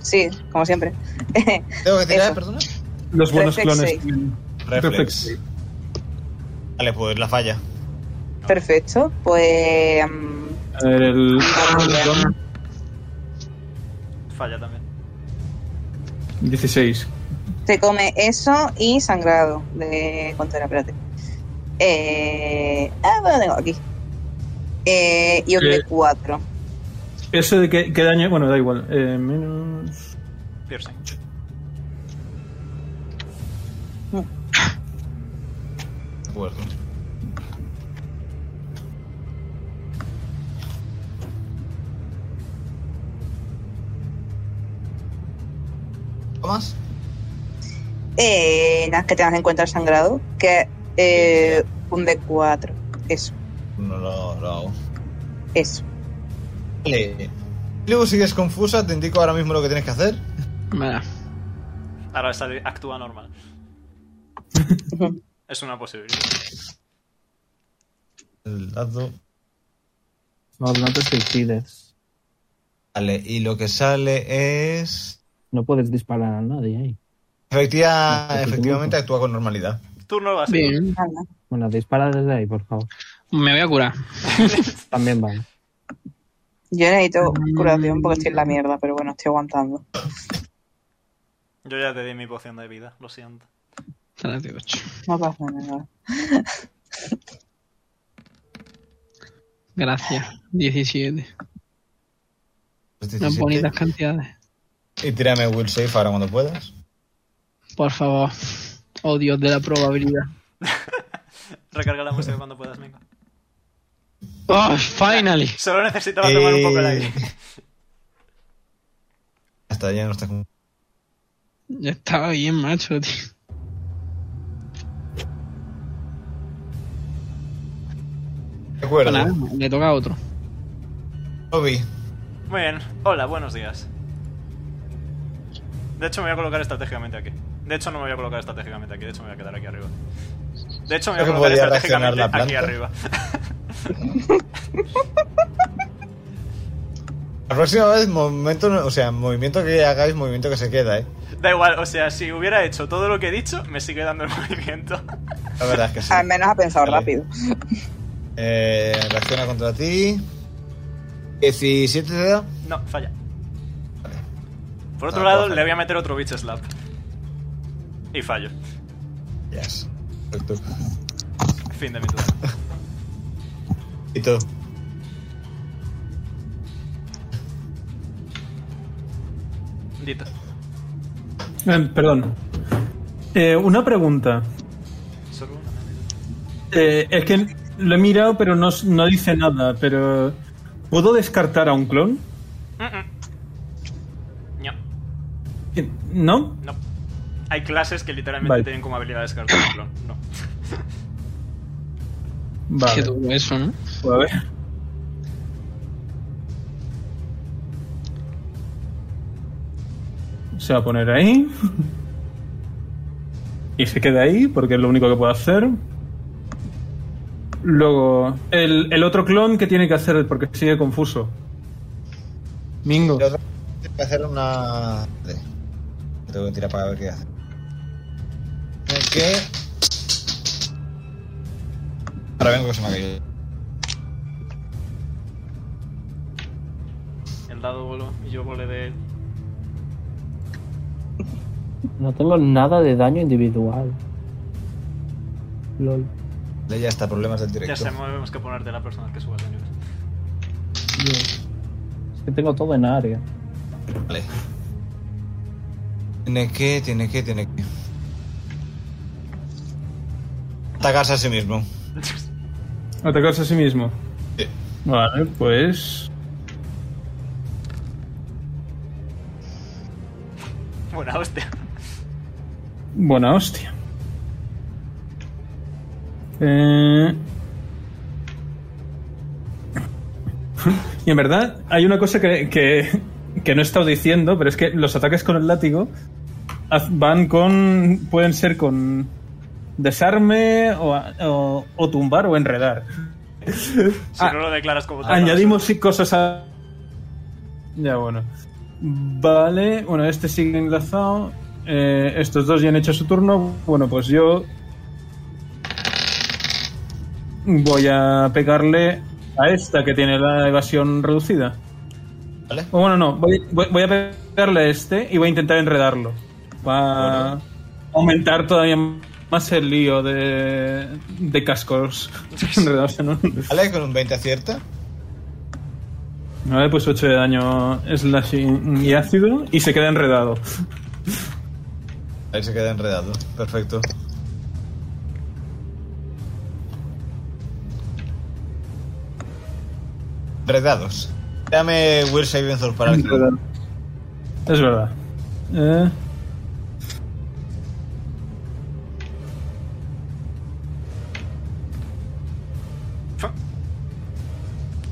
Sí, como siempre.
¿Tengo que tirar,
Eso.
perdona?
Los buenos
Reflex
clones.
save.
tienen-
Reflex. Vale, pues la falla.
Perfecto, pues. mm,
A ver, el-
Falla también.
16.
Se come eso y sangrado de ¿Cuánto era? Espérate. Eh, ah, bueno, tengo aquí. Eh, y un
Eh.
D4.
¿Eso de qué, qué daño? Bueno, da igual. Eh, menos.
Piercing.
De acuerdo. ¿Tomas?
Eh, nada, que tengas en cuenta el sangrado. Que eh,
Un D4. Eso,
No lo, lo hago.
eso.
Vale. Luego sigues confusa, te indico ahora mismo lo que tienes que hacer.
Vale.
Ahora sale- actúa normal.
Ujú.
Es una posibilidad.
El dado.
No, no te suicides.
Vale, y lo que sale es.
No puedes disparar a nadie ahí.
Efectiva-
No,
efectivamente actúa con normalidad.
Turno básico.
Bien.
Anda.
Bueno, dispara desde ahí, por favor.
Me voy a curar.
También vale.
Yo necesito curación porque estoy en la mierda, pero bueno, estoy aguantando.
Yo ya te di mi poción de vida, lo siento.
38.
No pasa nada.
Gracias. 17.
Es
Unas
17.
bonitas cantidades.
Y tírame Will Safe ahora cuando puedas.
Por favor. Oh Dios de la probabilidad.
Recarga la música cuando puedas, Mingo.
Oh, finally.
Solo necesitaba tomar un poco el aire.
Eh, Hasta ya no estás con-
Ya estaba bien, macho, tío.
De acuerdo.
Bueno, nada, le toca a otro.
Obi, Eh.
Muy bien. Hola, buenos días. De hecho, me voy a colocar estratégicamente aquí. De hecho, no me voy a colocar estratégicamente aquí. De hecho, me voy a quedar aquí arriba. De hecho, me voy a
Creo que
colocar
podría reaccionar
estratégicamente
la
aquí
planta.
arriba.
la próxima vez, momento, o sea, movimiento que hagáis, movimiento que se queda, ¿eh?
Da igual, o sea, si hubiera hecho todo lo que he dicho, me sigue dando el movimiento.
La verdad es que sí.
Al menos ha pensado
Vale.
rápido.
Eh, reacciona contra ti. 17 te da.
No, falla. Por otro
No,
lado,
puedo Ah, fallar.
le voy a meter otro bitch slap. Y fallo.
Yes. Perfecto.
Fin de mi turno.
Y todo.
Dito.
Eh, perdón. Eh, una pregunta.
Solo una.
Eh, es que lo he mirado, pero no, no dice nada. Pero. ¿Puedo descartar a un clon?
No,
Eh, ¿No?
no. Hay clases que literalmente
Vale.
tienen como habilidad descartar el clon. No.
Que
Vale. pues,
tuvo eso, ¿no?
A ver. Se va a poner ahí. Y se queda ahí porque es lo único que puedo hacer. Luego, el, el otro clon que tiene que hacer porque sigue confuso. Mingo.
La otra- Tengo que hacer una. de- Tengo que tirar para ver qué hace. Tiene que. Ahora vengo que se me ha caído.
El dado voló y yo volé de él.
No tengo nada de daño individual. Lol.
Ya está, problemas del
Ya
directo.
sabemos que ponerte la persona que sube el nivel.
Yo- Es que tengo todo en área.
Vale. Tiene que, tiene que, tiene que. Atacarse a sí mismo.
Atacarse a sí mismo.
Sí.
Vale, pues.
Buena hostia.
Buena hostia. Eh... y en verdad, hay una cosa que, que, que no he estado diciendo, pero es que los ataques con el látigo haz- van con. pueden ser con desarme o, a- o- o tumbar o enredar.
Si
Ah,
no lo declaras como tal.
Añadimos sí cosas a. Ya, bueno. Vale, bueno, este sigue enlazado. Eh, estos dos ya han hecho su turno. Bueno, pues yo. Voy a pegarle a esta que tiene la evasión reducida.
Vale.
O bueno, no, voy, voy- voy a pegarle a este y voy a intentar enredarlo. Para aumentar todavía más el lío de, de cascos enredados en un.
Vale, con un 20 acierta.
Vale, pues 8 de daño slash y y ácido y se queda enredado.
Ahí se queda enredado. Perfecto. Enredados. Dame Will Saving Throw para el
Enredado. Es verdad. Eh.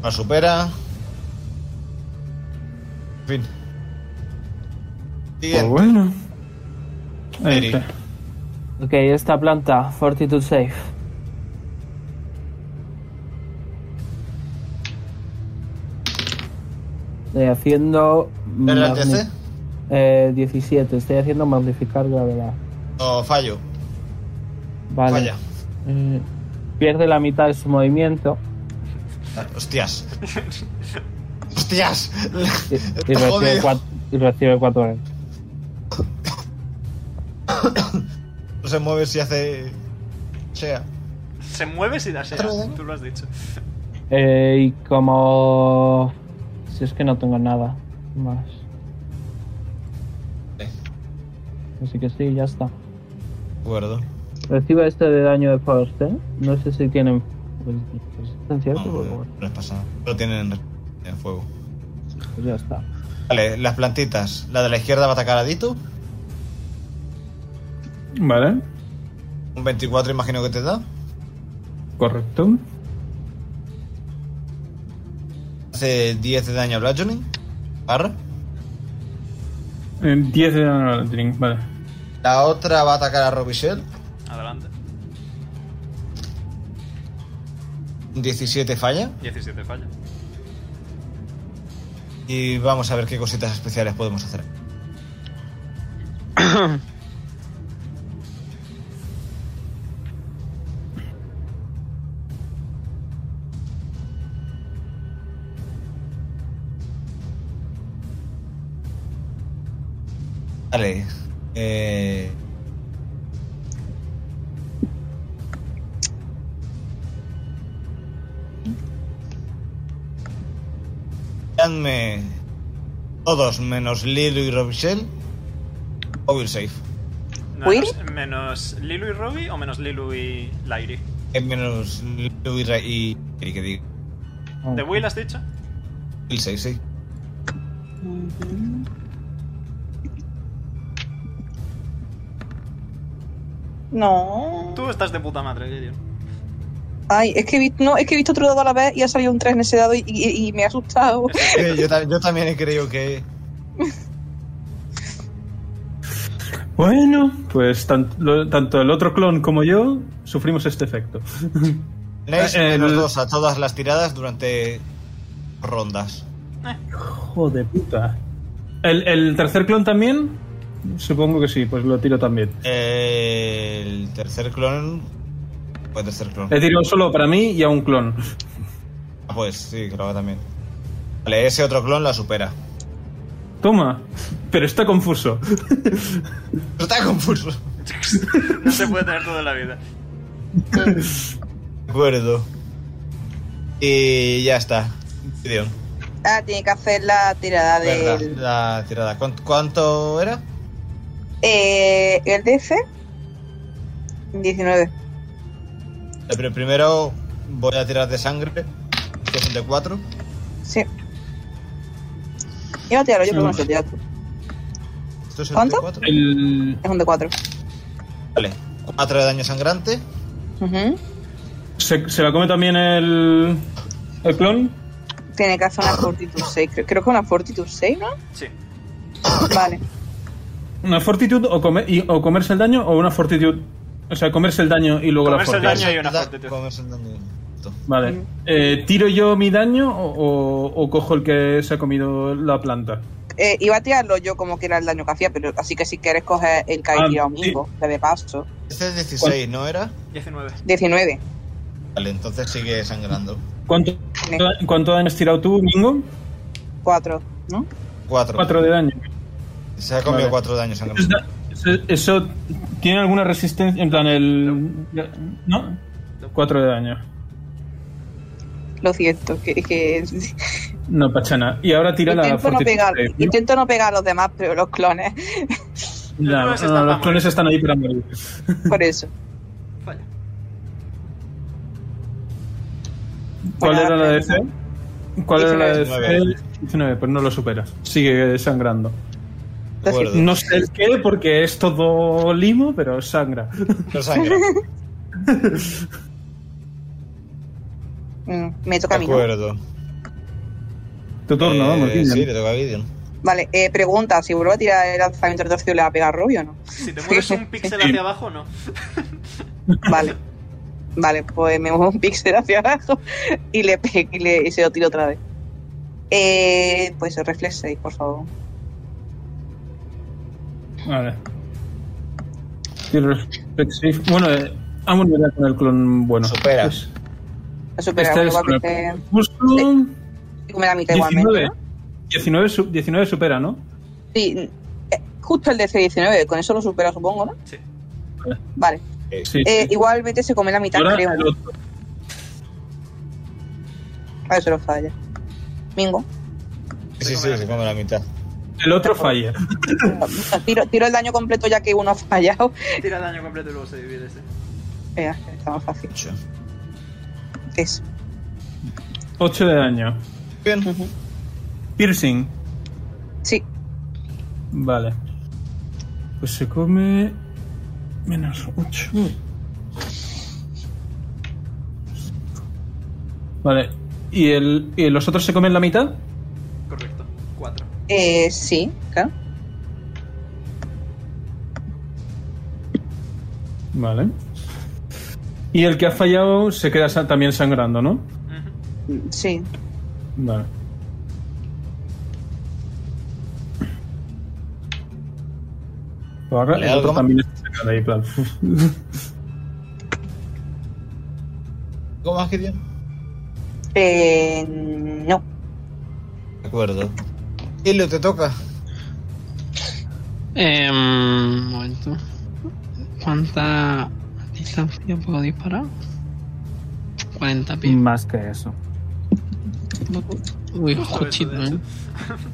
No supera. Fin.
Pues
Siguiente.
bueno. Ahí
Eri.
está.
Ok, esta planta, Fortitude Safe. Estoy haciendo.
¿Era el
magni-
TC?
Eh, 17, estoy haciendo magnificar gravedad.
No, fallo.
Vale.
Falla.
Eh, pierde la mitad de su movimiento.
Ah, Hostias. Hostias.
Y, y
Está
recibe
jodido.
4 y recibe cuatro daños.
No se mueve si hace. Sea.
Se mueve si da
Otro daño.
tú lo has dicho.
Eh, y como... Si es que no tengo nada más.
Eh.
Así que sí, ya está.
De acuerdo.
Recibe este de daño de Force, ¿eh? No sé si tienen... ¿Es cierto?
No,
Pues bueno,
no es pasado. Lo tienen en fuego.
pues ya está.
Vale, las plantitas. La de la izquierda va a atacar a Dito.
Vale,
Un 24 imagino que te da.
correcto.
Hace 10 de daño a Bludgeoning. Barra.
Eh, 10 de daño al drink, vale.
La otra va a atacar a Robichel.
Adelante.
Un 17 falla.
17 falla.
Y vamos a ver qué cositas especiales podemos hacer. Vale. Eh... Dadme todos menos Lilo y Robichel. Will safe.
Menos, menos Lilu y Robbie o menos Lilu y Lairi.
Eh, menos Lilo y, Ra- y, y que diga.
Oh.
¿De Will has dicho?
Will safe, sí.
No.
Tú estás de puta madre, Gideon.
Ay, es que he visto, no, es que he visto otro dado a la vez y ha salido un 3 en ese dado y, y- y me ha asustado.
Eh, yo, ta- yo también he creído que.
Bueno, pues tan- lo- tanto el otro clon como yo sufrimos este efecto.
Tenéis
Eh, el-
menos dos a todas las tiradas durante rondas.
Joder puta. ¿El, el tercer clon también? Supongo que sí, pues lo tiro también.
Eh, El tercer clon. Pues tercer clon.
He tirado solo para mí y a un clon.
Ah, pues sí, creo que también. Vale, ese otro clon la supera.
Toma, pero está confuso.
Pero está confuso.
No se puede tener toda la vida.
De acuerdo. Y ya está. Gideon,
Ah, tiene que hacer la tirada
verdad,
del.
la tirada. ¿Cuán- ¿Cuánto era?
Eh, el DC. 19.
Eh, Pero primero voy a tirar de sangre. 64.
Sí. Iba a tirarlo yo, pero no sé tirarlo.
¿Esto es el
¿Cuánto?
D4?
El,
Es un D4.
Vale. 4 de daño sangrante.
Ujú.
¿se, se la come también el, el clon?
Tiene que hacer una Fortitude 6. Creo, creo que una Fortitude 6, ¿no?
Sí.
Vale.
¿Una fortitud o, come- y- o comerse el daño o una fortitud? O sea, comerse el daño y luego
Comerse
la
el
fortitud.
daño. y una
Da-
fortitud.
comerse el daño. Esto.
Vale. Eh, ¿Tiro yo mi daño o, o- o cojo el que se ha comido la planta?
Eh, iba a tirarlo yo como que era el daño que hacía, pero así que si quieres coger el que hay
Ah,
tirado
sí.
mismo, que de paso.
Este es 16, ¿no era?
19.
19.
Vale, entonces sigue sangrando.
¿Cuánto, cuánto daño has tirado tú, Mingo?
4, ¿no?
4.
Cuatro de daño.
Se ha comido
Vale.
4 daños
Eso,
sangrante.
da- eso- eso tiene alguna resistencia en plan el no cuatro de daño
Lo siento, que, que
no pachana y ahora tira la
intento, no
fortitude
pegar,
save, ¿no?
intento no pegar a los demás, pero los clones,
Ya,
Los clones
no,
están
los
para
clones están ahí para morir
por eso.
Falla.
¿cuál
Para
era la
darle-
DC? ¿cuál era la
19.
DC? 19 pues no lo supera sigue sangrando
De acuerdo.
no sé el qué porque es todo limo pero sangra
Pero sangra.
Mm,
De
me Mm, toca a mí. ¿no?
acuerdo.
Tu turno,
Eh,
vamos, Gideon.
Sí, le toca a Gideon.
Vale, eh, pregunta, si vuelvo a tirar el lanzamiento de torcido le va a pegar rubio o no?
Si te mueves un píxel hacia abajo, no.
Vale. Vale, pues me muevo un píxel hacia abajo y le, pe- y le- y se lo tiro otra vez. Eh, pues reflex 6, por favor.
Vale. Y reflex save. Bueno, eh, vamos a ver con el clon bueno.
Supera.
Pues,
Lo supera,
este es
igual
con el
que-
justo
Eh, digo, me da mitad igualmente.
19.
¿no?
19, su- 19 supera, ¿no?
Sí, eh, justo el DC-19, con eso lo supera, supongo, ¿no?
Sí.
Vale.
Sí.
Eh, igualmente se come la mitad,
Ahora
creo.
el otro.
A ver, se lo falla. Mingo.
Sí, sí, se come la mitad.
El otro falla.
Tiro, tiro el daño completo ya que uno ha fallado.
Tira daño completo y luego se divide ese.
Espera, está más fácil.
Ocho.
Eso.
8 de daño.
Bien.
Piercing.
Sí,
Vale. Pues se come. Menos 8. Vale. ¿Y, el, ¿Y los otros se comen la mitad?
Correcto. Cuatro.
eh, sí, claro.
Vale. Y el que ha fallado se queda sa- también sangrando, ¿no?
Ujú.
Mm, Sí.
Vale. Pero ahora
Vale,
el otro
algo más.
también está sangrando ahí, en plan.
¿Algo más, Gideon?
Eh, no.
De acuerdo. Hilo, te toca.
Eh, un momento. ¿Cuánta distancia puedo disparar? 40 pies.
Más que eso.
Uy,
Justo eso,
justito,
de
eh.
hecho.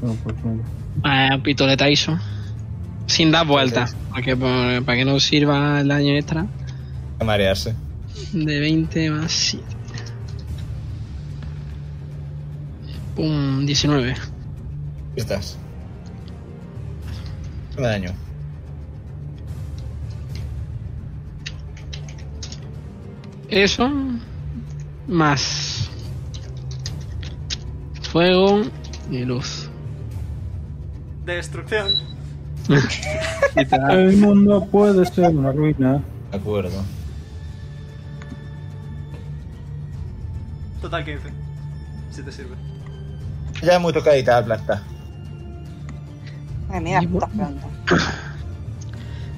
Bueno, pues, venga.
Eh, Pitoleta ISO. Sin dar vueltas. Para que, para que no sirva el daño extra.
A marearse.
De 20 más 7. Pum, 19.
Ahí Estás. Toma daño.
Eso. Más. Fuego y luz.
Destrucción.
el mundo puede ser una ruina.
De acuerdo.
Total 15. Si te sirve.
Ya muy tocadita la planta.
Ay, mira,
Y bu-
putas plantas.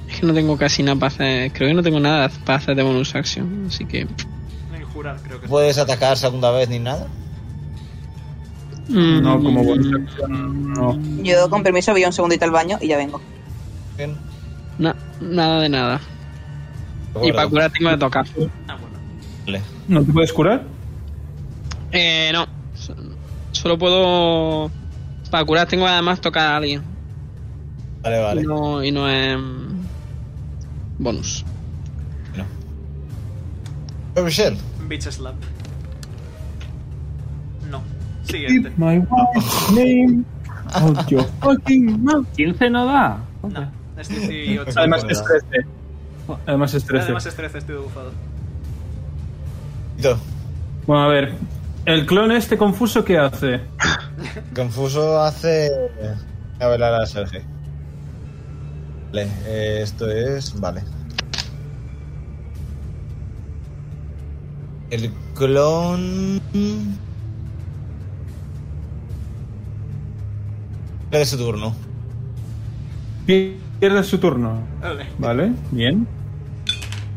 Es que no tengo casi nada para hacer. Creo que no tengo nada para hacer de bonus action. Así que.
En jurar, creo que.
¿Puedes atacar segunda vez ni nada?
mm,
No, como bonus action, no.
Yo, con permiso, voy un segundito al baño y ya vengo.
Bien.
na- nada de
De
nada. Y
acuerdo.
para curar tengo de tocar.
Ah, bueno.
Vale.
¿No te puedes curar?
Eh, no. So- Solo puedo. Para curar tengo además tocar a alguien.
Vale, vale.
Y no, y no es. mm, Bonus.
Bueno. Pero Pues, Michelle,
Bitch slap. No. Siguiente.
My wife's name. Oh, yo fucking mouth.
15 no da.
No. Es 18.
Además es 13. Además es 13.
Además es 13, estoy bufado.
y tú,
Bueno, a ver. ¿El clon este confuso qué hace?
Confuso hace. A velar a Sergio. Vale, eh, esto es. Vale. El clon. Pierde su turno.
Pierde su turno.
Vale.
Vale, bien.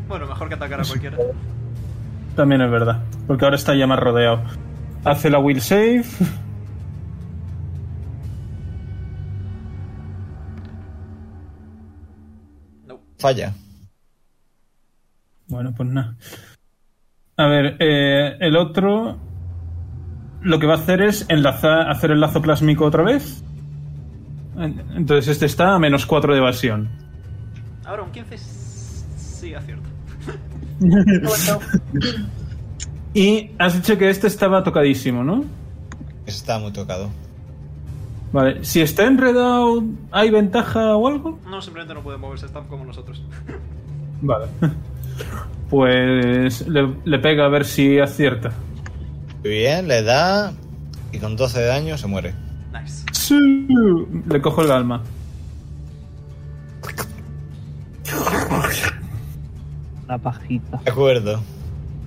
Bueno, mejor que atacar a cualquiera.
También es verdad. Porque ahora está ya más rodeado. Hace la will save.
Falla.
Bueno, pues nada. A ver, eh, el otro. Lo que va a hacer es enlazar, hacer el lazo plásmico otra vez. En- Entonces este está a menos 4 de evasión.
Ahora un 15 s- sí acierto.
Y has dicho que este estaba tocadísimo, ¿no?
Está muy tocado.
Vale, si está enredado, ¿hay ventaja o algo?
No, simplemente no puede moverse, están como nosotros.
Vale. Pues le, le pega a ver si acierta.
Muy bien, le da. Y con 12 de daño se muere.
Nice.
Sí. Le cojo el alma.
Una pajita.
De acuerdo.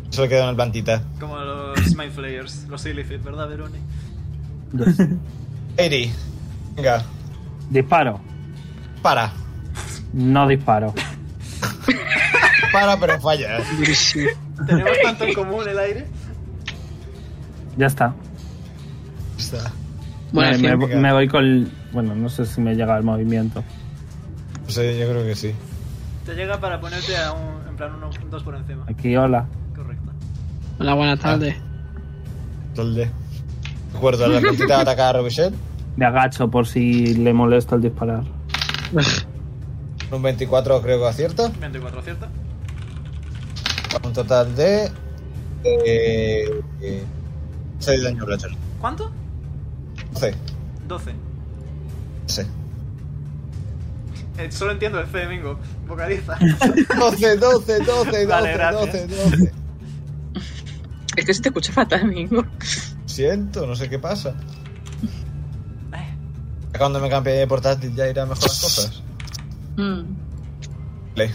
Se le queda en el plantita.
Como los Mind Flayers, los Illithid, ¿verdad, Veroni?
Eri, venga,
Disparo.
para.
No disparo.
Para, pero falla.
Tenemos tanto en común el aire.
Ya está.
Está.
Bueno,
me,
en fin,
me- me voy con. Bueno, no sé si me llega el movimiento.
No sé, yo creo que sí.
Te llega para ponerte a un, en plan uno, dos por encima.
Aquí, hola.
Correcto.
hola, buenas tardes.
Tolde. De acuerdo, la plantita ataca a Robichette.
Me agacho por si le molesta el disparar.
Un 24 creo que acierta.
24, ¿cierto?
Un total de. Eh, 6 daño, Blatcher.
¿Cuánto?
12.
12.
Sí.
Eh, solo entiendo el C de Mingo. Vocaliza.
12, 12, 12, 12,
Vale,
12,
gracias.
12.
Es que se te escucha fatal, Mingo.
Siento, no sé qué pasa. Cuando me cambie de portátil ya irán mejor las cosas.
Mm.
Vale.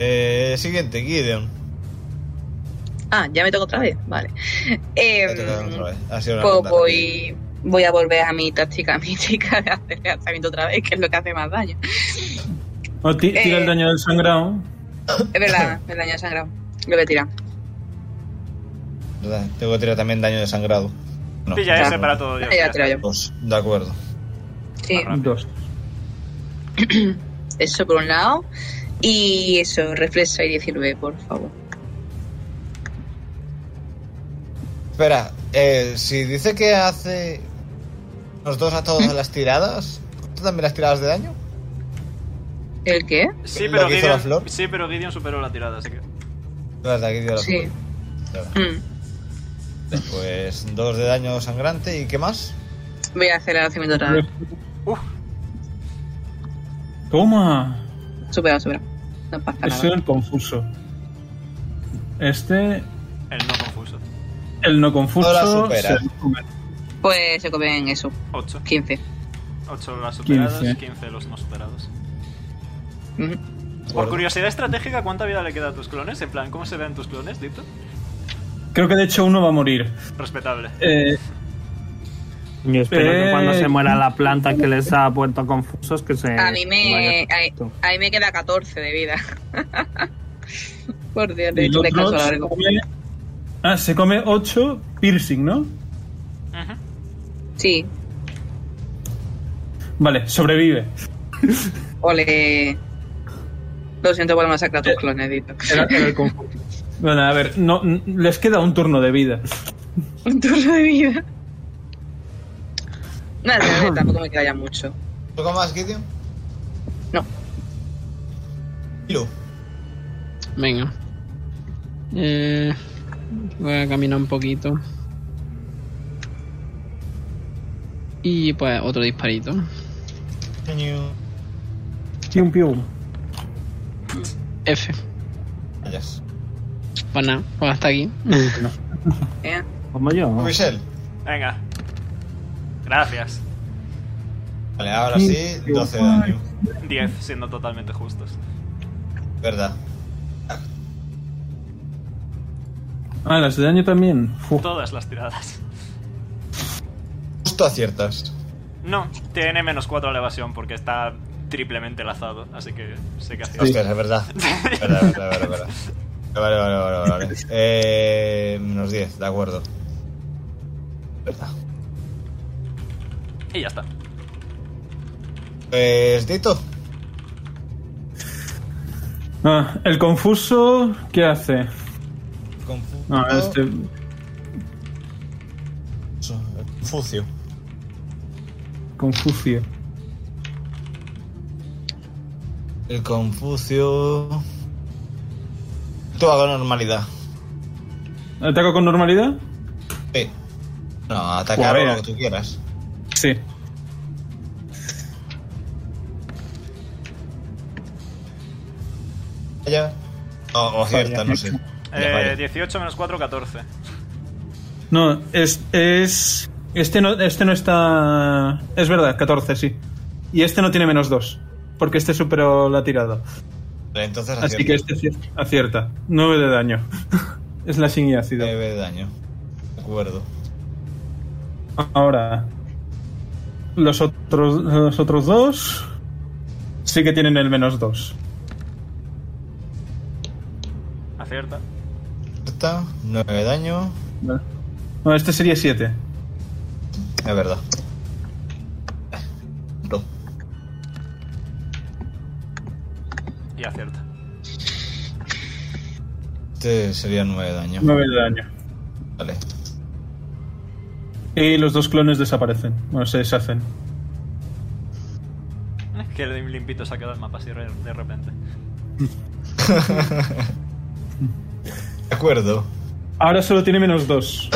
Eh, siguiente, Gideon.
Ah, ya me toca otra vez. Vale. Eh,
Ya te lo dan otra vez. Ha sido una
Pues
ronda rápida.
voy, voy a volver a mi táctica mítica de hacer lanzamiento otra vez, que es lo que hace más daño.
O ti- tira
Eh.
el daño del sangrado.
Es verdad, el daño de sangrado. Lo voy a tirar.
Verdad, Tengo que tirar también daño de sangrado. No,
Pilla
no,
ese
no.
para todo Dios.
Ah, ya
ya
lo tiro yo.
Dos, de acuerdo.
Sí,
Dos.
eso por un lado. Y eso, reflexa y 19, por favor.
Espera, eh, si dice que hace los dos a todas las tiradas, ¿tú también las tiradas de daño?
¿El qué?
está. Sí
¿Lo
pero,
que hizo la
Gideon,
flor?
sí, pero Gideon superó la tirada, así que.
No, las de aquí, de las
Sí.
Claro.
Mm.
Pues dos de daño sangrante y ¿qué más?
Voy a hacer el lanzamiento otra vez.
Toma.
Supera, supera. Ah, No pasa
Ese es
nada.
el confuso. Este,
El no confuso.
el no confuso.
No la supera.
se lo come.
Pues se comen eso,
8.
15.
8 las superadas, 15,
15.
los no superados.
Mm.
Por
Gordo.
curiosidad estratégica, ¿cuánta vida le queda a tus clones? En plan, ¿cómo se ven tus clones, Dito?
Creo que de hecho uno va a morir.
Respetable.
Eh,
Yo espero que
Eh.
cuando se muera la planta que les ha puesto confusos que se...
A mí me,
vaya.
a, a mí me queda 14 de vida. Por Dios,
y
le he
el
hecho un
otro
descanso
se
largo.
come- ah, se come 8 piercing, ¿no?
Ujú.
Sí,
Vale, sobrevive.
ole. Lo siento por masacrar a tus clones, Dito.
Eh, Era- era el confuso. Bueno, a ver, no, n- les queda un turno de vida.
Un turno de vida. Nada,
Ah.
realmente tampoco me queda ya mucho.
¿Toca más, Gideon?
No.
Hilo.
Venga. Eh, voy a caminar un poquito. Y pues otro disparito.
Ñu.
Pium, pium.
F.
Vayas.
Pues nada, pues hasta aquí.
¿eh?
Como yo.
Michelle.
Venga. Gracias.
Vale, ahora sí, 12 de daño.
10, siendo totalmente justos.
Verdad.
Ah, las de daño también. Fu.
Todas las tiradas.
Justo aciertas.
No, tiene menos 4 a la evasión porque está triplemente lazado, así que sé que hacía.
Ostras, es verdad. Verdad, verdad, verdad, verdad. Vale, vale, vale, vale, vale. Eh, menos 10, de acuerdo. Verdad.
Y ya está.
Pues, Dito,
Ah, el confuso, ¿qué hace?
Confucio.
No, este.
Confucio.
Confucio.
El Confucio. Todo haga normalidad.
¿Ataco con normalidad?
Sí. No, atacar o
Joder.
lo que tú quieras.
Sí.
Falla. O, o acierta, no sé.
Eh,
Vaya.
18 menos 4, 14.
No, es. es Este no, este no está. Es verdad, 14, sí. Y este no tiene menos 2. Porque este superó la tirada.
Entonces,
Así que este sí acierta. 9 de daño. es la sin ácido.
9 de daño. De acuerdo.
Ahora. Los otros, los otros dos. Sí que tienen el menos 2.
Acierta.
9 de daño.
No, este sería 7.
Es verdad. No.
Y acierta.
Este sería 9 de daño.
9 de daño.
Vale.
Y los dos clones desaparecen. Bueno, se deshacen.
Es que el limpito se ha quedado el mapa así re- de repente.
De acuerdo.
Ahora solo tiene menos 2.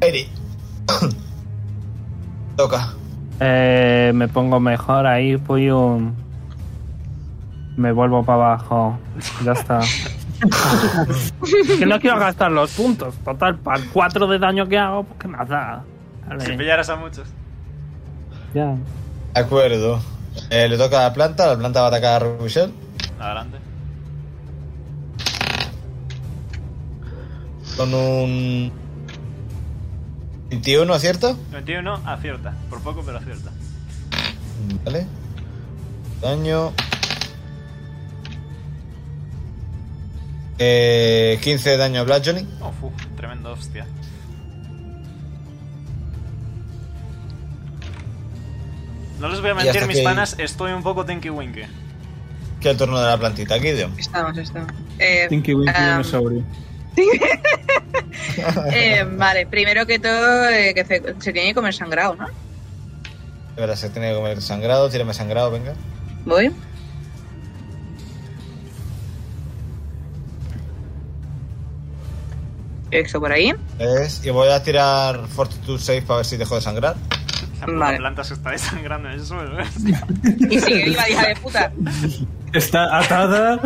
Eri. Toca.
Eh, me pongo mejor ahí, Puyum. Me vuelvo para abajo. Ya está. que no quiero gastar los puntos. Total, para el 4 de daño que hago, pues que nada. Vale.
Si pillaras a muchos.
Ya.
De acuerdo. Eh, le toca a la planta, la planta va a atacar a Rubichel.
Adelante.
Con un. 21, ¿acierta?
21, acierta. Por poco, pero acierta.
Vale. Daño. Eh, 15 de daño a Black Johnny.
Oh, fu, tremendo hostia. No les voy a
Y
mentir,
hasta
mis
que-
panas, estoy un poco tinky winky.
Que el turno de la plantita, Gideon.
Estamos, estamos. Eh,
Tinky Winky
ah,
Dinosaurio.
eh, vale, primero que todo, eh, que se, se tiene que comer sangrado, ¿no?
De verdad, se tiene que comer sangrado. Tírame sangrado, venga.
Voy. Eso por ahí.
Es, y voy a tirar Fortitude 6 para ver si dejo de sangrar.
La puta
Vale.
planta se está desangrando en el suelo. ¿eh?
Y sigue viva, hija de puta.
Está atada.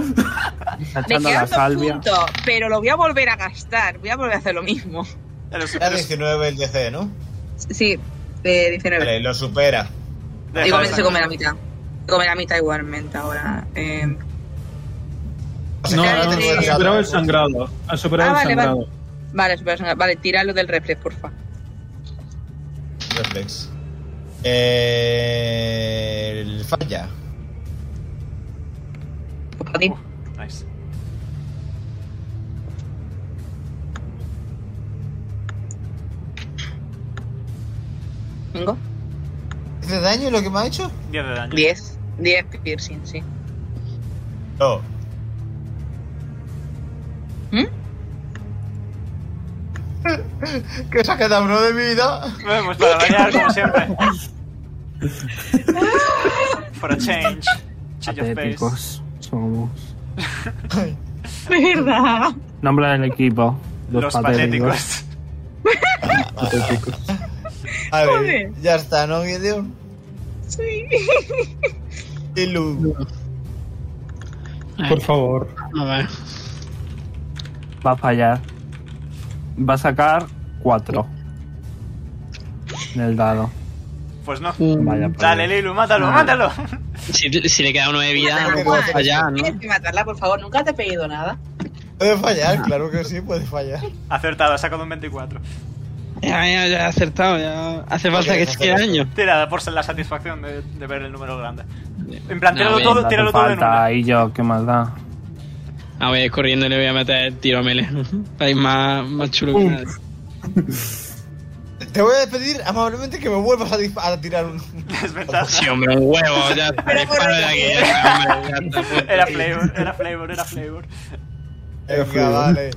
Está
Me
echando la
quedan dos
salvia.
puntos, pero lo voy a volver a gastar. Voy a volver a hacer lo mismo.
Pero su-
Era
pero su-
19 el DC, ¿no?
Sí, eh, 19.
Vale, lo supera.
deja
igualmente
de
se come la
sangrar.
mitad. Se come la mitad igualmente ahora. Eh,
O sea,
No,
que ahora
no,
tengo
no, ha
el
superado el
gato.
sangrado. Ha superado
Ah, vale,
el sangrado.
vale, super sangrado. Vale, tira lo del reflex, porfa.
Reflex. Eh, el falla.
Pues para ti.
Uh, nice.
Vengo.
¿Es de daño lo que me ha hecho?
10 de daño.
10. 10 piercing, sí.
No.
¿Mm?
que se ha quedado uno de vida.
Vamos, para variar, como siempre. For a change. Change of pace.
Patéticos somos.
¿Verdad?
Nombre del equipo. Los,
Los
patéticos.
patéticos.
A ver,
Joder.
ya está, ¿no, Gideon?
Sí.
Y Lu.
Por favor.
A ver.
Va a fallar. Va a sacar 4. En el dado.
Pues no.
Uh.
Vaya.
Dale, Lilu,
Ah.
mátalo, mátalo.
Si, si le queda uno de vida,
Porque
no puede
no-
fallar, ¿no?
Tienes que matarla, por favor. Nunca te he pedido nada.
Puede fallar, claro que sí, puede fallar.
Acertado, ha sacado un 24.
Ya, ya, ya he acertado, ya. Hace falta
Ok,
que se quede daño.
Tirada por la satisfacción de, de ver el número grande. En plan,
No,
tíralo
ven,
todo,
No
tíralo
hace
todo en
falta
una.
ahí yo, qué más da.
Ah, voy a ir corriendo y le voy a meter el tiro a Mele. Para ir más, más chulo que nada.
Te voy a pedir amablemente que me vuelvas a, dis- a tirar un.
Desventaja.
Sí, hombre, un huevo, ya está, disparo de aquí, ya está, hombre, ya está, puesto.
Era flavor, era flavor, era flavor.
Venga, vale.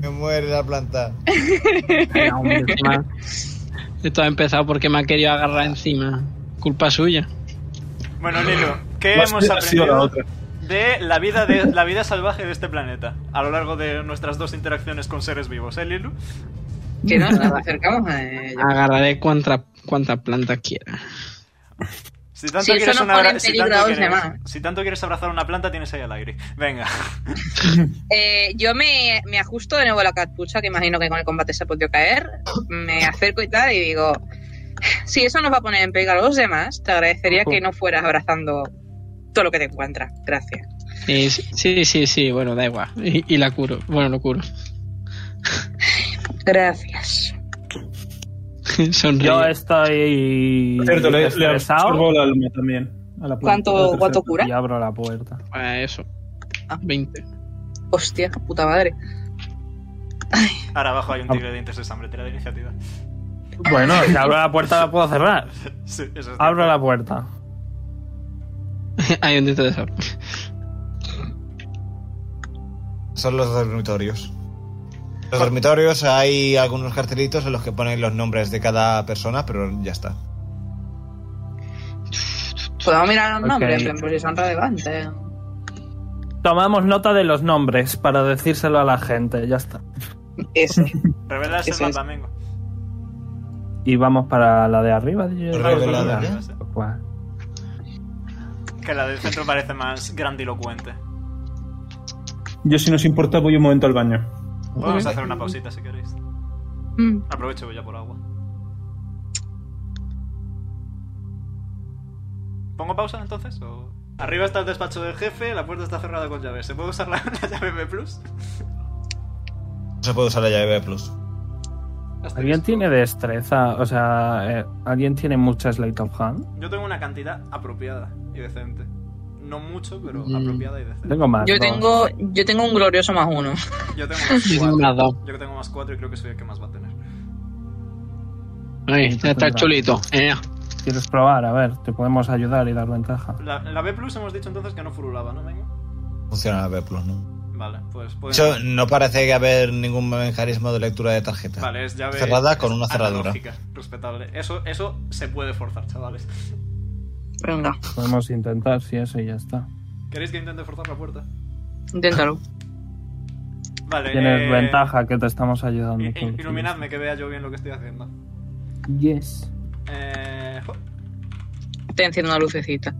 Me muere la planta.
Era un mes más.
Esto ha empezado porque me ha querido agarrar encima. Culpa suya.
Bueno, Lilo, ¿qué
Más
hemos
que ha sido la
aprendido
otra.
de la vida de la vida salvaje de este planeta a lo largo de nuestras dos interacciones con seres vivos, eh, Lilu?
Que no, nos acercamos a ella.
Agarraré cuantas cuantas plantas quiera.
Si tanto,
Si eso
quieres
no
una
pone en
si
peligro
tanto
a los
quieres-
demás.
si tanto quieres abrazar una planta, tienes ahí al aire. Venga.
Eh, yo me, me ajusto de nuevo a la capucha, que imagino que con el combate se ha podido caer. Me acerco y tal, y digo: Si eso nos va a poner en peligro a los demás, te agradecería
Ojo.
que no fueras abrazando todo lo que te encuentras. Gracias.
Sí, sí, sí, sí, sí, bueno, da igual. Y, y la curo. Bueno, lo curo.
Gracias.
Sonríe.
Yo estoy.
Por cierto, le, le
estresado.
absorbo el alma también. A la planta.
¿Cuánto-
La tercera.
cuánto cura?
Y abro la puerta.
Ah, eso.
Ah.
20.
Hostia, puta madre.
Ahora abajo hay un tigre de dientes de sangre. Tira de iniciativa.
Bueno, si abro la puerta la puedo cerrar.
Sí, eso es
Abro la puerta.
Hay un dentro de eso.
Son los dormitorios. Los dormitorios hay algunos cartelitos en los que ponen los nombres de cada persona, pero ya está.
Podemos mirar los
Ok.
nombres, en plan, por si son relevantes.
Tomamos nota de los nombres para decírselo a la gente, ya está.
Eso.
Revela el
Eso
selva
es.
Flamengo.
Y vamos para la de arriba. de-
Arriba de la de-
Guau.
Que la del centro parece más grandilocuente.
Yo, si nos importa, voy un momento al baño.
Podemos hacer una pausita si queréis.
Mm.
Aprovecho voy ya por agua. ¿Pongo pausa entonces? o- Arriba está el despacho del jefe, la puerta está cerrada con llave. ¿Se puede usar la, la llave B Plus?
No se puede usar la llave B plus.
¿Alguien tiene destreza? O sea, eh, ¿alguien tiene mucha Slate of Hand?
Yo tengo una cantidad apropiada y decente. No mucho, pero
Mm.
apropiada y decente.
Tengo más.
Yo
dos.
tengo, yo tengo un glorioso más uno.
Yo tengo
Yo tengo
más
unas dos.
4. Yo que tengo más 4 y creo que soy el que más va a tener.
Ahí, ya está el chulito. Eh,
¿Quieres probar? A ver, te podemos ayudar y dar ventaja.
La, la B Plus hemos dicho entonces que no furulaba, ¿no, venga?
Funciona la B plus, ¿no?
Vale, pues
De
pueden...
hecho, no parece que haber ningún mecanismo de lectura de tarjeta.
Vale, es llave...
Cerrada con una
es
cerradura.
analógica, Respetable. Eso, eso se puede forzar, chavales.
Venga,
Podemos intentar, si eso y ya está.
¿Queréis que intente forzar la puerta?
inténtalo.
Vale.
Tienes
eh,
ventaja que te estamos ayudando.
i-
tú.
i- Iluminadme que vea yo bien lo que estoy haciendo.
Yes.
Eh, jo,
Te enciendo una lucecita.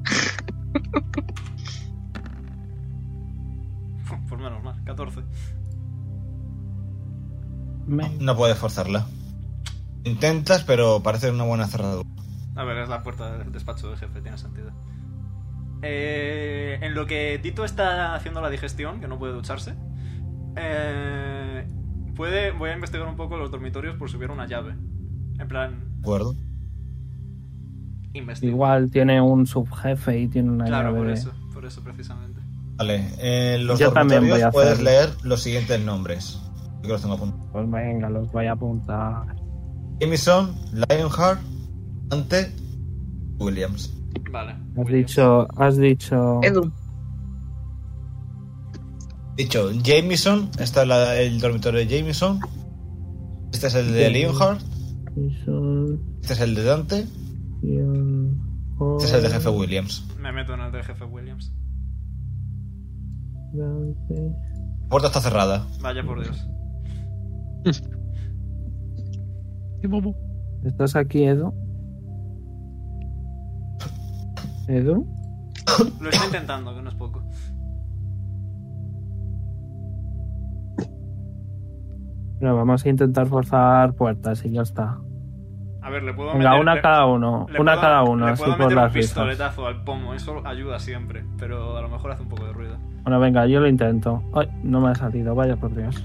pues menos mal, 14.
Me-
No puedes forzarla. Intentas, pero parece una buena cerradura.
A ver, es la puerta del despacho del jefe, tiene sentido. Eh, en lo que Tito está haciendo la digestión, que no puede ducharse, eh, puede, voy a investigar un poco los dormitorios por si hubiera una llave. En plan,
¿De acuerdo?
investigar.
Igual tiene un subjefe y tiene una
Claro,
llave
por
de-
eso, por eso precisamente.
Vale. En los
Yo también voy a
dormitorios puedes
hacer-
leer los siguientes nombres. Yo que los tengo apuntados.
Pues venga, los voy a apuntar.
Jameson, Lionheart, Dante, Williams.
Vale.
Has
William.
dicho, has dicho.
Edu,
Dicho, Jameson, está la- el dormitorio de Jameson. Este es el de Lionheart. Este es el de Dante. Este es el de Jefe Williams.
Me meto en el del jefe Williams.
La puerta está cerrada.
Vaya por Dios.
qué bobo.
¿Estás aquí, Edu? ¿Edu?
Lo estoy intentando, que no es poco.
Bueno, vamos a intentar forzar puertas y ya está.
A ver, le puedo
Venga,
meter...
una
le-
cada uno.
le
Una
puedo-
cada uno,
le
así
puedo
por
meter
las
un
risas.
pistoletazo al pomo, eso ayuda siempre, pero a lo mejor hace un poco de ruido.
Bueno, venga, yo lo intento. Ay, no me ha salido, vaya por Dios.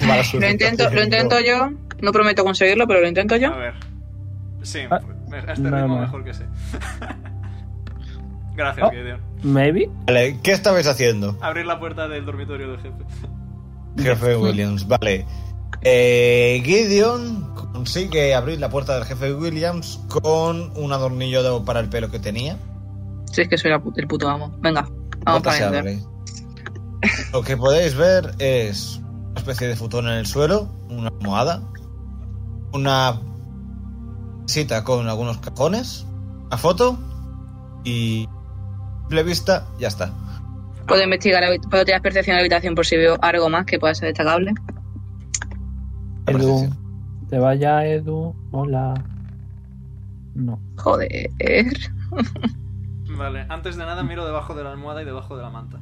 Mala
lo
suerte,
intento, lo
tío.
intento yo. No prometo conseguirlo, pero lo intento yo.
A ver. Sí,
Ah,
a este
nada
ritmo
más.
mejor que sí. Gracias,
Oh.
Gideon.
Maybe.
Vale, ¿qué estabais haciendo?
Abrir la puerta del dormitorio del jefe.
Jefe Williams, vale. Eh, Gideon consigue abrir la puerta del jefe Williams con un adornillo de- para el pelo que tenía.
Si es que soy la pu- el puto amo. Venga,
La
vamos
puerta se
para adentro.
abre. Lo que podéis ver es una especie de futón en el suelo, una almohada, una cita con algunos cajones, una foto y simple vista, ya está.
Puedo investigar, la habi- puedo tirar percepción de la habitación por si veo algo más que pueda ser destacable.
La
Edu.
percepción.
Te vaya, Edu. Hola. No.
Joder.
Vale, antes de nada miro debajo de la almohada y debajo de la manta.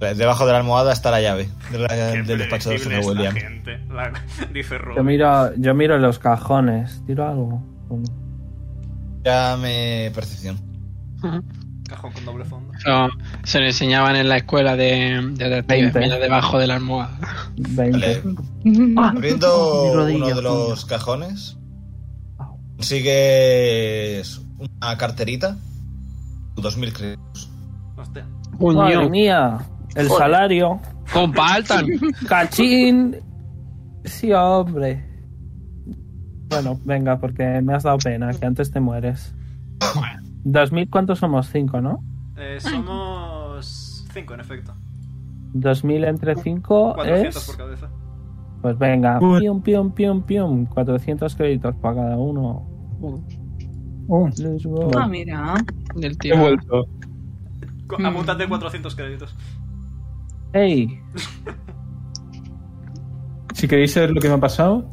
Debajo de la almohada está la llave de la- del despacho de
Predecible
Sr.
esta
William.
gente, la- dice Rob.
Yo miro, yo miro los cajones. ¿Tiro algo? ¿O no?
Dame percepción.
Cajón con doble fondo.
Eso se lo enseñaban en la escuela de, de detectives,
Veinte.
mira debajo de la almohada.
20.
Vale.
Ah.
Abriendo uno de los cajones, consigues una carterita, 2000 créditos.
Hostia.
Coño,
Madre mía. El salario.
compartan.
Cachín. Sí, hombre. Bueno, venga, porque me has dado pena, que antes te mueres. 2000, ¿cuántos somos? 5, ¿no?
Eh, somos 5 en efecto.
2000 entre 5
400
es.
por cabeza.
Pues venga,
Bueno.
pium, pium, pium, pium. 400 créditos para cada uno.
Oh,
Let's go.
Ah, mira.
Del
he
tío.
vuelto.
Co-
Mm.
Apúntate 400 créditos.
¡Ey!
Si queréis saber lo que me ha pasado,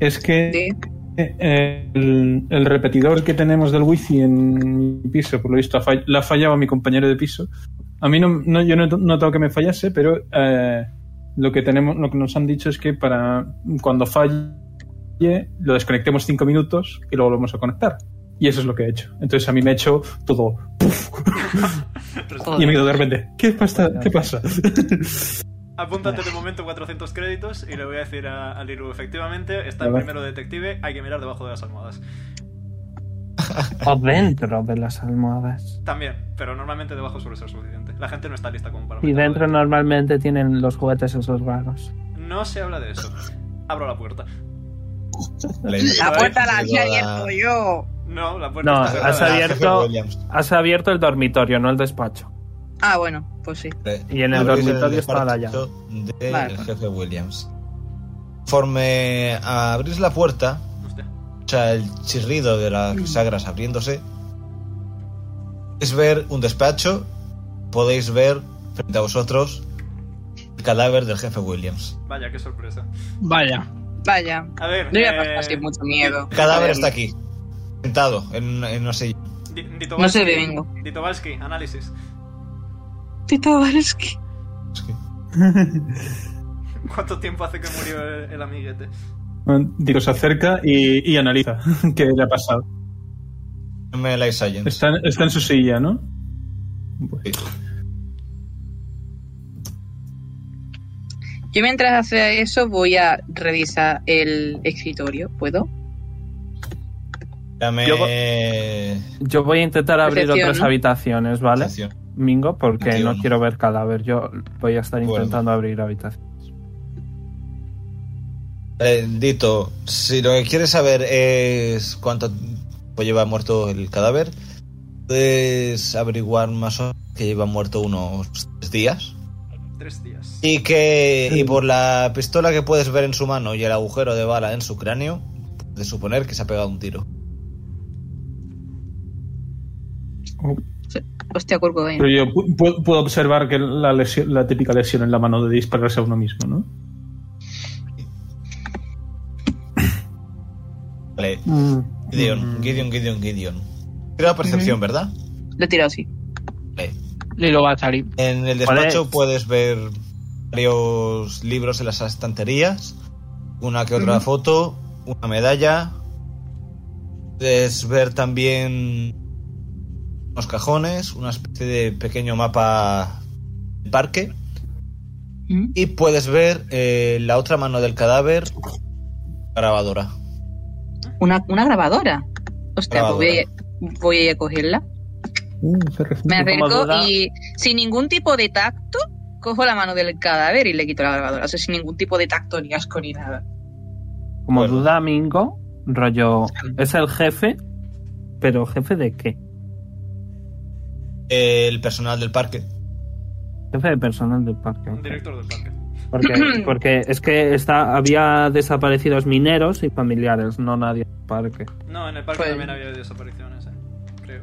es que
Sí.
Eh, El, el repetidor que tenemos del wifi en mi piso, por lo visto, ha fall- le ha fallado a mi compañero de piso. A mí no, no- yo no he to- notado que me fallase, pero eh, lo que tenemos, lo que nos han dicho es que para cuando falle lo desconectemos cinco minutos y lo volvemos a conectar. Y eso es lo que he hecho. Entonces a mí me ha hecho todo ¡puf! y me he ido de repente. ¿Qué pasa? ¿Qué pasa?
Apúntate de momento 400 créditos y le voy a decir a, a Lilu, efectivamente, está el
Vale.
primero detective, hay que mirar debajo de las almohadas.
O dentro de las almohadas.
También, pero normalmente debajo suele ser suficiente. La gente no está lista como para...
Y
meterlo
dentro normalmente tienen los juguetes esos raros.
No se habla de eso. Abro la puerta.
Le-
La puerta la había
le-
abierto yo.
No, la puerta
No,
está
Ah, has
cerrada.
abierto-
Jefe Williams.
Has abierto el dormitorio, no el despacho.
Ah, bueno, pues sí.
Eh,
Y en el
abrís
dormitorio está la llave.
despacho del
Vale.
jefe Williams. Conforme abrís la puerta,
Hostia.
escucha el chirrido de las sagras abriéndose. Es ver un despacho. Podéis ver frente a vosotros el cadáver del jefe Williams.
Vaya, qué sorpresa.
Vaya.
Vaya.
A ver,
No iba a
eh,
pasar sin mucho miedo.
El cadáver está aquí, sentado en, en una silla.
Di- Ditobalski-
No se ve, vengo.
Ditobalski, análisis.
Tito Valesky.
Es que-
¿Cuánto tiempo hace que murió el, el amiguete?
Digo, se acerca y, y analiza qué le ha pasado.
Dame life science.
Está, en- está en su silla, ¿no?
Sí.
Yo mientras hace eso voy a revisar el escritorio, ¿puedo?
Dame.
Yo- Yo voy a intentar abrir
Recepción,
otras
¿no?
habitaciones, ¿vale?
sensación.
Mingo, porque
Recepción.
no quiero ver cadáver. Yo voy a estar
Bueno.
intentando abrir habitaciones.
Eh, Dito, si lo que quieres saber es cuánto tiempo lleva muerto el cadáver, puedes averiguar más o menos que lleva muerto unos tres días.
Tres días.
Y que y por la pistola que puedes ver en su mano y el agujero de bala en su cráneo, de suponer que se ha pegado un tiro.
Hostia, Corcovain.
Pero yo pu- pu- puedo observar que la, lesión, la típica lesión en la mano de dispararse a uno mismo, ¿no?
Vale.
Mm.
Gideon, Gideon, Gideon, Gideon. Tira percepción, ¿verdad?
Lo he tirado así.
Vale.
Lilo va a salir.
En el
Vale.
despacho puedes ver varios libros en las estanterías, una que otra foto, una medalla. Puedes ver también unos cajones, una especie de pequeño mapa del parque.
Mm.
Y puedes ver eh, la otra mano del cadáver, grabadora.
Una, una grabadora. Hostia, pues voy a, voy a ir a cogerla.
Uh,
Me
Como
acerco
duda-
y sin ningún tipo de tacto cojo la mano del cadáver y le quito la grabadora. O sea, sin ningún tipo de tacto, ni asco, ni nada.
Como
Bueno.
duda, Mingo, rollo. Es el jefe, pero ¿jefe de qué?
El personal del parque.
Jefe de personal del parque. ok.
Director del parque.
Porque, porque es que está, había desaparecidos mineros y familiares, no nadie del parque.
No, en el parque
Pues-
también había desapariciones, eh. Creo.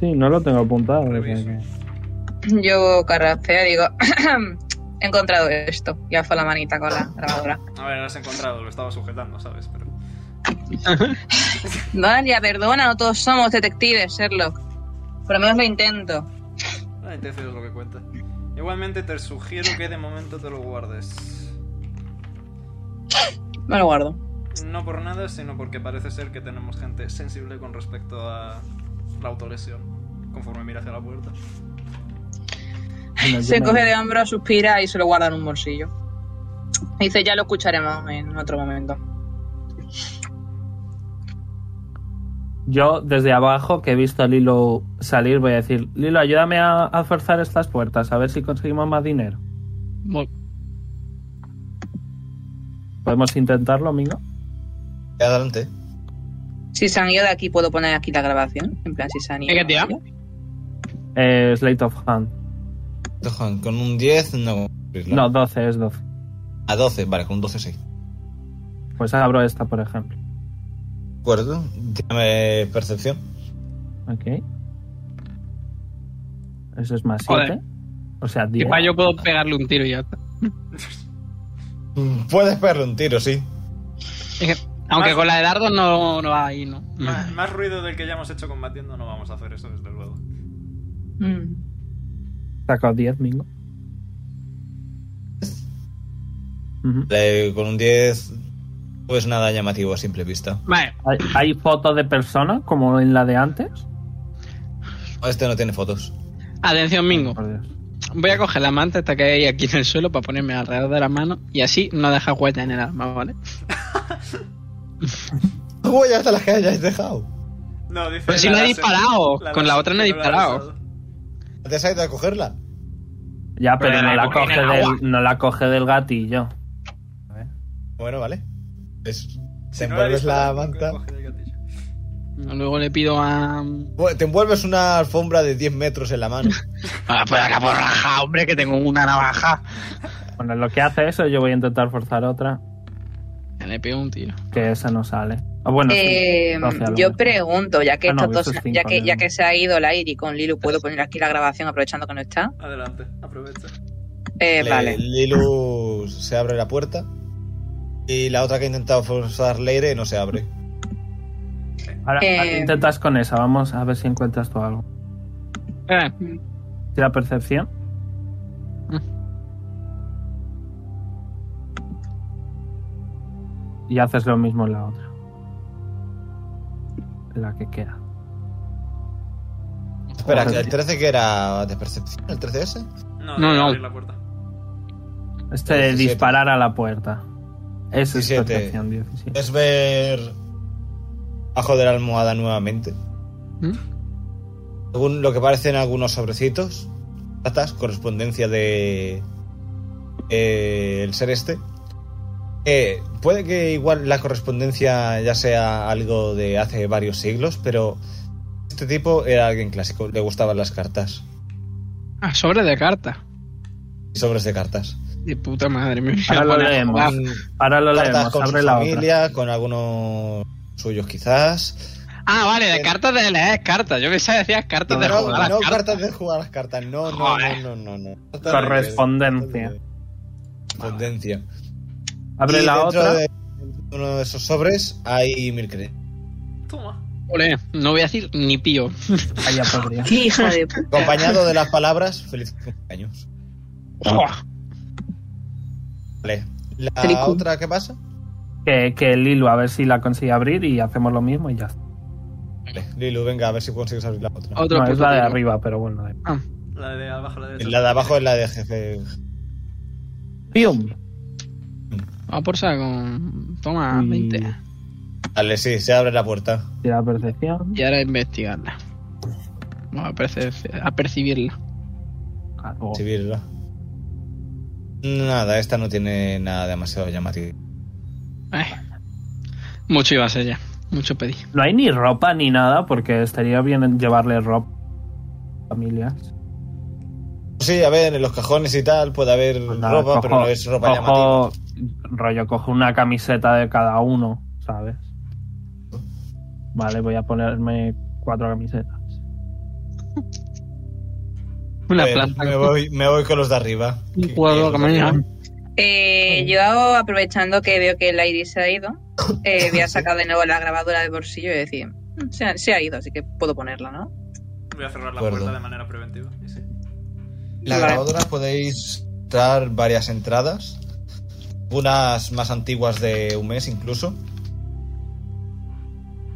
Sí, no lo tengo apuntado. o sea
Reviso.
que-
Yo carrastea y digo, he encontrado esto. Y alzo la manita con la grabadora.
A ver, lo has encontrado, lo estaba sujetando, ¿sabes? Pero.
Vaya, perdona, no todos somos detectives, Sherlock. Por lo menos lo intento.
La ITC es lo que cuenta. Igualmente te sugiero que de momento te lo guardes.
Me lo guardo.
No por nada, sino porque parece ser que tenemos gente sensible con respecto a la autolesión, conforme mira hacia la puerta.
Bueno, yo
Se
me-
coge de hombro, suspira y se lo guarda en un bolsillo. Dice, ya lo escucharemos en otro momento.
Yo, desde abajo, que he visto a Lilo salir, voy a decir, Lilo, ayúdame a, a forzar estas puertas, a ver si conseguimos más dinero.
Mo-
¿Podemos intentarlo, amigo?
Ya adelante.
Si se han ido de aquí, puedo poner aquí la grabación. En plan, si se han ido.
¿Hay que tirar?
Eh, Slate of Hand.
Johan, con un 10 no.
No, 12 es 12.
A 12, vale, con un 12 sí.
Pues abro esta, por ejemplo.
De acuerdo. Dame percepción.
Ok. Eso es más
Joder.
7. O sea,
que
10.
pa, yo puedo pegarle un tiro y ya está.
Mm, Puedes pegarle un tiro, sí.
Es que, aunque con la de dardos no, no va ahí, ¿no?
Más, más ruido del que ya hemos hecho combatiendo no vamos a hacer eso, desde luego.
Mm.
Saco 10, Mingo. Ujú.
Le- Eh, con un 10, pues nada llamativo a simple vista.
Vale,
¿Hay, hay fotos de personas como en la de antes?
Este no tiene fotos.
atención, Mingo.
Por Dios.
Voy a coger la manta esta que hay aquí en el suelo para ponerme alrededor de la mano y así no deja huella en el arma, ¿vale?
Huellas de las que hayáis dejado.
No, dice.
Pero si
la
no he
láser-
disparado, con la otra no he
que la
disparado.
usado.
¿Te has ido a cogerla?
Ya, pero,
Pero
no,
la
la
boca
coge
en el agua.
del, no la coge del gatillo.
Bueno, vale. Es- te
Si no
envuelves la
disparado,
manta.
coge el gatillo.
Luego le pido a.
Bueno, Te envuelves una alfombra de 10 metros en la mano.
Ah, por acá, por raja, hombre, que tengo una navaja.
Bueno, en lo que hace eso, yo voy a intentar forzar otra,
Le pego un tiro.
que esa no sale. Ah, bueno, sí,
Eh,
12 a lo
yo
mejor.
pregunto, ya que,
Ah, no,
estos
eso
dos,
es cinco,
ya, que,
no.
ya que se ha ido la Iri con Lilu, puedo poner aquí la grabación aprovechando que no está.
Adelante, aprovecha.
Eh,
Le-
vale.
Lilu se abre la puerta. Y la otra que ha intentado forzar Leire no se abre.
Ahora, ahora
eh,
intentas con esa, vamos a ver si encuentras tú algo.
Eh,
Tira percepción.
Mm.
Y haces lo mismo en la otra. En la que queda.
Espera,
Joder.
¿el 13 que era de percepción? ¿El 13S?
No,
No,
no,
no.
no. la puerta.
Este de
17.
disparar a la puerta. Eso es
17.
percepción 17.
Es ver bajo de la almohada nuevamente.
¿Mm?
Según lo que parecen algunos sobrecitos, cartas, correspondencia de eh, el ser este. Eh, puede que igual la correspondencia ya sea algo de hace varios siglos, pero este tipo era alguien clásico, le gustaban las cartas,
ah, sobre de carta.
y sobres de cartas.
De puta madre, me voy a
Ahora lo
poner a
leemos.
jugar.
Con
Ahora lo
cartas
leemos,
con su
abre la otra.
familia, con algunos suyos quizás.
Ah, vale, de cartas de leer cartas. Yo pensaba que decías cartas de
Eh, no,
jugar. a
no
las cartas.
cartas de jugar a las cartas, no, no,
Joder.
no, no, no, no. Cartas de-
Correspondencia.
Correspondencia.
Abre
Y
la
dentro
otra.
de uno de esos sobres hay mil cre-
Toma.
Ole, no voy a decir ni pío.
Ahí ya podría.
¡Qué hijo de puta!
Acompañado de las palabras, feliz cumpleaños.
Buah.
Vale. La
Feliz cum-
otra, ¿qué pasa?
Que, que el hilo, a ver si la consigue abrir y hacemos lo mismo y ya está.
Vale, Lilu, venga, a ver si consigues abrir la otra.
Otro
No, es
puto
la de
tiro.
arriba, pero bueno. da igual.
La de abajo, la de.
La de abajo es la de jefe.
¡Pium!
Vamos por saco. Toma,
Y-
20.
Vale, sí, se abre la puerta.
Tira percepción.
Y ahora investigarla. Vamos a, perce- a percibirla.
Cargo.
Sí, virla. Nada, esta no tiene nada demasiado llamativo.
Eh. Mucho iba a ser ya. Mucho pedí.
No hay ni ropa ni nada, porque estaría bien llevarle ropa a familias.
Sí, a ver, en los cajones y tal puede haber
Nada,
ropa, pero
cojo-
no es ropa llamativa.
cojo- Rollo, cojo una camiseta de cada uno, ¿sabes? Vale, voy a ponerme cuatro camisetas.
Una
Bueno,
planta.
Me voy, me voy con los de arriba.
Un jugador que me diga.
Eh, yo aprovechando que veo que la Iris se ha ido, eh, voy a sacar de nuevo la grabadora de bolsillo y decir, "Mm, se ha, se ha ido, así que puedo ponerla, ¿no?
Voy a cerrar la
Acuerdo.
puerta de manera preventiva. Sí, sí.
La
Vale.
grabadora podéis entrar varias entradas, unas más antiguas de un mes incluso.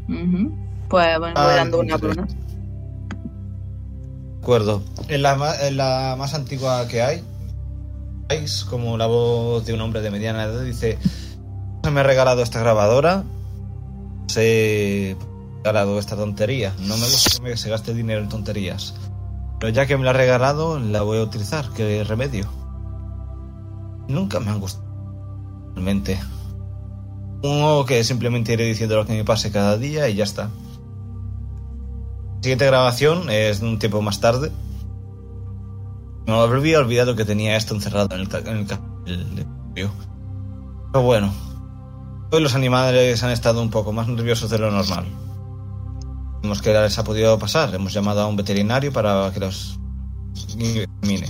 Ujú. Pues bueno, voy
Ah,
dando una por
entonces-
una.
De acuerdo. En la, ma- en la más antigua que hay, veis como la voz de un hombre de mediana edad dice: "Se me ha regalado esta grabadora, se ha regalado esta tontería. No me gusta que me- se gaste dinero en tonterías. Pero ya que me la ha regalado, la voy a utilizar. ¿Qué remedio? Nunca me han gustado. Realmente. Supongo que simplemente iré diciendo lo que me pase cada día y ya está. Siguiente grabación es un tiempo más tarde. Me había olvidado que tenía esto encerrado en el, ca- en el ca- el- el- Pero bueno, hoy los animales han estado un poco más nerviosos de lo normal. Vemos que les ha podido pasar. Hemos llamado a un veterinario para que los examine.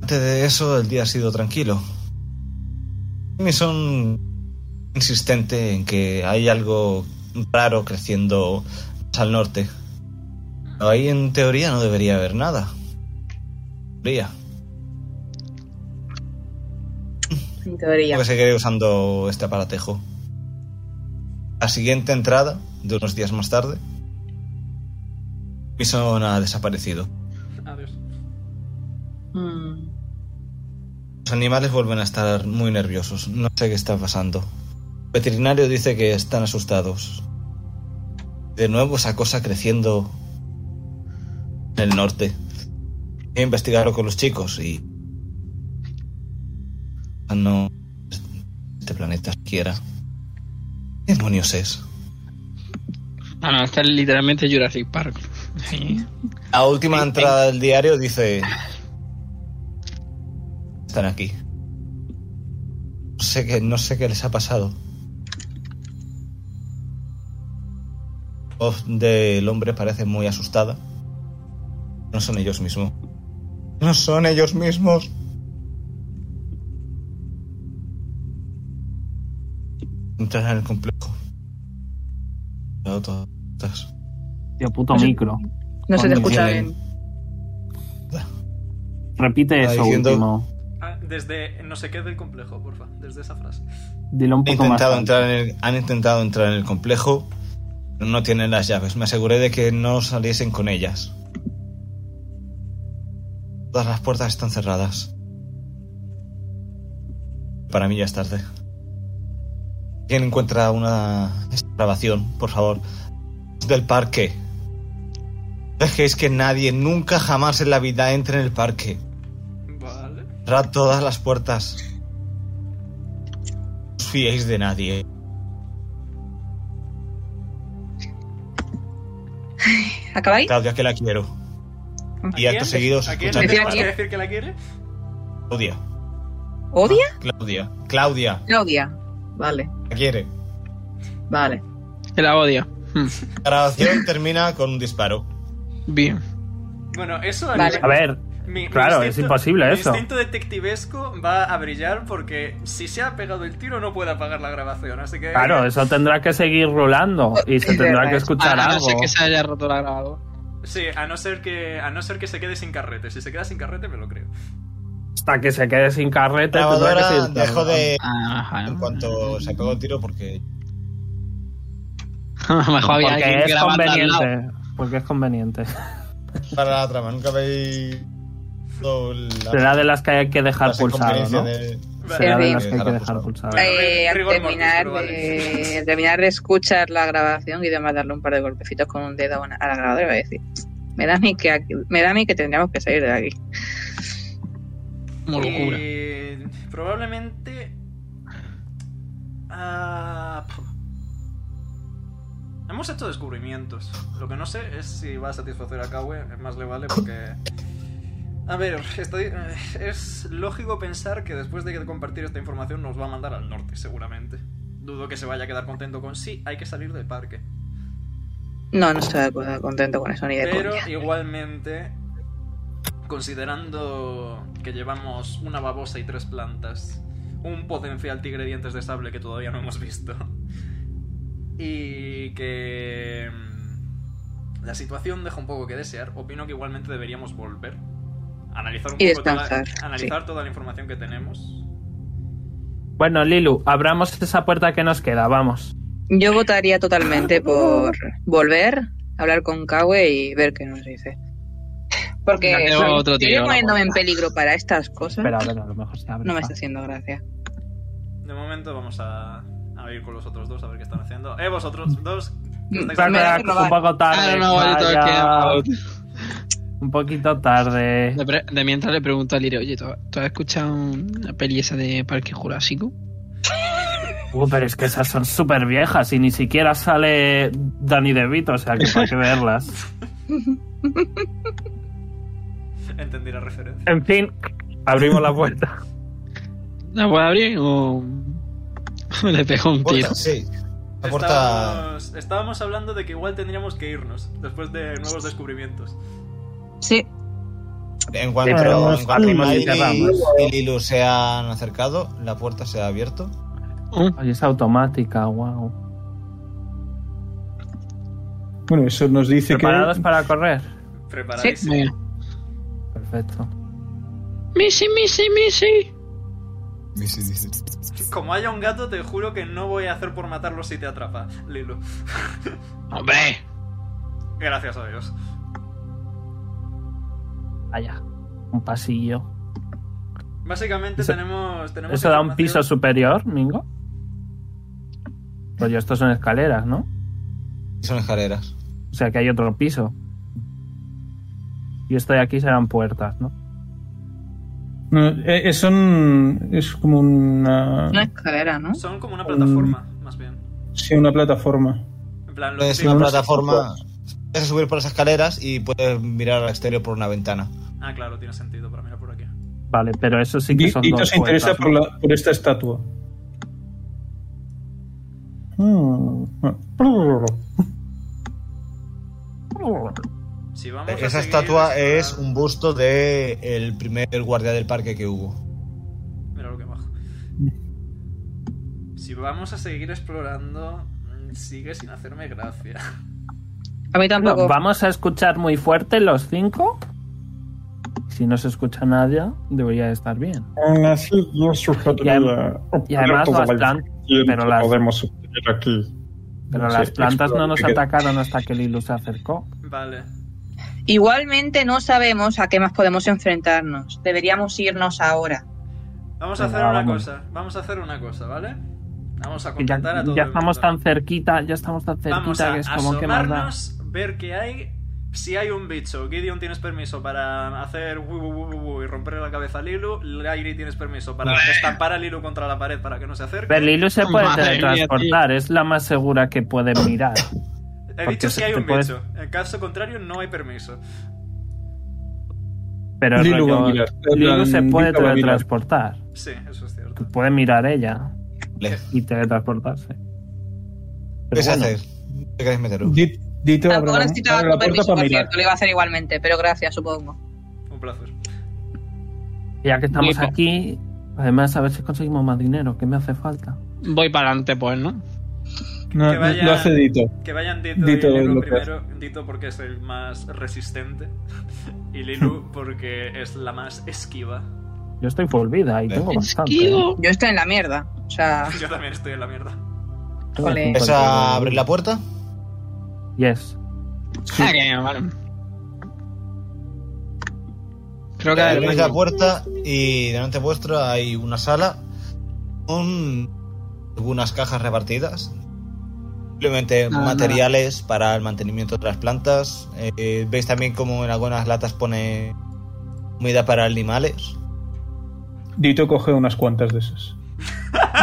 Antes de eso, el día ha sido tranquilo. Jimmy son insistente en que hay algo raro creciendo al norte. Ahí en teoría no debería haber nada. Debería.
En teoría.
Tengo que seguiré usando este aparatejo. La siguiente entrada, de unos días más tarde, Bison ha desaparecido.
Adiós.
Mm.
Los animales vuelven a estar muy nerviosos. No sé qué está pasando. El veterinario dice que están asustados. De nuevo esa cosa creciendo en el norte. He investigado con los chicos y... Ah, No... Este planeta siquiera. ¿Qué demonios es?
Ah, no, está literalmente Jurassic Park. Sí.
La última entrada del diario dice... Están aquí. No sé qué, no sé qué les ha pasado. La voz del hombre parece muy asustada. No son ellos mismos. No son ellos mismos. Entrar en el complejo. Cuidado todas.
Tío, puto
No sé-
micro.
No se te
Cuando
escucha
vienen.
bien.
Repite
Está
eso
diciendo-
último.
Ah, desde no sé qué del complejo, porfa. Desde esa frase.
Dilo un
Han
poco más.
intentado,
alto.
entrar en el, han intentado entrar en el complejo, pero no tienen las llaves. Me aseguré de que no saliesen con ellas. Todas las puertas están cerradas. Para mí ya es tarde. ¿Quién encuentra una esta grabación, por favor? Del parque. Dejéis que nadie, nunca jamás en la vida entre en el parque.
Vale.
Cerrad todas las puertas. No os fiéis de nadie.
¿Acabáis?
Claudia, que la quiero. Y acto
¿Quién?
seguido se
¿A quién?
escucha
¿Le
¿Le
tira
tenemos
aquí?
que decir que la quiere?
Claudia.
¿Odia?
Claudia. Claudia.
La odia. Vale,
La quiere.
vale.
Que la odia. Hmm.
La grabación termina con un disparo.
Bien.
Bueno, eso...
Vale.
nivel-
A ver,
mi- mi
claro, es imposible
mi
eso.
instinto detectivesco va a brillar porque si se ha pegado el tiro no puede apagar la grabación, así que...
claro, eso tendrá que seguir rulando y se
Es
tendrá
verdad.
que escuchar
Ah, no
algo.
sé que se haya roto la grabadora.
Sí, a no ser que a no ser que se quede sin carrete. Si se queda sin carrete me lo creo.
Hasta que se quede sin carrete.
La
tendrá pues, que
grabadora
seguir
dejó de.
Ajá.
En cuanto se pegó el tiro, porque.
A lo mejor había
Porque
alguien
es
grabando al lado.
conveniente. Porque es conveniente.
Para la trama, nunca habéis. dado la-
Será de las que hay que dejar
las
pulsado,
inconveniencias
¿no?
de-
Vale.
Será de las que hay que
Dejar
dejar
pulsado.
pulsado.
Vale.
Eh, al
Rigor mortis,
terminar,
pero vale.
de, al terminar de escuchar la grabación y de darle un par de golpecitos con un dedo a, una- a la grabadora, voy a decir, me da a mí que, aquí- me da a mí que tendríamos que salir de aquí.
Como locura.
Eh, probablemente. Ah, pf. Hemos hecho descubrimientos. Lo que no sé es si va a satisfacer a Kawe. Más le vale porque. A ver, estoy- eh, es lógico pensar que después de compartir esta información nos va a mandar al norte, seguramente. Dudo que se vaya a quedar contento con sí, hay que salir del parque.
No, no estoy de acuerdo, contento con eso ni de
Pero
coña.
igualmente Considerando que llevamos una babosa y tres plantas, un potencial tigre de dientes de sable que todavía no hemos visto, y que mm, la situación deja un poco que desear, opino que igualmente deberíamos volver, analizar un
Y
poco toda,
descansar,
analizar toda la información que tenemos.
Bueno, Lilu, abramos esa puerta que nos queda, vamos.
Yo votaría totalmente por volver, hablar con Kawe y ver qué nos dice. Porque
Ya tengo
o sea,
otro tío,
seguir
la
poniéndome en
puerta.
peligro para estas cosas
Espera, a ver, a lo mejor se abre.
no me
Ah,
está haciendo gracia.
De momento vamos a, a ir con los otros dos a ver qué están haciendo. Eh, vosotros dos. ¿qué estáis
espera,
Me
haciendo?
da que
espera, un
robar.
poco
I
tarde.
don't know what you're talking
vaya.
about.
Un poquito tarde.
De, pre- de mientras le pregunto a Lire, oye, ¿tú, tú has escuchado una peli esa de Parque Jurásico?
Uh, pero es que esas son súper viejas y ni siquiera sale Danny DeVito, o sea que hay que verlas.
Entendí la referencia.
En fin, abrimos la puerta.
¿La puedo abrir o o le pego un tiro?
Puerta, sí. La puerta.
Estábamos, estábamos hablando de que igual tendríamos que irnos después de nuevos descubrimientos.
Sí,
En
Sí, pero
cuanto, en
nos
cuanto
abrimos y
Miley
cerramos.
y Lilu se han acercado, la puerta se ha abierto.
Oye, es automática, wow.
Bueno, eso nos dice que.
¿Preparados para correr?
Preparadísimo.
Venga.
Perfecto.
Missy, Missy, Missy.
Como haya un gato, te juro que no voy a hacer por matarlo si te atrapa, Lilo.
Hombre,
Gracias a Dios.
Vaya, un pasillo.
Básicamente
Eso-
tenemos, tenemos.
¿Eso da un piso
información-
superior, Mingo? Pues yo, estos son escaleras, ¿no?
Y son escaleras.
O sea que hay otro piso. Y esto de aquí serán puertas, ¿no?
No, eh, eh, son. Es como una.
una escalera, ¿no?
Son como una plataforma,
Mm.
más bien.
Sí, una plataforma.
En plan, lo
Es
típico-
una plataforma. Puedes subir por las escaleras y puedes mirar al exterior por una ventana.
Ah, claro, tiene sentido para mirar por aquí.
Vale, pero eso sí que son
Dito
dos
se interesa
puertas,
por,
¿no?
la- por esta estatua. Mm, bueno.
Si vamos a
Esa
seguir
estatua
explorando-
es un busto de el primer guardia del parque que hubo.
Mira lo que bajo.
Mm.
Si vamos a seguir explorando, mm, sigue sin hacerme gracia.
A mí
No,
tampoco.
Vamos a escuchar muy fuerte los cinco. Si no se escucha nadie, debería estar bien.
Aún así, yo
Y
sugeriría
Y además
obtener
las,
toda la
plan-
información
pero
que
las-
podemos obtener aquí.
pero
Sí,
las plantas no nos
explora-
atacaron hasta que Lilu se acercó.
Vale.
Igualmente no sabemos a qué más podemos enfrentarnos. Deberíamos irnos ahora.
Vamos a
Venga,
hacer una
vamos.
cosa. Vamos a hacer una cosa, ¿vale? Vamos a
Y Ya,
contactar a todo
ya
el
estamos
mundo.
tan cerquita, ya estamos tan
Vamos
cerquita
a
que es como que más da.
asomarnos, ver qué hay. Si hay un bicho, Gideon tienes permiso para hacer wu, wu, wu, wu, wu y romperle la cabeza a Lilu. Lairi tienes permiso para estampar a Lilu contra la pared para que no se acerque.
Pero Lilu se puede
Madre mía,
teletransportar, es la más segura que puede mirar.
He
porque
dicho si
se
hay
te
un
puede-
bicho. En caso contrario, no hay permiso.
Pero
Lilu
rollo,
va a mirar.
Lilu
Plan,
se puede
Vika va a mirar.
teletransportar.
Sí, eso es cierto.
Puede mirar ella
Le-
y teletransportarse.
¿Qué
Pero
se
bueno,
hacer? ¿Qué queréis meteros?
Di- Dito abre
Tampoco
la, ¿eh?
necesitaba
abre la
tu
puerta
permiso,
para
por
mirar.
cierto. Lo iba a hacer igualmente, pero gracias, supongo.
Un placer.
ya que estamos
Lilu.
aquí, además a ver si conseguimos más dinero, que me hace falta.
voy para adelante, pues, ¿no?
No,
Que vaya-
Lo hace Dito.
Que vayan Dito,
Dito
y Lilu
lo que
primero. Dito porque es el más resistente. Y Lilu porque es la más esquiva.
Yo estoy full vida y
Le-
tengo bastante. ¿eh?
Esquivo.
Yo estoy en la mierda. O sea,
Yo también estoy en la mierda.
Tengo
Ole.
cincuenta
¿Vas a abrir la puerta?
Yes.
Ah, que vale. Creo que
Abrís
hay
la puerta y delante vuestra hay una sala con algunas cajas repartidas. Simplemente
Nada,
materiales para el mantenimiento de las plantas. Eh, eh, Veis también como en algunas latas pone comida para animales.
Dito coge unas cuantas de esas.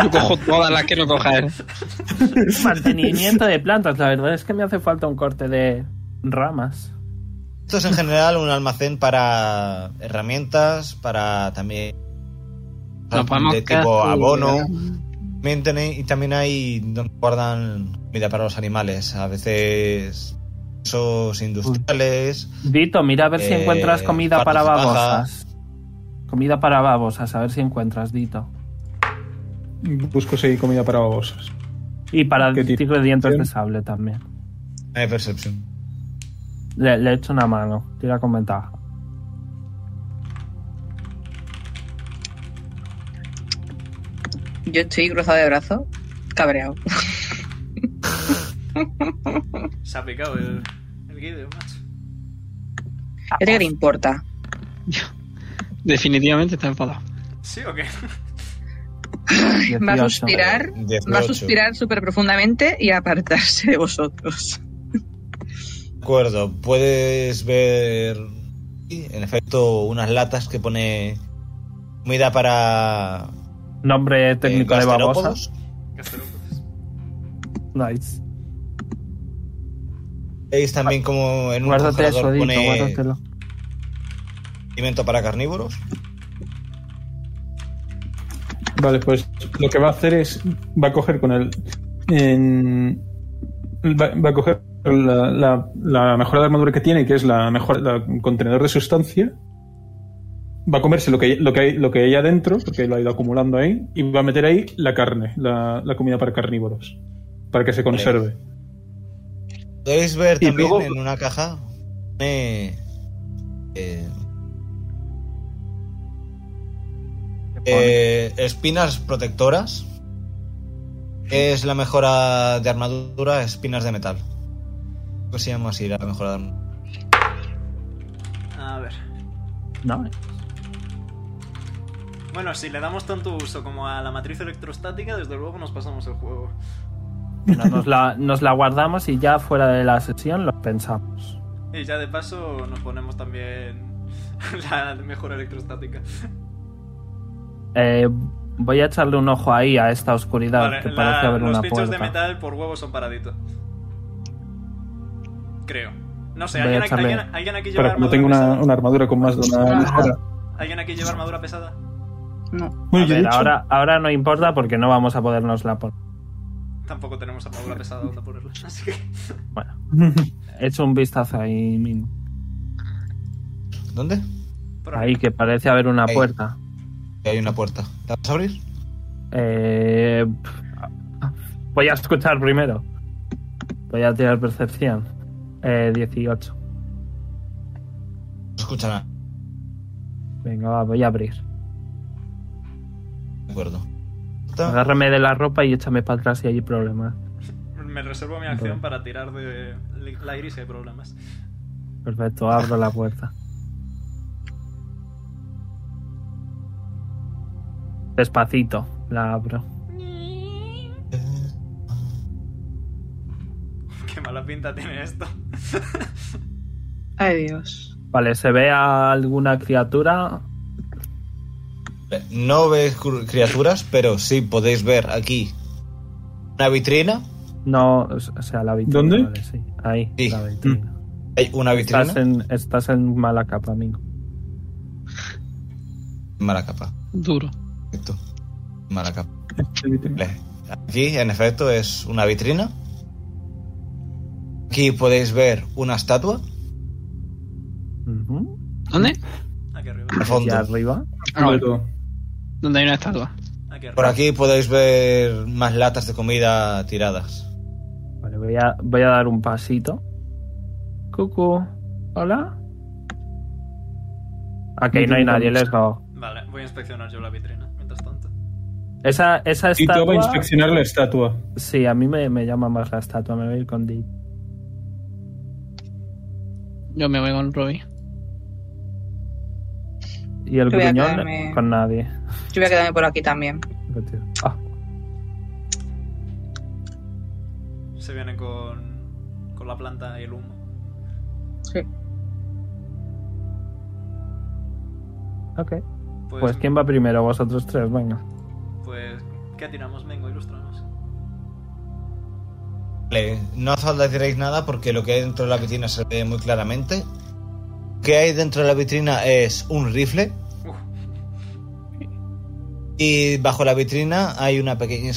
Yo cojo todas las que no coja él.
Mantenimiento de plantas, la verdad es que me hace falta un corte de ramas.
Esto es en general un almacén para herramientas, para también
Nos podemos
de
quedar
tipo
sin-
abono. También tenéis- y también hay donde guardan comida para los animales. A veces esos industriales.
Dito, mira a ver si
Eh,
encuentras comida
patas
para
de paja.
babosas. Comida para babosas, a ver si encuentras, Dito.
Busco seguir comida para babosas.
Y para
¿Qué
tigre dientes de
tiene?
sable también.
Eh, percepción.
Le, le echo una mano, tira con ventaja.
Yo estoy cruzado de brazos, cabreado.
Se ha picado el, el Gideon, macho.
¿A ti qué te importa?
Definitivamente está enfadado.
¿Sí o qué?
Va a
18.
suspirar, va a
18.
suspirar súper profundamente y a apartarse de vosotros.
De acuerdo, puedes ver sí, en efecto unas latas que pone comida para
Nombre
eh,
técnico de babosas.
gasterópodos.
Gasterópodos.
Nice.
Veis también como en un
Guárdate eso,
congelador
Dito,
pone
guárdatelo.
alimento para carnívoros.
Vale, pues lo que va a hacer es. Va a coger con el. en- va, va a coger la, la- la mejora de armadura que tiene, que es la mejor la contenedor de sustancia. Va a comerse lo que, lo que, hay, lo que hay adentro, porque lo ha ido acumulando ahí, y va a meter ahí la carne, la, la comida para carnívoros, para que se conserve.
Podéis ver
Y
también
luego-
en una caja pone eh, eh, espinas protectoras. que Es la mejora de armadura, espinas de metal. Pues se llama así la mejora de armadura.
A ver.
No,
Bueno, si le damos tanto uso como a la matriz electrostática, desde luego nos pasamos el juego.
bueno, nos, la, nos la guardamos y ya fuera de la sesión lo pensamos.
Y ya de paso nos ponemos también la mejora electrostática.
Eh, voy a echarle un ojo ahí a esta oscuridad
Vale,
que
la-
parece haber
los
una
pinchos
puerta.
de metal por huevo son paradito. Creo. No sé,
Voy a
¿alguien,
echarle-
alguien- alguien aquí lleva
Para que no
armadura
tenga una,
pesada?
una armadura con más de una mejora.
¿Alguien aquí lleva armadura pesada?
No.
Bueno, yo he
A ver,
dicho-
ahora, ahora no importa porque no vamos a podernos la poner.
Tampoco tenemos armadura pesada donde ponerla. Así que.
Bueno, echo un vistazo ahí, Min.
¿Dónde?
por
ahí que parece haber una
Ahí.
puerta.
Hay una puerta. ¿La vas a abrir?
Eh, voy a escuchar primero. Voy a tirar percepción. Eh, 18.
No escucha nada.
Venga, va, voy a abrir.
De acuerdo.
Ah.
Agárrame de la ropa y échame para atrás si hay problemas.
arriba. Me reservo mi acción para tirar de la iris si hay problemas.
Perfecto, abro la puerta. Despacito, la abro.
Qué mala pinta tiene esto.
Ay, Dios.
Vale, ¿se ve a alguna criatura?
Vale, No veis cru- criaturas, pero sí podéis ver aquí una vitrina.
No, o sea, la vitrina.
¿Dónde? Mm.
vale, sí. Ahí,
Sí.
la vitrina.
Hay una
Estás
vitrina.
en, estás en mala capa, amigo.
Mala capa.
Duro.
Perfecto. Mala capa. Vale. Aquí, en efecto, es una vitrina. Aquí podéis ver una estatua.
Ujú.
¿Dónde?
Aquí arriba.
Al
Y
fondo.
arriba.
Ah, vale.
Todo.
Donde hay una estatua.
Aquí arriba.
Por aquí podéis ver más latas de comida tiradas.
Vale, voy a, voy a dar un pasito. Cucu, hola. Aquí no hay nadie, let's go.
Vale, voy a inspeccionar yo la vitrina mientras tanto.
Esa, esa
Y todo va a
estatua.
inspeccionar la estatua.
Sí, a mí me, me llama más la estatua, me voy a ir con Dito.
Yo me voy con Robbie.
Y el
Yo voy a
gruñón
quedarme-
con nadie.
Yo voy a quedarme por aquí también.
Ah,
Se vienen con, con la planta y el humo.
ok.
Pues,
Pues ¿quién va primero? Vosotros tres, venga.
pues, ¿qué tiramos, Mengo? Ilustranos.
Vale, no hace falta que tiréis nada porque lo que hay dentro de la vitrina se ve muy claramente. Lo que hay dentro de la vitrina es un rifle.
Uf.
Y bajo la vitrina hay una pequeña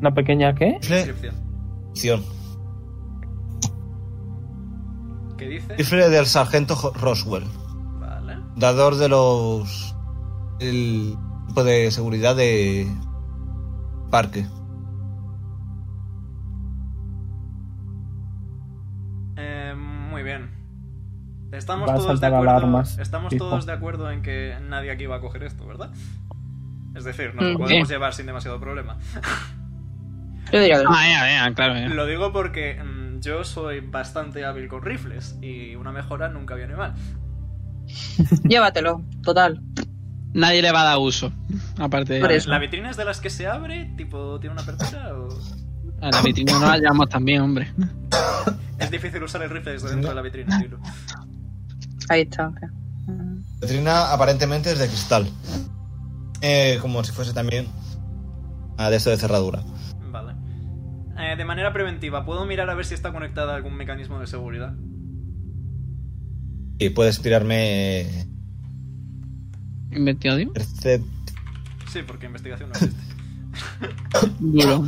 ¿Una pequeña qué?
inscripción.
Descripción. ¿Qué dice?
Rifle del sargento Jo- Roswell,
Vale.
dador de los. el tipo de seguridad de. parque.
Eh, muy bien. Estamos
Va a
todos de
saltar
acuerdo.
alarmas,
estamos
fijo.
todos de acuerdo en que nadie aquí va a coger esto, ¿verdad? Es decir, nos
Mm.
lo podemos llevar sin demasiado problema.
Yo diría que no.
Ah, ya, ya, claro. ya.
Lo digo porque mm, yo soy bastante hábil con rifles y una mejora nunca viene mal.
Llévatelo, total.
Nadie le va a dar uso. Aparte de
Por eso.
¿La vitrina es de las que se abre? ¿Tipo tiene una apertura? O...
a la vitrina no la llevamos también, hombre.
Es difícil usar el rifle desde dentro de la vitrina, Lilo.
Ahí está.
La vitrina aparentemente es de cristal. Eh, como si fuese también. ah, de esto de cerradura.
Vale. Eh, de manera preventiva, ¿puedo mirar a ver si está conectada a algún mecanismo de seguridad?
Y puedes tirarme. eh,
Investigación.
percep-
Sí, porque investigación no existe.
Duro.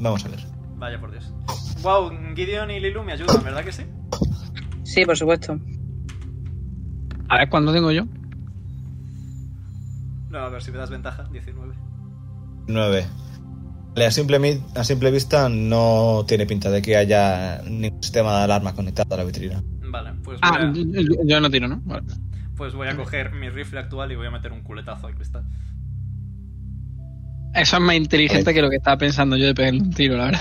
Vamos a ver.
Vaya por Dios. Wow, Gideon y Lilu me ayudan, ¿verdad que sí?
Sí, por supuesto.
A ver cuándo tengo yo.
No, a ver si me das ventaja. 19.
9. Vale, a simple, mi- a simple vista no tiene pinta de que haya ningún sistema de alarma conectado a la vitrina.
Vale, pues voy,
Ah,
a,
yo, yo no tiro, ¿no? Vale.
pues voy a coger mi rifle actual y voy a meter un culetazo al cristal.
Eso es más inteligente que lo que estaba pensando yo de pegarle un tiro, la verdad.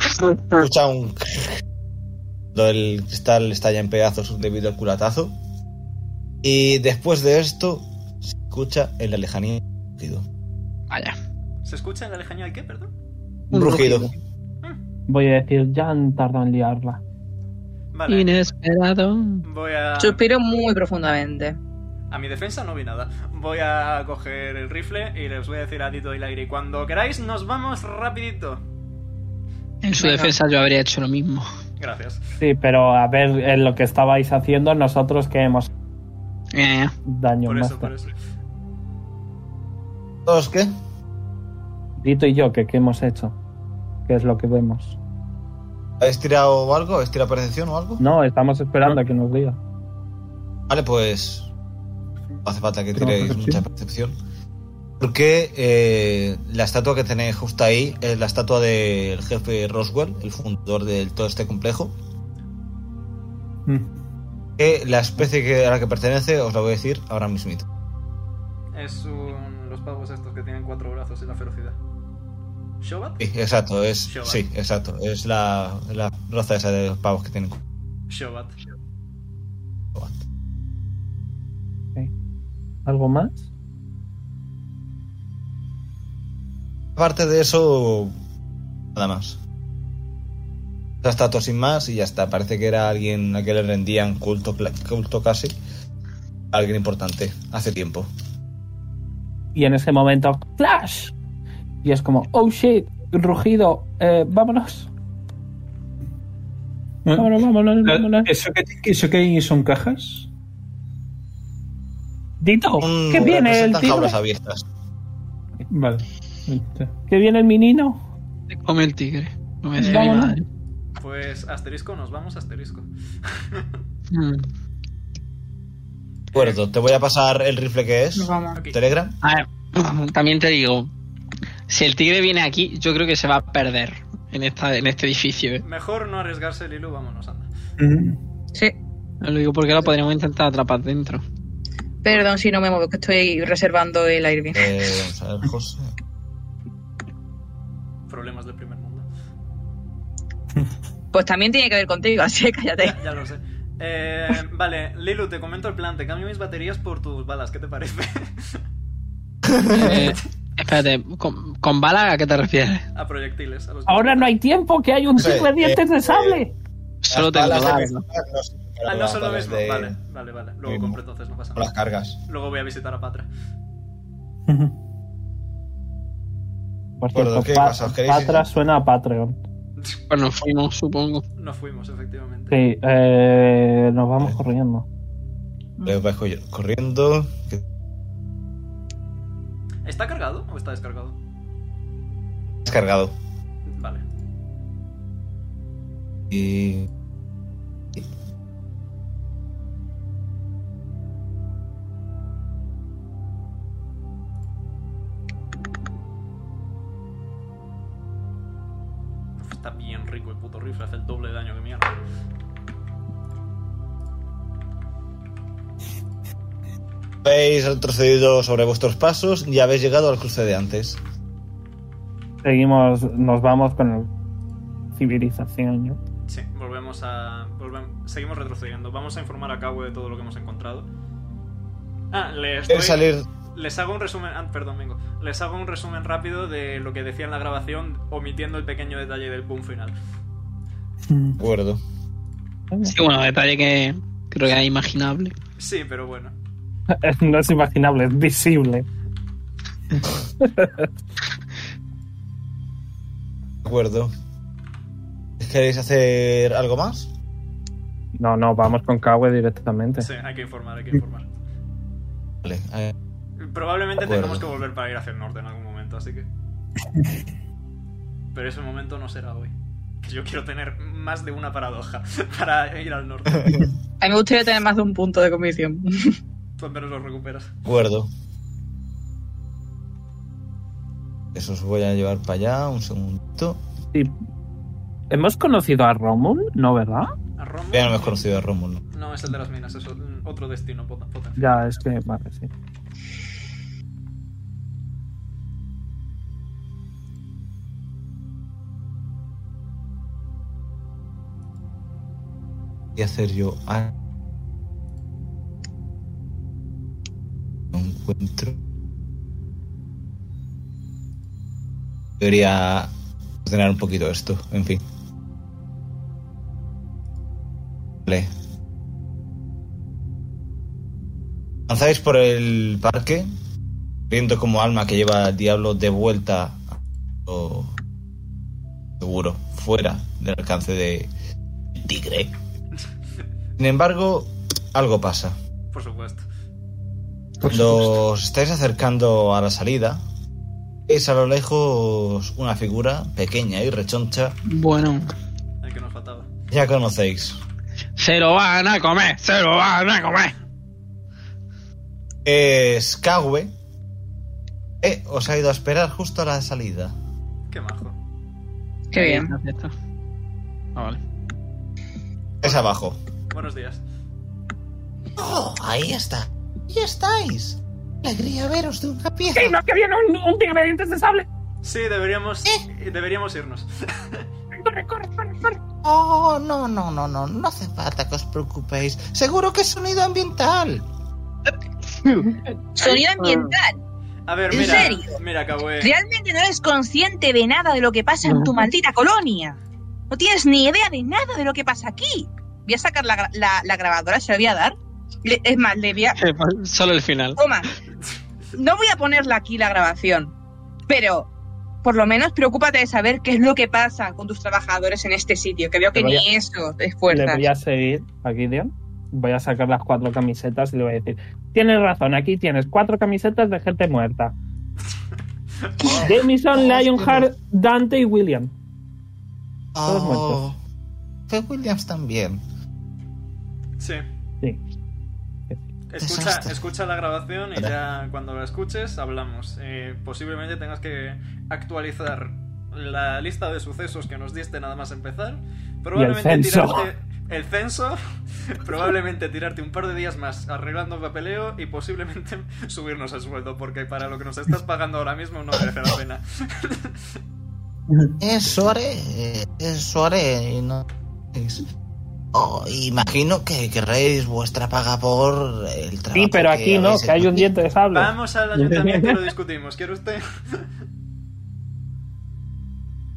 Escucha un... Cuando el cristal estalla en pedazos debido al culatazo. Y después de esto, se escucha en la lejanía un rugido.
Vaya.
¿Se escucha en la lejanía el qué, perdón?
Un rugido.
Voy a decir, ya han tardado en liarla.
Vale.
Inesperado.
Voy a.
Suspiro muy profundamente.
A mi defensa no vi nada. Voy a coger el rifle y les voy a decir a Dito y Lairi: cuando queráis, nos vamos rapidito.
En su
Venga.
defensa yo habría hecho lo mismo.
Gracias.
Sí, pero a ver, en lo que estabais haciendo, nosotros que hemos
Eh,
daño
Por
más.
eso, por eso.
¿Todos qué?
Dito y yo, que qué hemos hecho? ¿Qué es lo que vemos?
¿Habéis tirado algo? ¿Habéis tirado percepción o algo?
No, estamos esperando a que nos diga.
Vale, pues. No hace falta que
Tira
tiréis
percepción.
mucha percepción. Porque eh, la estatua que tenéis justo ahí es la estatua del jefe Roswell, el fundador de todo este complejo.
Mm.
Que la especie que, a la que pertenece, os la voy a decir ahora mismito.
Es un... los pavos estos que tienen cuatro brazos y la ferocidad. ¿Shobat?
Sí, exacto, es.
Shobat.
Sí, exacto. Es la, la raza esa de los pavos que tienen.
Shobat.
¿Algo más?
Aparte de eso, nada más. La estatua sin más y ya está. Parece que era alguien a que le rendían culto, cla- culto casi. Alguien importante, hace tiempo.
Y en ese momento, ¡flash! Y es como, ¡oh shit! Rugido, eh, vámonos,
¿Eh?
vámonos,
Eh,
vámonos, vámonos.
¿Eso que, ¿Eso que hay son cajas?
Dito,
Un-
Oh, ¿qué viene el
representan
tigre?
jaulas abiertas.
Vale. Ahí está.
¿Qué viene el menino?
te come el tigre. No me decía mi
Vámonos.
madre.
Pues asterisco, nos vamos asterisco.
Mm.
De acuerdo, te voy a pasar el rifle que es.
Nos vamos.
Ok.
Telegram.
A ver, también te digo, si el tigre viene aquí, yo creo que se va a perder en esta, en este edificio. ¿eh?
Mejor no arriesgarse, Lilu, vámonos, anda.
Mm.
Sí.
Lo digo porque lo podríamos intentar atrapar dentro.
Perdón si no me muevo, que estoy reservando el aire bien.
Eh, vamos a ver, José.
Problemas del primer mundo.
Pues también tiene que ver contigo, así que cállate.
Ya lo sé. Eh, vale, Lilu, te comento el plan. Te cambio mis baterías por tus balas, ¿qué te parece?
Eh, espérate, ¿con, ¿con bala a qué te refieres?
A proyectiles. A los
Ahora no hay tiempo, que hay un
Sí,
tigre dientes de sable.
Solo
Las
tengo
balas de
bala.
pistola no sirven para
Ah, no
las
son lo
balas
mismo.
de-
Vale, vale, vale. Luego
mismo.
compro entonces, no pasa
para las
nada.
cargas.
Luego voy a visitar a Patra.
Por cierto,
Gordo, ¿qué
Pa-
pasa? ¿Os queréis-
Patra suena a Patreon.
Bueno, fuimos, supongo.
Nos fuimos, efectivamente.
Sí, eh, nos vamos
Sí.
corriendo.
Les vais co- corriendo. que-
¿Está cargado o está descargado?
Descargado.
Vale.
Y.
Está bien rico el puto rifle, hace el doble de daño que mierda.
Habéis retrocedido sobre vuestros pasos y habéis llegado al cruce de antes.
Seguimos, nos vamos con el civilización. ¿no?
Sí, volvemos a. volvem- seguimos retrocediendo. Vamos a informar a Cabo de todo lo que hemos encontrado. Ah, le estoy-
Queréis salir.
Les hago un resumen. ah, perdón, vengo. Les hago un resumen rápido de lo que decía en la grabación, omitiendo el pequeño detalle del boom final.
De acuerdo.
Sí, bueno, detalle que creo que era imaginable.
Sí, pero bueno.
no es imaginable, es visible.
De acuerdo. ¿Queréis hacer algo más?
No, no, vamos con Kawe directamente.
Sí, hay que informar, hay que informar.
Vale. eh,
Probablemente
De acuerdo.
tengamos que volver para ir hacia el norte en algún momento, así que. Pero ese momento no será hoy. Que yo quiero tener más de una paradoja para ir al norte.
A mí me gustaría tener más de un punto de convicción.
Tú al menos lo recuperas.
De acuerdo. Eso os voy a llevar para allá un segundito.
Sí. ¿Hemos conocido a Romul? No, ¿verdad?
¿A Roma?
Ya no me has conocido a Rómulo.
No, es el de las minas, es otro destino pot- potencial.
Ya, es que, vale, sí.
Voy a hacer yo Ah. a... No encuentro. Debería ordenar un poquito esto, en fin. Vale. Avanzáis por el parque, viendo como alma que lleva al diablo de vuelta o seguro, fuera del alcance de tigre. Sin embargo, algo pasa.
Por supuesto.
Cuando os estáis acercando a la salida, es a lo lejos una figura pequeña y rechoncha.
Bueno,
El que nos faltaba.
Ya conocéis.
se lo van a comer, se lo van a comer.
Es Kawe. Eh, os ha ido a esperar justo a la salida.
Qué majo.
Qué bien.
Ahí está. Ah, vale.
Es abajo.
Buenos días.
Oh, ahí está. Ahí estáis. Alegría veros de una pieza.
no, que viene un, un tigre de dientes de sable!
Sí, deberíamos,
¿Eh?
deberíamos irnos.
¡Corre, corre, corre, corre!
Oh, no, no, no, no. No hace falta que os preocupéis. Seguro que es sonido ambiental.
Sonido ambiental.
A ver,
¿En
mira,
serio?
mira, Kawe.
Realmente no eres consciente de nada de lo que pasa en tu maldita colonia. No tienes ni idea de nada de lo que pasa aquí. Voy a sacar la, gra- la- la grabadora, se la voy a dar. Le- es más, le voy a...
Eh, Solo el final.
Toma. No voy a ponerla aquí la grabación. Pero, por lo menos, preocúpate de saber qué es lo que pasa con tus trabajadores en este sitio. Que veo que
Le voy
ni
a-
eso te
Le
esfuerzas.
voy a seguir a Gideon. Voy a sacar las cuatro camisetas y le voy a decir: Tienes razón, aquí tienes cuatro camisetas de gente muerta. Jamison, Lionheart, Dante y William. Todos muertos.
Fue Oh, Williams también.
Sí.
Sí.
Escucha,
Desastre.
escucha la grabación y ya cuando la escuches hablamos. Eh, posiblemente tengas que actualizar la lista de sucesos que nos diste nada más empezar. Probablemente
censo.
tirarte el censo, probablemente tirarte un par de días más arreglando papeleo y posiblemente subirnos el sueldo porque para lo que nos estás pagando ahora mismo no merece la pena.
Eso haré, eh, eso haré. y no- es- Oh, imagino que querréis vuestra paga por el trabajo.
Sí, pero aquí no,
habéis
que hay
hecho.
un diente de sable.
Vamos al ayuntamiento y lo discutimos. ¿Quiere usted?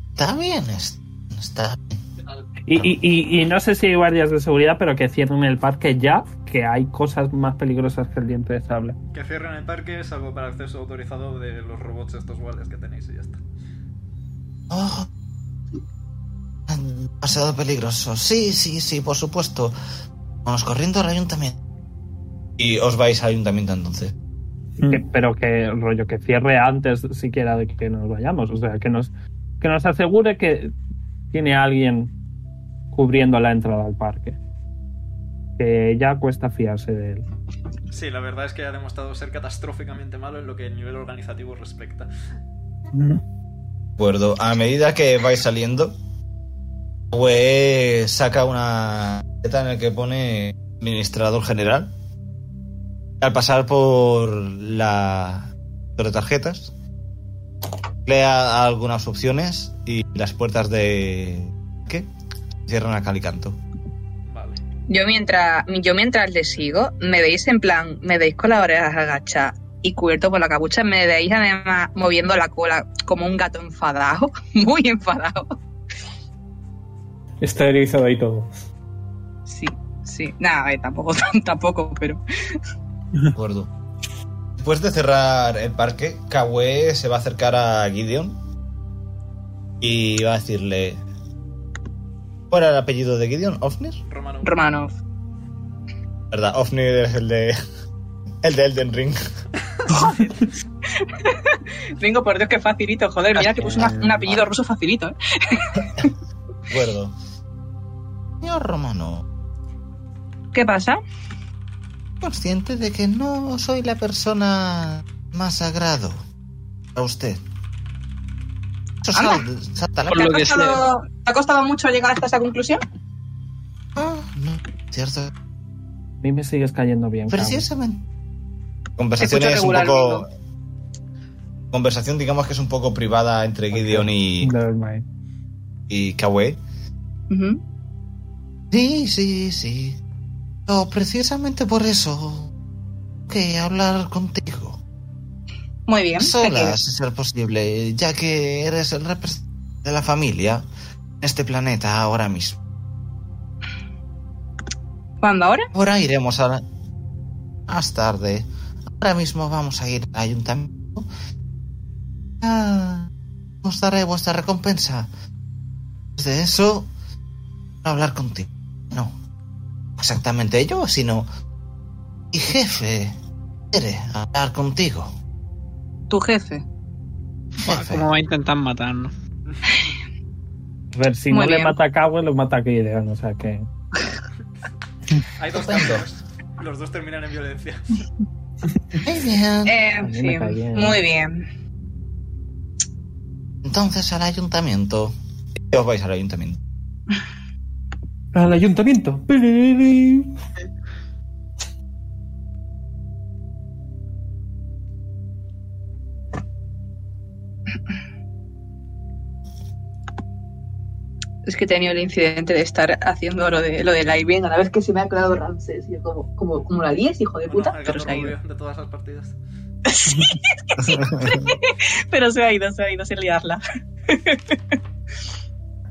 Está bien, es- está bien.
Y, y- y- y no sé si hay guardias de seguridad, pero que cierren el parque ya, que hay cosas más peligrosas que el diente de sable.
Que cierren el parque salvo para acceso autorizado de los robots estos guardias que tenéis y ya está.
Oh, demasiado peligroso. Sí, sí, sí, por supuesto. Vamos corriendo al ayuntamiento. Y os vais al ayuntamiento entonces.
Que- pero que rollo que cierre antes siquiera de que nos vayamos. O sea, que nos, que nos asegure que tiene alguien
cubriendo la entrada al parque. Que ya cuesta fiarse de él.
Sí, la verdad es que ha demostrado ser catastróficamente malo en lo que el nivel organizativo respecta.
acuerdo. A medida que vais saliendo, Hue saca una tarjeta en la que pone administrador general. Al pasar por la por las tarjetas, lea algunas opciones y las puertas de ¿qué? cierran a cal y canto.
Vale.
Yo mientras, yo mientras le sigo, me veis en plan, me veis con las orejas agachadas y cubierto por la capucha, me veis además moviendo la cola como un gato enfadado, muy enfadado.
Está erizado y todo.
Sí, sí. Nada, eh, tampoco, tampoco, pero.
De acuerdo. Después de cerrar el parque, Kawe se va a acercar a Gideon y va a decirle: ¿Cuál era el apellido de Gideon? ¿Ofnir?
Romano.
Romanov.
¿Verdad? Ofnir es el de. El de Elden Ring.
Vengo, por Dios, que facilito, joder, mira que puse una- un apellido ruso facilito, ¿eh?
De acuerdo. Señor Romano,
¿Qué pasa?
consciente de que no soy la persona más agrado para usted. Eso sal- salta a la
Por lo
¿Te ha
que sea.
costado- te ha costado mucho llegar hasta esa conclusión?
Ah, no, cierto.
A mí me sigues cayendo bien. cabrón.
Precisamente. Conversación es un
regular,
poco. Conversación, digamos que es un poco privada entre Gideon y,
Nevermind.
y Kawe.
Ujú.
Sí, sí, sí. No, precisamente por eso que hablar contigo.
Muy bien.
Solas, si ser posible, ya que eres el representante de la familia en este planeta ahora mismo.
¿Cuándo ahora?
Ahora iremos a la- más tarde. Ahora mismo vamos a ir al ayuntamiento. Ah, os daré vuestra recompensa. Desde eso, no hablar contigo. No, exactamente yo, sino mi jefe quiere hablar contigo.
Tu jefe.
Jefe.
¿Cómo va a intentar matarnos?
A ver, si
Muy
no le
bien.
mata a Kawe, lo mata a Gideon. O sea que.
Hay dos cambios. Los dos terminan en violencia.
Muy bien.
Eh,
mí me
sí,
cae bien.
muy bien.
Entonces al ayuntamiento. ¿Qué os vais al ayuntamiento?
Al ayuntamiento. Piriri.
Es que he tenido el incidente de estar haciendo lo, de, lo del bien a la vez que se me ha quedado Ramses. Yo como, como, como la 10, hijo de puta,
Bueno, el
pero
gato
se ha ido.
rubio de todas las partidas.
Pero se ha ido, se ha ido sin liarla.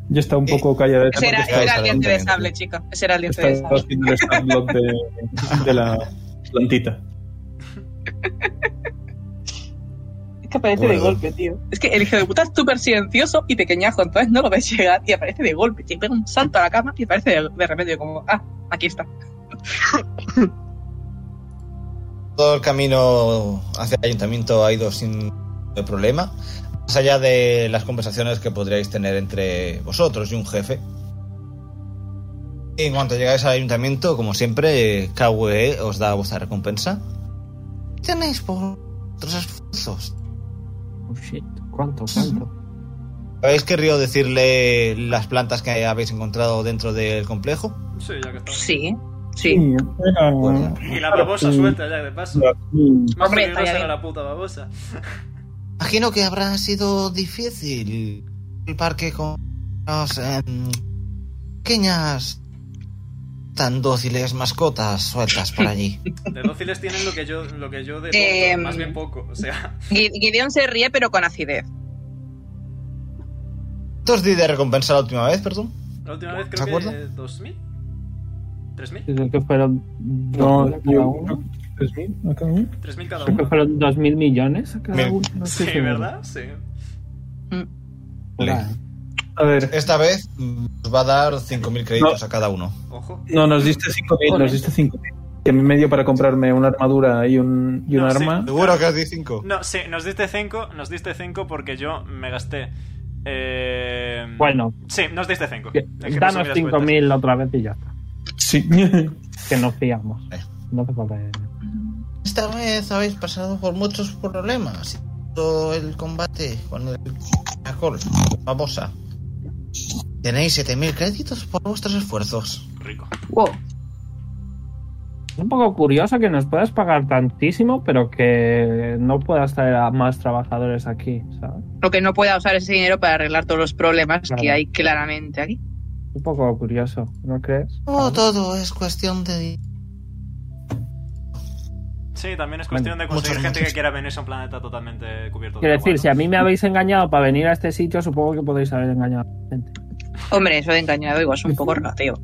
Yo estaba un poco callado.
Ese era,
estáis
ese era el diente de
adelante.
sable, chico. Ese era el diente de
Estaba
sable.
haciendo el stand-up de, de la plantita.
Es que aparece de
Bueno.
golpe, tío.
Es que el hijo de puta es súper silencioso y pequeñajo, entonces no lo ves llegar y aparece de golpe. Te pega un salto a la cama y aparece de, de repente como, ah, aquí está.
Todo el camino hacia el ayuntamiento ha ido sin problema. Más allá de las conversaciones que podríais tener entre vosotros y un jefe. En cuanto llegáis al ayuntamiento, como siempre, KWE os da vuestra recompensa. Tenéis por vuestros esfuerzos.
Oh shit. ¿Cuánto? ¿Cuánto?
¿Habéis querido decirle las plantas que habéis encontrado dentro del complejo?
Sí, ya que está.
Sí, sí.
Sí, era-
Bueno.
Y la babosa
Sí.
suelta ya de paso. Más
Hombre,
peligrosa
vaya
era
bien.
la puta babosa.
Imagino que habrá sido difícil el parque con las em, pequeñas tan dóciles mascotas sueltas por allí.
De dóciles tienen lo que yo, lo que yo de
Eh,
tonto, más bien poco. O sea,
Gui- Gideon se ríe pero con acidez.
¿Cuántos di de recompensa la última vez, perdón?
la última vez
¿Se
creo
acuerda?
que... ¿2000? ¿3000?
Creo que fueron.
No,
dos mil a cada
yo
uno.
¿Es mil? ¿A cada uno?
¿3000 cada
Creo que
uno?
fueron dos mil millones a cada
Mil.
uno. no
Sí,
estoy seguro.
¿verdad? Sí.
Vale.
A ver,
Esta vez mm, os va a dar 5.000 créditos a cada uno.
Ojo.
no, nos diste 5.000, nos diste 5.000. Que me dio para comprarme una armadura y un, y un
No, sí.
arma.
¿Seguro que has di 5?
No, sí, nos diste 5, nos diste 5 porque yo me gasté Eh,
Bueno,
Sí, nos diste 5.
danos 5.000 otra vez y ya está.
Sí.
Que nos fiamos.
Eh.
No hace falta.
Esta vez habéis pasado por muchos problemas. Todo el combate con el caracol, famosa. Tenéis 7.000 créditos por vuestros esfuerzos.
Rico.
Wow.
Es un poco curioso que nos puedas pagar tantísimo, pero que no puedas traer a más trabajadores aquí, ¿sabes?
Lo que no pueda usar ese dinero para arreglar todos los problemas que
Claro.
hay claramente aquí.
Un poco curioso, ¿no crees?
No todo es cuestión de...
Sí, también es cuestión de conseguir pues,
Muchas
gente que
gracias.
quiera venirse a un planeta totalmente cubierto de
Quiero
agua,
decir,
¿no?
si a mí me habéis engañado para venir a este sitio, supongo que podéis haber engañado a la gente.
Hombre, eso de engañado igual es un poco relativo.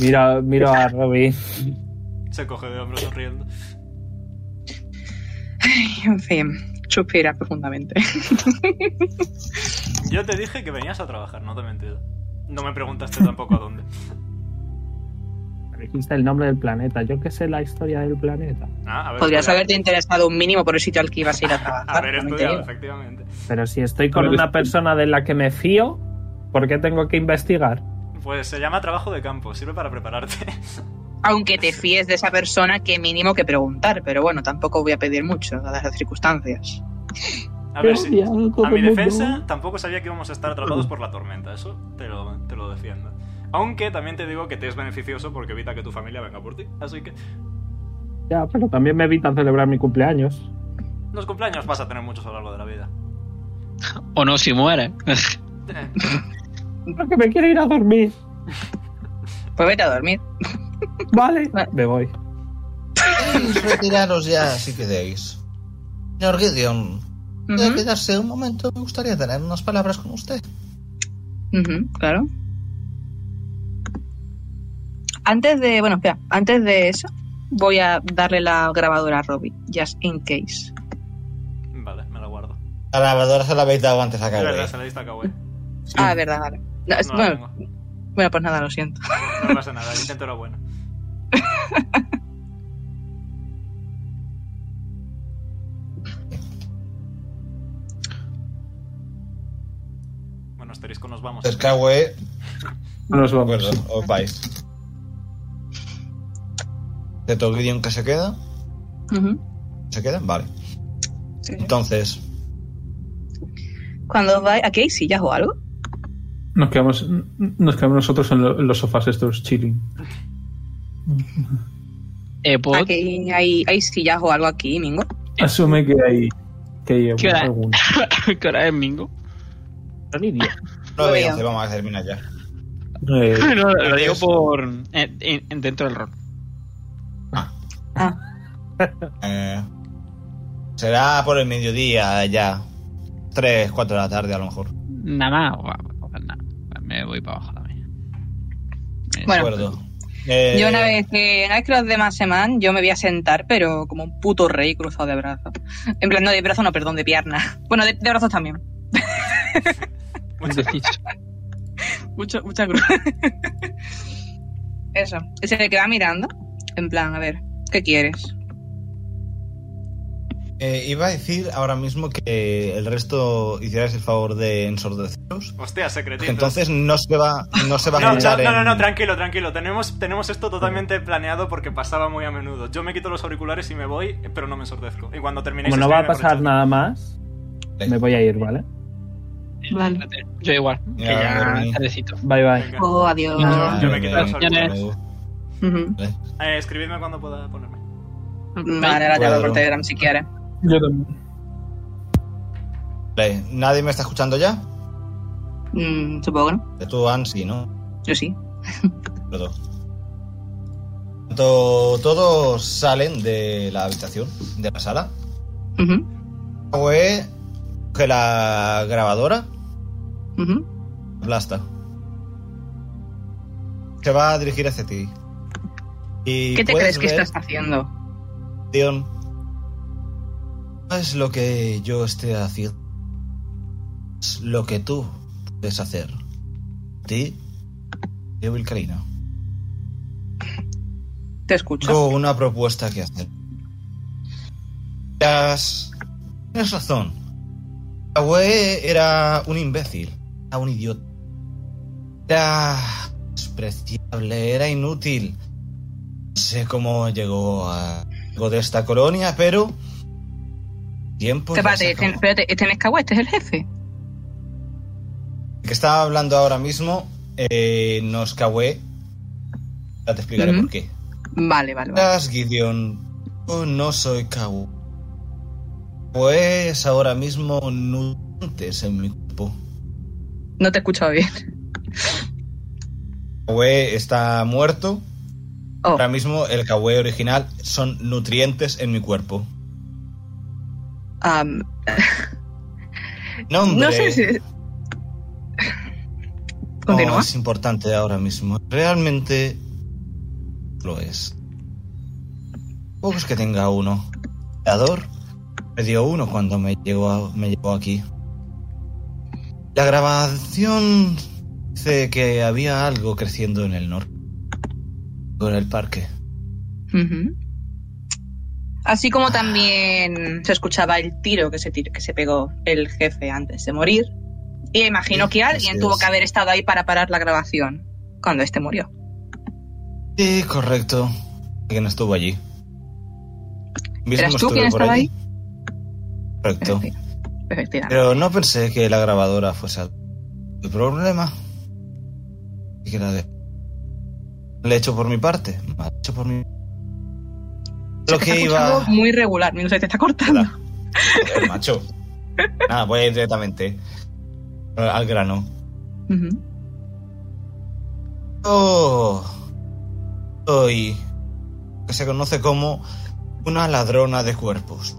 Mira, miro a Robbie.
Se coge de hombros sonriendo.
En fin, suspira profundamente.
Pues Yo te dije que venías a trabajar, no te he mentido. No me preguntaste tampoco a dónde.
Dijiste el nombre del planeta. Yo que sé la historia del planeta.
Ah, a ver,
Podrías
estudiado.
haberte interesado un mínimo por el sitio al que ibas a ir a trabajar.
Haber
también te
estudiado,
digo.
efectivamente.
Pero si estoy con
Pero
una
es-
persona de la que me fío, ¿por qué tengo que investigar?
Pues se llama trabajo de campo, sirve para prepararte.
Aunque te fíes de esa persona, que mínimo que preguntar. Pero bueno, tampoco voy a pedir mucho, dadas las circunstancias.
A ver si. A mi defensa, tampoco sabía que íbamos a estar atrapados por la tormenta, eso te lo, te lo defiendo. Aunque también te digo que te es beneficioso porque evita que tu familia venga por ti. Así que
Ya, pero también me evitan celebrar mi cumpleaños.
los cumpleaños vas a tener muchos a lo largo de la vida.
O no, si muere.
Eh,
Porque me quiero ir a dormir.
Pues vete a dormir.
Vale.
Vale.
Me voy.
Podéis retiraros ya si queréis. Señor Gideon, ¿puede
Ujú,
quedarse un momento? Me gustaría tener unas palabras con usted.
ujú, claro. Antes de. Bueno, espera. Antes de eso, voy a darle la grabadora a Robbie. Just in case.
Vale, me la guardo.
La grabadora se la habéis dado antes a
Es verdad,
Kaori.
se la diste a Kawaii.
Ah, verdad, vale. No, es-
No la
bueno,
tengo.
bueno, pues nada, lo siento.
No pasa nada, el intento era bueno. Bueno, asterisco, nos vamos.
Entonces, Kawe,
Nos
de
vamos.
acuerdo, eh, os vais. Excepto Gideon que se queda.
Ujú,
¿Se queda? Vale.
sí.
Entonces,
Cuando vais. ¿Aquí hay sillas o algo?
Nos quedamos, nos quedamos nosotros en, lo- en los sofás estos chilling.
Eh, pod,
Aquí hay, hay sillas o algo aquí, Mingo.
Asume que hay, que hay
¿Qué hora?
alguno.
¿Qué hora es, Mingo?
Son idiotas.
9 y
Veo.
11, vamos a terminar ya.
Eh,
No, lo digo por. en- en- dentro del rol.
Eh, será por el mediodía ya. 3, 4 de la tarde a lo mejor.
Nada más. guau, guau, nada. Me voy para abajo también. Me
De
Bueno.
acuerdo. Eh,
Yo una vez que, una vez que los demás se van, yo me voy a sentar, pero como un puto rey cruzado de brazos. En plan, no, de brazos no, perdón, de pierna. Bueno, de, de brazos también.
siento desdicho.
Mucha, mucha cruz. Eso. Y se le queda mirando. En plan, a ver, ¿qué quieres?
eh, iba a decir ahora mismo que el resto hicierais el favor de ensordeceros.
Hostia, secretito.
Porque entonces no se va, no se va
No,
a
no,
juntar
no, no, no,
en-
tranquilo, tranquilo. Tenemos, tenemos esto totalmente planeado porque pasaba muy a menudo. Yo me quito los auriculares y me voy, pero no me ensordezco. Y cuando terminéis...
Como no
estoy
va
en
a
el
pasar
correcto.
nada más, me voy a ir, ¿vale?
Vale.
Yo igual. Que
Ya,
ya
dormí.
tardecito.
Bye bye.
Venga.
Oh, adiós.
Ah,
Yo me quito los
Gracias.
auriculares.
Ujú.
Eh, escribidme cuando pueda ponerme.
Vale, ahora te hablo por
Cuadro.
Telegram si quieres.
yo también.
Vale, ¿Nadie me está escuchando ya?
Mm, supongo que no.
De tú, Ansi, ¿no?
Yo sí.
Los dos. Tanto- Todos salen de la habitación, de la sala.
Ujú,
Kawe coge la grabadora,
ujú.
aplasta. Se va a dirigir hacia ti. Y
¿Qué te
puedes
crees que
ver,
estás haciendo?
Dion, no es lo que yo esté haciendo. Es lo que tú puedes hacer. A Ti, Evil Karina.
Te escucho.
Tengo una propuesta que hacer. Las- Tienes razón. Yahweh era un imbécil, era un idiota. Era despreciable, era inútil. No sé cómo llegó a algo de esta colonia, pero. Tiempo. ya se
Espérate,
acabó.
ten- espérate, este es Kawa, este es el jefe.
El que está hablando ahora mismo eh, no es Kawe. Ya te explicaré
Ujú.
por qué.
Vale, vale, vale.
Gracias, Gideon. Yo no soy Kawe. Pues ahora mismo nutrientes en mi cuerpo.
No te he escuchado bien.
Kawe está muerto.
Oh.
Ahora mismo el Kawe original son nutrientes en mi cuerpo.
Am,
Nombre
no sé si.
no
Continúa.
Oh, es importante ahora mismo. Realmente lo es. Tampoco es que tenga uno. Creador me dio uno cuando me llegó, a- me llegó aquí. La grabación dice que había algo creciendo en el norte. Con el parque.
Ujú. Así como también se escuchaba el tiro que se, tir- que se pegó el jefe antes de morir. Y imagino
Sí,
que
así
alguien tuvo
es.
que haber estado ahí para parar la grabación cuando este murió.
Sí, correcto. ¿Quién estuvo allí? Mismo
¿Eras tú
estuve
quien
por
estaba
allí. Correcto.
Efecti- Efectivamente.
Pero no pensé que la grabadora fuese al- el problema. Y que la de... Le he hecho por mi parte. Mal hecho por mi...
Se
Lo
te está
que iba...
escuchando muy regular, no se te está cortando.
Hola. Joder, macho. Nada, voy a ir directamente al grano.
Ujú.
Yo soy lo que se conoce como una ladrona de cuerpos.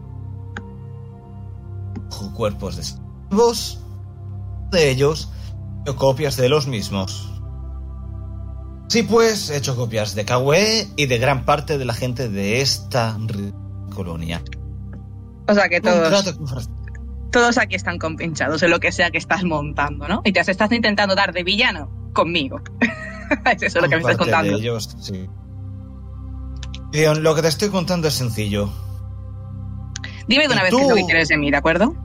Cojo Cuerpos de esclavos, de ellos, yo copias de los mismos. Sí, pues, he hecho copias de Kawe y de gran parte de la gente de esta ri- colonia.
O sea que
Un
todos,
trato con Fran-
todos aquí están compinchados en lo que sea que estás montando, ¿no? Y te has- estás intentando dar de villano conmigo. es eso lo que me
Gran parte
estás contando.
de ellos, sí. Leon, lo que te estoy contando es sencillo.
Dime de una
Y
vez qué es lo
tú-
que quieres de mí, ¿de acuerdo?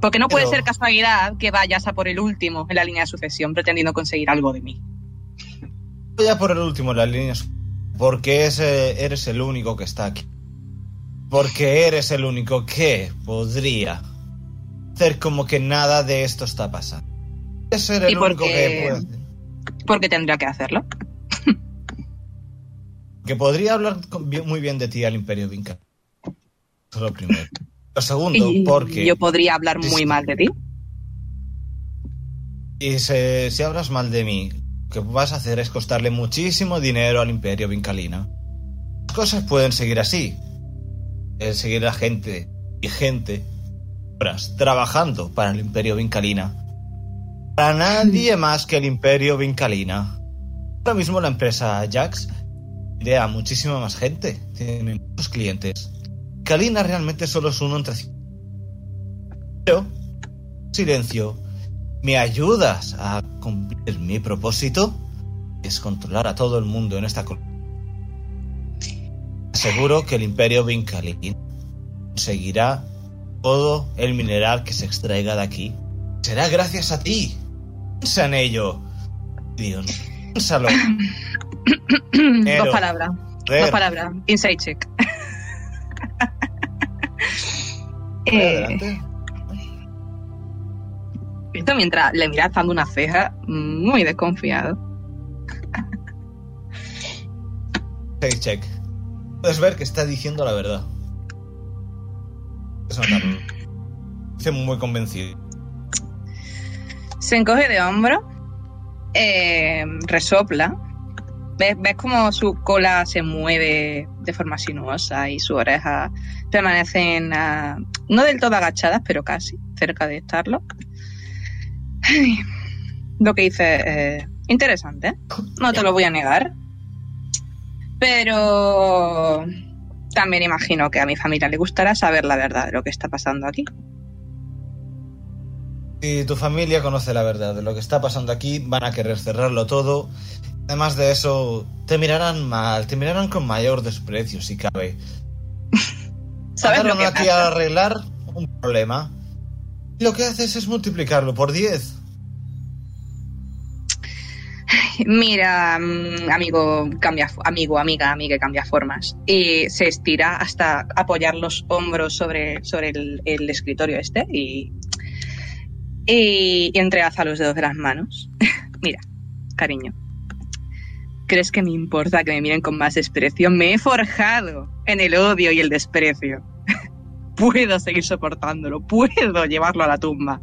Porque no puede
Pero-
ser casualidad que vayas a por el último en la línea de sucesión pretendiendo conseguir algo de mí.
Voy a por el último en las líneas. Porque es, eh, eres el único que está aquí. Porque eres el único que podría hacer como que nada de esto está pasando. Es ser
Y
el
porque-
único que, puede-
Porque tendría que hacerlo.
que podría hablar con- bien- muy bien de ti al Imperio Vinca. Eso es lo primero. Lo segundo,
Y
porque
yo podría hablar
Sí,
muy
sí.
mal de ti.
y se- si hablas mal de mí, lo que vas a hacer es costarle muchísimo dinero al Imperio Vincalina. Las cosas pueden seguir así. El seguir la gente y gente horas trabajando para el Imperio Vincalina. Para nadie más que el Imperio Vincalina. Ahora mismo la empresa Jax tiene a muchísima más gente. Tiene muchos clientes. Vincalina realmente solo es uno entre cinco. Pero, silencio, ¿me ayudas a cumplir mi propósito? Es controlar a todo el mundo en esta colonia. Aseguro que el Imperio Vincalina conseguirá todo el mineral que se extraiga de aquí. Será gracias a ti. Piensa en ello. Dios, piénsalo. Pero-
Dos palabras. Dos
Ver,
palabras. Inside check. eh,
adelante.
esto mientras le miras dando una ceja mm, muy desconfiado.
Face check. Puedes ver que está diciendo la verdad. Es notarlo. Dice muy convencido.
Se encoge de hombro, eh, resopla. ¿Ves, ves cómo su cola se mueve de forma sinuosa y sus orejas permanecen ah, no del todo agachadas, pero casi cerca de estarlo. Ay, Lo que dice eh, interesante, ¿eh? no te lo voy a negar. Pero también imagino que a mi familia le gustará saber la verdad de lo que está pasando aquí.
Si tu familia conoce la verdad de lo que está pasando aquí, van a querer cerrarlo todo. Además de eso, te mirarán mal, te mirarán con mayor desprecio si cabe.
¿Sabes lo
Mandaron
que
aquí
pasa?
a arreglar un problema. Lo que haces es multiplicarlo por 10.
Mira, mm, amigo, cambia, fo- amigo, amiga, amiga, cambia formas. Y se estira hasta apoyar los hombros sobre, sobre el, el escritorio este y, y, y entrelaza los dedos de las manos. Mira, cariño, ¿crees que me importa que me miren con más desprecio? Me he forjado en el odio y el desprecio. puedo seguir soportándolo, puedo llevarlo a la tumba.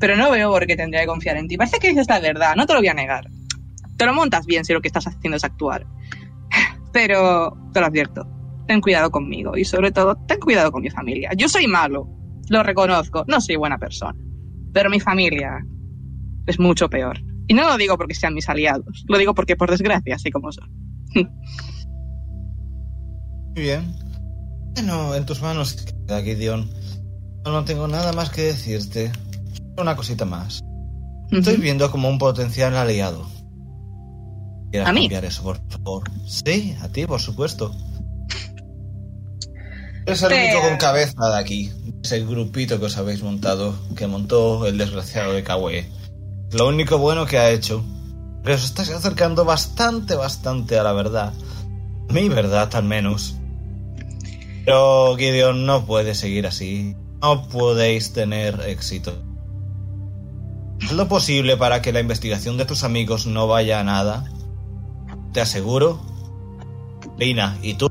Pero no veo por qué tendría que confiar en ti. Parece que dices la verdad, no te lo voy a negar. Te lo montas bien si lo que estás haciendo es actuar. Pero te lo advierto, ten cuidado conmigo y sobre todo ten cuidado con mi familia. Yo soy malo, lo reconozco, no soy buena persona. Pero mi familia es mucho peor. Y no lo digo porque sean mis aliados, lo digo porque por desgracia, así como son.
Muy bien. Bueno, en tus manos queda aquí, Dion. No, no tengo nada más que decirte. Una cosita más. Estoy viendo como un potencial aliado. ¿Quieres
¿A mí?
cambiar eso, por favor? Sí, a ti, por supuesto. Eres el
Te-
único con cabeza de aquí. Es el grupito que os habéis montado, que montó el desgraciado de Kawe. Lo único bueno que ha hecho. Que os estáis acercando bastante, bastante a la verdad. Mi verdad, al menos. Pero Gideon no puede seguir así. No podéis tener éxito. Haz lo posible para que la investigación de tus amigos no vaya a nada. Te aseguro, Lina y tú,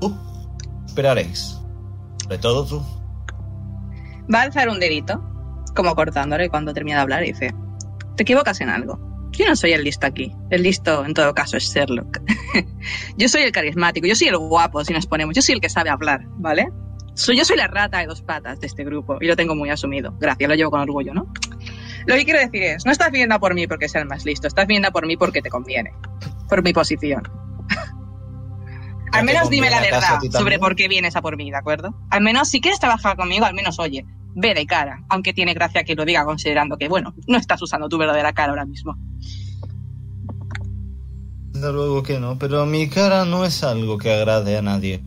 esperaréis. Sobre todo tú.
Va a alzar un dedito, como cortándole cuando termina de hablar y dice, te equivocas en algo. Yo no soy el listo aquí. El listo, en todo caso, es Sherlock. yo soy el carismático, yo soy el guapo, si nos ponemos. Yo soy el que sabe hablar, ¿vale? Soy, yo soy la rata de dos patas de este grupo y lo tengo muy asumido. Gracias, lo llevo con orgullo, ¿no? Lo que quiero decir es, no estás viendo por mí porque sea el más listo, estás viendo por mí porque te conviene, por mi posición.
Ya
al
te
menos dime la
conviene, ¿acaso
verdad
a ti también?
sobre por qué vienes a por mí, ¿de acuerdo? Al menos, si quieres trabajar conmigo, al menos oye, ve de cara, aunque tiene gracia que lo diga considerando que, bueno, no estás usando tu verdadera cara ahora mismo.
Desde luego que no, pero mi cara no es algo que agrade a nadie.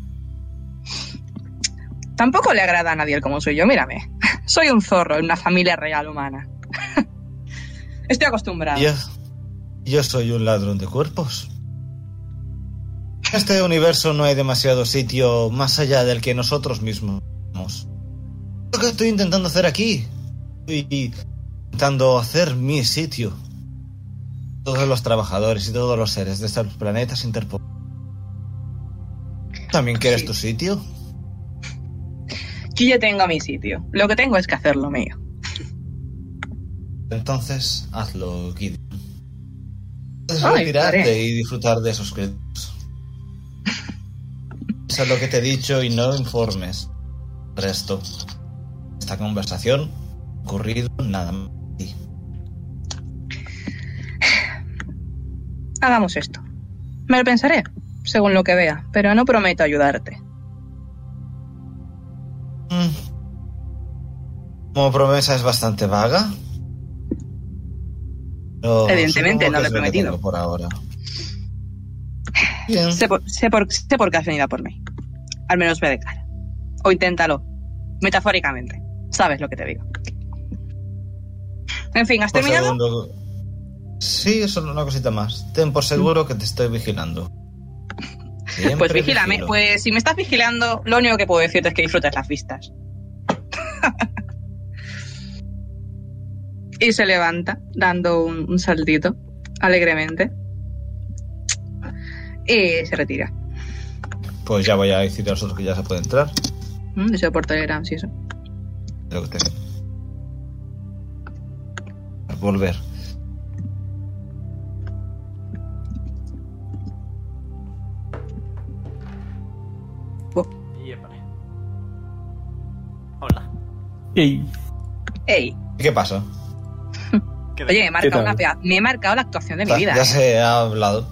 Tampoco le agrada a nadie el como soy yo, mírame. Soy un zorro en una familia real humana. Estoy acostumbrado.
Yo, yo soy un ladrón de cuerpos. En este universo no hay demasiado sitio más allá del que nosotros mismos. vamos. Lo que estoy intentando hacer aquí. Estoy intentando hacer mi sitio. Todos los trabajadores y todos los seres de estos planetas interpuestos. ¿También quieres
Sí.
tu sitio?
Yo ya tengo mi sitio. Lo que tengo es que hacer lo mío.
Entonces, hazlo, Gideon. Puedes
Ay,
retirarte
haré.
y disfrutar de esos créditos. Eso es lo que te he dicho y no informes. el Resto. Esta conversación no ha ocurrido nada más. que ti.
Hagamos esto. Me lo pensaré, según lo que vea, pero no prometo ayudarte.
Mm. Como promesa es bastante vaga. Pero
Evidentemente,
supongo
no
que
lo he
es que
prometido.
tengo Por ahora. Bien.
Sé por, sé, por, sé por qué has venido a por mí. Al menos ve de cara. O inténtalo. Metafóricamente. Sabes lo que te digo. En fin, ¿has
Por
terminado?
segundo- Sí, solo una cosita más. Ten por seguro que te estoy vigilando. Siempre
Pues vigílame.
vigilo.
Pues si me estás vigilando, lo único que puedo decirte es que disfrutes las vistas. y se levanta, dando un, un saltito, alegremente. Y se retira.
Pues ya voy a decir a los otros que ya se puede entrar.
Mm, Deseo por Telegram, sí, eso.
Lo que tengo. Al Volver.
Y épale. Hola.
Y
Ey,
¿Y ¿Qué pasa?
¿Qué
oye, me he marcado,
tal?
una pea- me he marcado la actuación de mi
Ya-
vida.
Ah, ya
¿eh?
se ha hablado.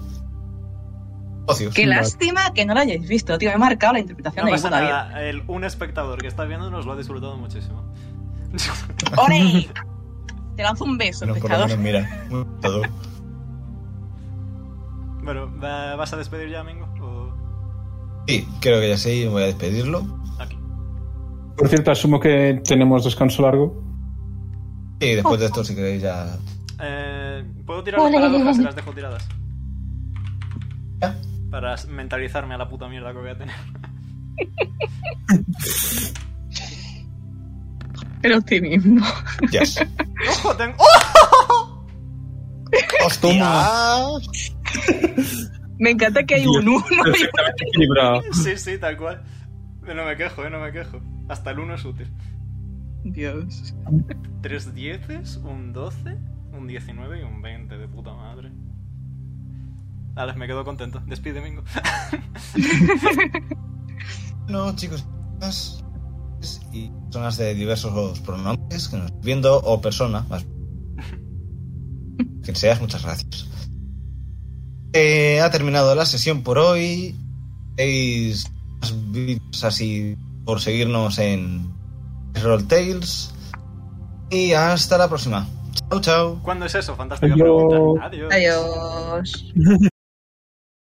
Ocios.
Qué
Vale.
lástima que no la hayáis visto, tío. Me he marcado la interpretación
No
de
pasa
mi puta vida.
nada. El, un espectador que está viendo nos lo ha disfrutado muchísimo.
¡Ole! Te lanzo un beso,
Bueno, por lo
pescador.
menos, mira. un pescador.
bueno, ¿va- ¿vas a despedir ya, Mingo? O...
Sí, creo que ya sí, voy a despedirlo.
Aquí.
Por cierto, asumo que tenemos descanso largo.
Y después de esto, si queréis, ya.
Eh, ¿Puedo tirar las paradojas y las dejo tiradas? Para mentalizarme a la puta mierda que voy a tener.
El optimismo.
Yes.
¡Ojo! Tengo... ¡Oh!
¡Hostia!
Me encanta que hay un uno y un
Perfectamente equilibrado.
¡Oh! Sí, sí, tal cual. No me quejo, eh, no me quejo. Hasta el 1 es útil.
Dios.
Tres dieces, un 12, un 19 y un 20 de puta madre. Alex, me quedo contento. Despide, Mingo.
No, chicos y personas de diversos pronombres que nos estén viendo o persona más quien seas muchas gracias Eh, ha terminado la sesión por hoy tenéis más vídeos así por seguirnos en Roll Tales y hasta la próxima chao chao
¿Cuándo es eso? Fantástica
Adiós.
pregunta. Adiós.
Adiós.